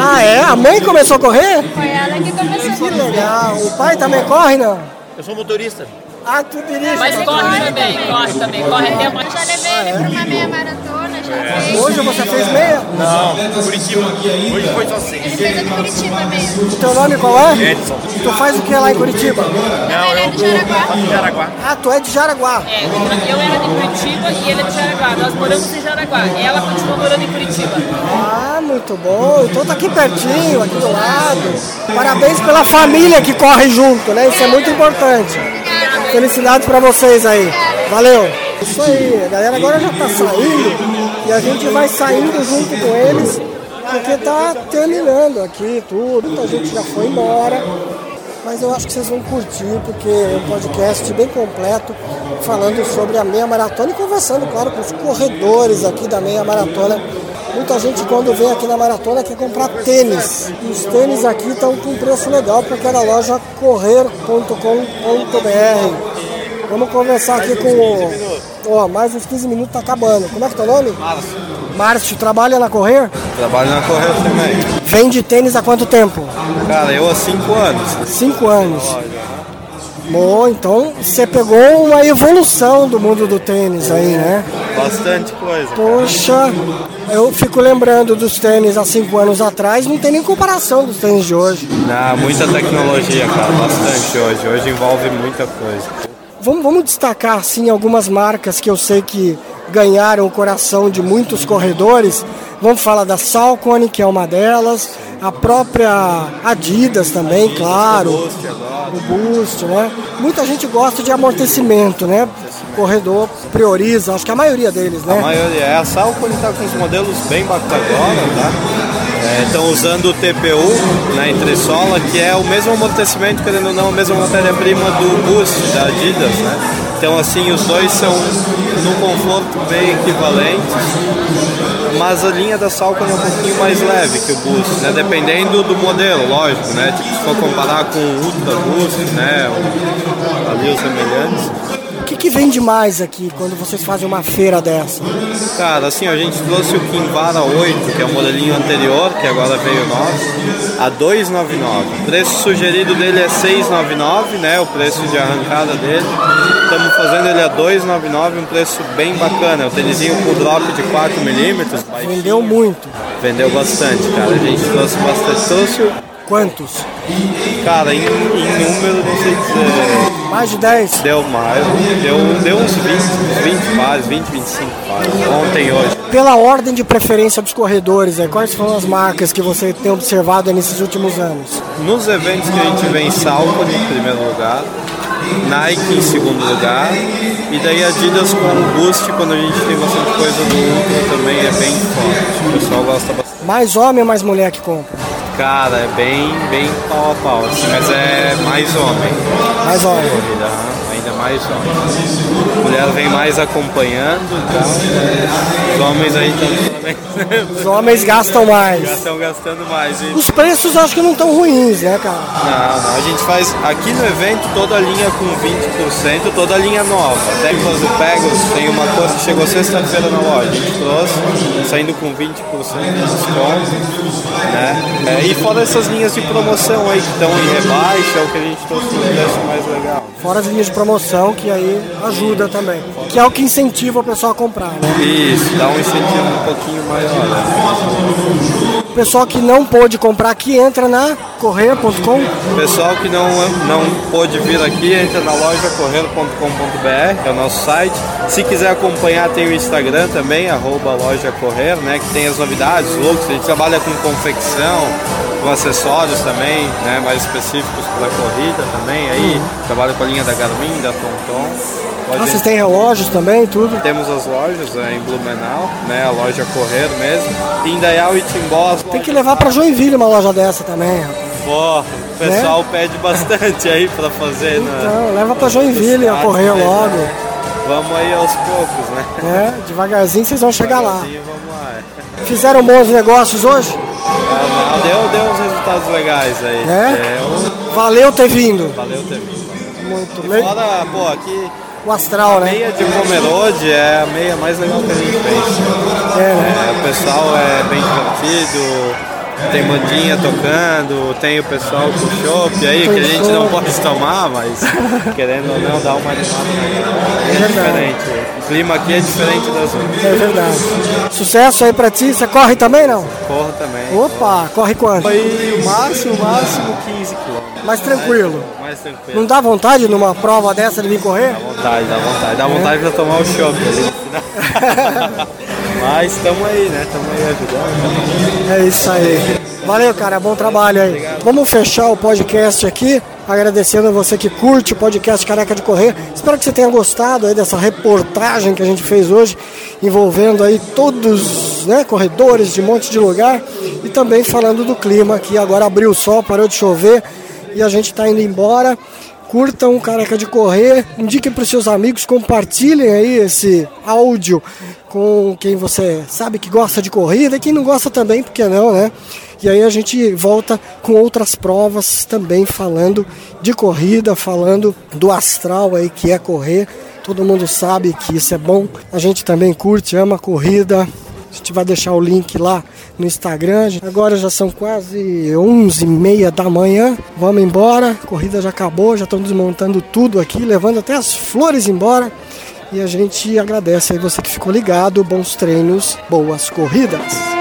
Speaker 2: Ah, é? A mãe começou a correr?
Speaker 5: Foi ela que começou
Speaker 2: Que legal. O pai também corre, não?
Speaker 14: Eu sou um motorista.
Speaker 2: Ah, tu dirige.
Speaker 13: Mas corre também, corre também, corre até mais.
Speaker 5: Eu já levei ele pra uma meia maratona, já fez.
Speaker 2: É. Hoje você fez meia?
Speaker 14: Não, Curitiba. Hoje foi só seis.
Speaker 5: Ele fez a de Curitiba mesmo.
Speaker 2: O teu nome qual é?
Speaker 14: Edson.
Speaker 2: Tu faz o que lá em Curitiba?
Speaker 13: Não, eu
Speaker 14: Faço Jaraguá.
Speaker 2: Ah, tu é de Jaraguá.
Speaker 13: É, eu era de Curitiba e ele é de Jaraguá. Nós moramos em Jaraguá. Ela continua morando em Curitiba.
Speaker 2: Ah, muito bom. Então tá aqui pertinho, aqui do lado. Parabéns pela família que corre junto, né? Isso é muito importante. Felicidades pra vocês aí. Valeu. Isso aí, a galera agora já tá saindo e a gente vai saindo junto com eles porque tá terminando aqui tudo. Muita gente já foi embora. Mas eu acho que vocês vão curtir, porque é um podcast bem completo, falando sobre a meia maratona e conversando, claro, com os corredores aqui da meia maratona. Muita gente, quando vem aqui na maratona, quer comprar tênis. E os tênis aqui estão com preço legal, porque é na loja correr.com.br. Vamos conversar aqui com o. Ó, mais uns 15 minutos tá acabando. Como é que é teu nome? Márcio. Márcio, trabalha na Correr?
Speaker 12: Trabalho na Correia também.
Speaker 2: Vende tênis há quanto tempo?
Speaker 12: Cara, eu há cinco anos.
Speaker 2: Cinco anos. Bom, então você pegou uma evolução do mundo do tênis aí, né?
Speaker 12: Bastante coisa.
Speaker 2: Poxa, eu fico lembrando dos tênis há cinco anos atrás, não tem nem comparação dos tênis de hoje.
Speaker 12: Na, muita tecnologia, cara, bastante hoje. Hoje envolve muita coisa.
Speaker 2: Vamos, vamos destacar, assim, algumas marcas que eu sei que ganharam o coração de muitos corredores. Vamos falar da Salcone, que é uma delas, a própria Adidas também, claro. o boost, né? Muita gente gosta de amortecimento, né? Corredor prioriza, acho que a maioria deles,
Speaker 12: A
Speaker 2: né?
Speaker 12: maioria, é, a Salcone está com os modelos bem bacana agora, tá? Estão usando o TPU na entressola, né, que é o mesmo amortecimento, querendo ou não, a mesma matéria-prima do Boost, da Adidas, né? Então, assim, os dois são num conforto bem equivalente, mas a linha da Salcone é um pouquinho mais leve que o Boost, né? Dependendo do modelo, lógico, né? Tipo, se for comparar com o Ultra Boost, né? Ali os semelhantes.
Speaker 2: O que, que, que vende mais aqui quando vocês fazem uma feira dessa?
Speaker 12: Cara, assim, a gente trouxe o Kinvara 8, que é o modelinho anterior, que agora veio nosso, a 299. O preço sugerido dele é 699, né? O preço de arrancada dele. Estamos fazendo ele a 299, um preço bem bacana. É O tênisinho com drop de 4 milímetros.
Speaker 2: Vendeu muito.
Speaker 12: Vendeu bastante, cara. A gente trouxe bastante. Trouxe o-
Speaker 2: Quantos?
Speaker 12: Cara, em, em número, não sei dizer.
Speaker 2: Mais de 10?
Speaker 12: Deu mais. Deu, deu uns 20, uns 20 pares, 20, 25 pares. Ontem e hoje.
Speaker 2: Pela ordem de preferência dos corredores, aí, quais foram as marcas que você tem observado aí nesses últimos anos?
Speaker 12: Nos eventos que a gente vem, Salcone em primeiro lugar, Nike em segundo lugar, e daí Adidas com o Boost, quando a gente tem bastante coisa do Ultra também, é bem forte. O pessoal gosta bastante.
Speaker 2: Mais homem ou mais mulher que compra?
Speaker 12: Cara, é bem, bem pau a pau, assim, mas é mais homem.
Speaker 2: Mais homem.
Speaker 12: Corrida, ainda mais homem. Mulher vem mais acompanhando e tal. né? Os homens aí estão
Speaker 2: Os homens gastam mais.
Speaker 12: Já estão gastando mais. E...
Speaker 2: Os preços acho que não estão ruins, né, cara?
Speaker 12: Não, não, a gente faz aqui no evento toda a linha com 20%, toda a linha nova. Até quando pego, tem uma coisa que chegou sexta-feira na loja, a gente trouxe, saindo com 20% de desconto. Né? É, e fora essas linhas de promoção aí que estão em rebaixa, é o que a gente trouxe que deixa mais legal.
Speaker 2: Fora as linhas de promoção, que aí ajuda também. Que é o que incentiva o pessoal a comprar, né?
Speaker 12: Isso, dá um incentivo um pouquinho maior. né?
Speaker 2: O pessoal que não pôde comprar aqui entra na correr.com.
Speaker 12: Pessoal que não, não pôde vir aqui, entra na loja correr.com.br, que é o nosso site. Se quiser acompanhar, tem o Instagram também, arroba loja correr, né? Que tem as novidades, looks, a gente trabalha com confecção, com acessórios também, né? Mais específicos para corrida também. Aí trabalha com a linha da Garmin, da TomTom.
Speaker 2: Ah,
Speaker 12: Pode-
Speaker 2: vocês têm relógios também, tudo.
Speaker 12: Temos as lojas é, em Blumenau, né? A loja Correr mesmo. E em Dayal e Timbó, as
Speaker 2: Tem que levar pra Joinville uma loja dessa também, rapaz.
Speaker 12: Pô, o pessoal pede bastante aí pra fazer, né?
Speaker 2: Né? Então, leva pra Joinville a correr
Speaker 12: Mas,
Speaker 2: logo.
Speaker 12: né, Vamos aí aos poucos, né?
Speaker 2: É, devagarzinho vocês vão chegar lá.
Speaker 12: Devagarzinho, Vamos lá.
Speaker 2: Fizeram bons negócios hoje?
Speaker 12: Ah, não, Deu, deu uns resultados legais aí.
Speaker 2: É?
Speaker 12: Deu.
Speaker 2: Valeu ter vindo.
Speaker 12: Valeu ter vindo.
Speaker 2: Muito
Speaker 12: bem. Fora, pô, aqui
Speaker 2: O astral, né?
Speaker 12: meia de Pomerode é a meia mais legal que a gente fez.
Speaker 2: É, né?
Speaker 12: É, o pessoal é bem divertido, tem bandinha tocando, tem o pessoal com chopp aí,
Speaker 2: Com
Speaker 12: que a gente não
Speaker 2: chopp.
Speaker 12: pode tomar, mas querendo ou não, dá uma animada. É diferente. O clima aqui é diferente das outras.
Speaker 2: É verdade. Sucesso aí pra ti. Você corre também, não?
Speaker 12: Corra também.
Speaker 2: Opa, corre quanto?
Speaker 12: Foi o máximo, máximo 15 quilômetros.
Speaker 2: Mais tranquilo.
Speaker 12: Mais tranquilo.
Speaker 2: Não dá vontade numa prova dessa de vir correr?
Speaker 12: Dá vontade, dá vontade.
Speaker 2: É.
Speaker 12: Dá vontade pra tomar o chopp ali no final. Mas estamos aí, né? Estamos aí ajudando.
Speaker 2: É isso aí. Valeu, cara. Bom trabalho aí. Vamos fechar o podcast aqui, agradecendo a você que curte o podcast Careca de Correr. Espero que você tenha gostado aí dessa reportagem que a gente fez hoje, envolvendo aí todos, né, corredores de um monte de lugar e também falando do clima que agora abriu o sol, parou de chover e a gente está indo embora. Curtam o Careca de Correr, indiquem para os seus amigos, compartilhem aí esse áudio com quem você sabe que gosta de corrida e quem não gosta também, porque não, né? E aí a gente volta com outras provas também falando de corrida, falando do astral aí que é correr. Todo mundo sabe que isso é bom. A gente também curte, ama a corrida. A gente vai deixar o link lá no Instagram. Agora já são quase 11h30 da manhã. Vamos embora. A corrida já acabou, já estão desmontando tudo aqui, levando até as flores embora. E a gente agradece aí você que ficou ligado. Bons treinos, boas corridas.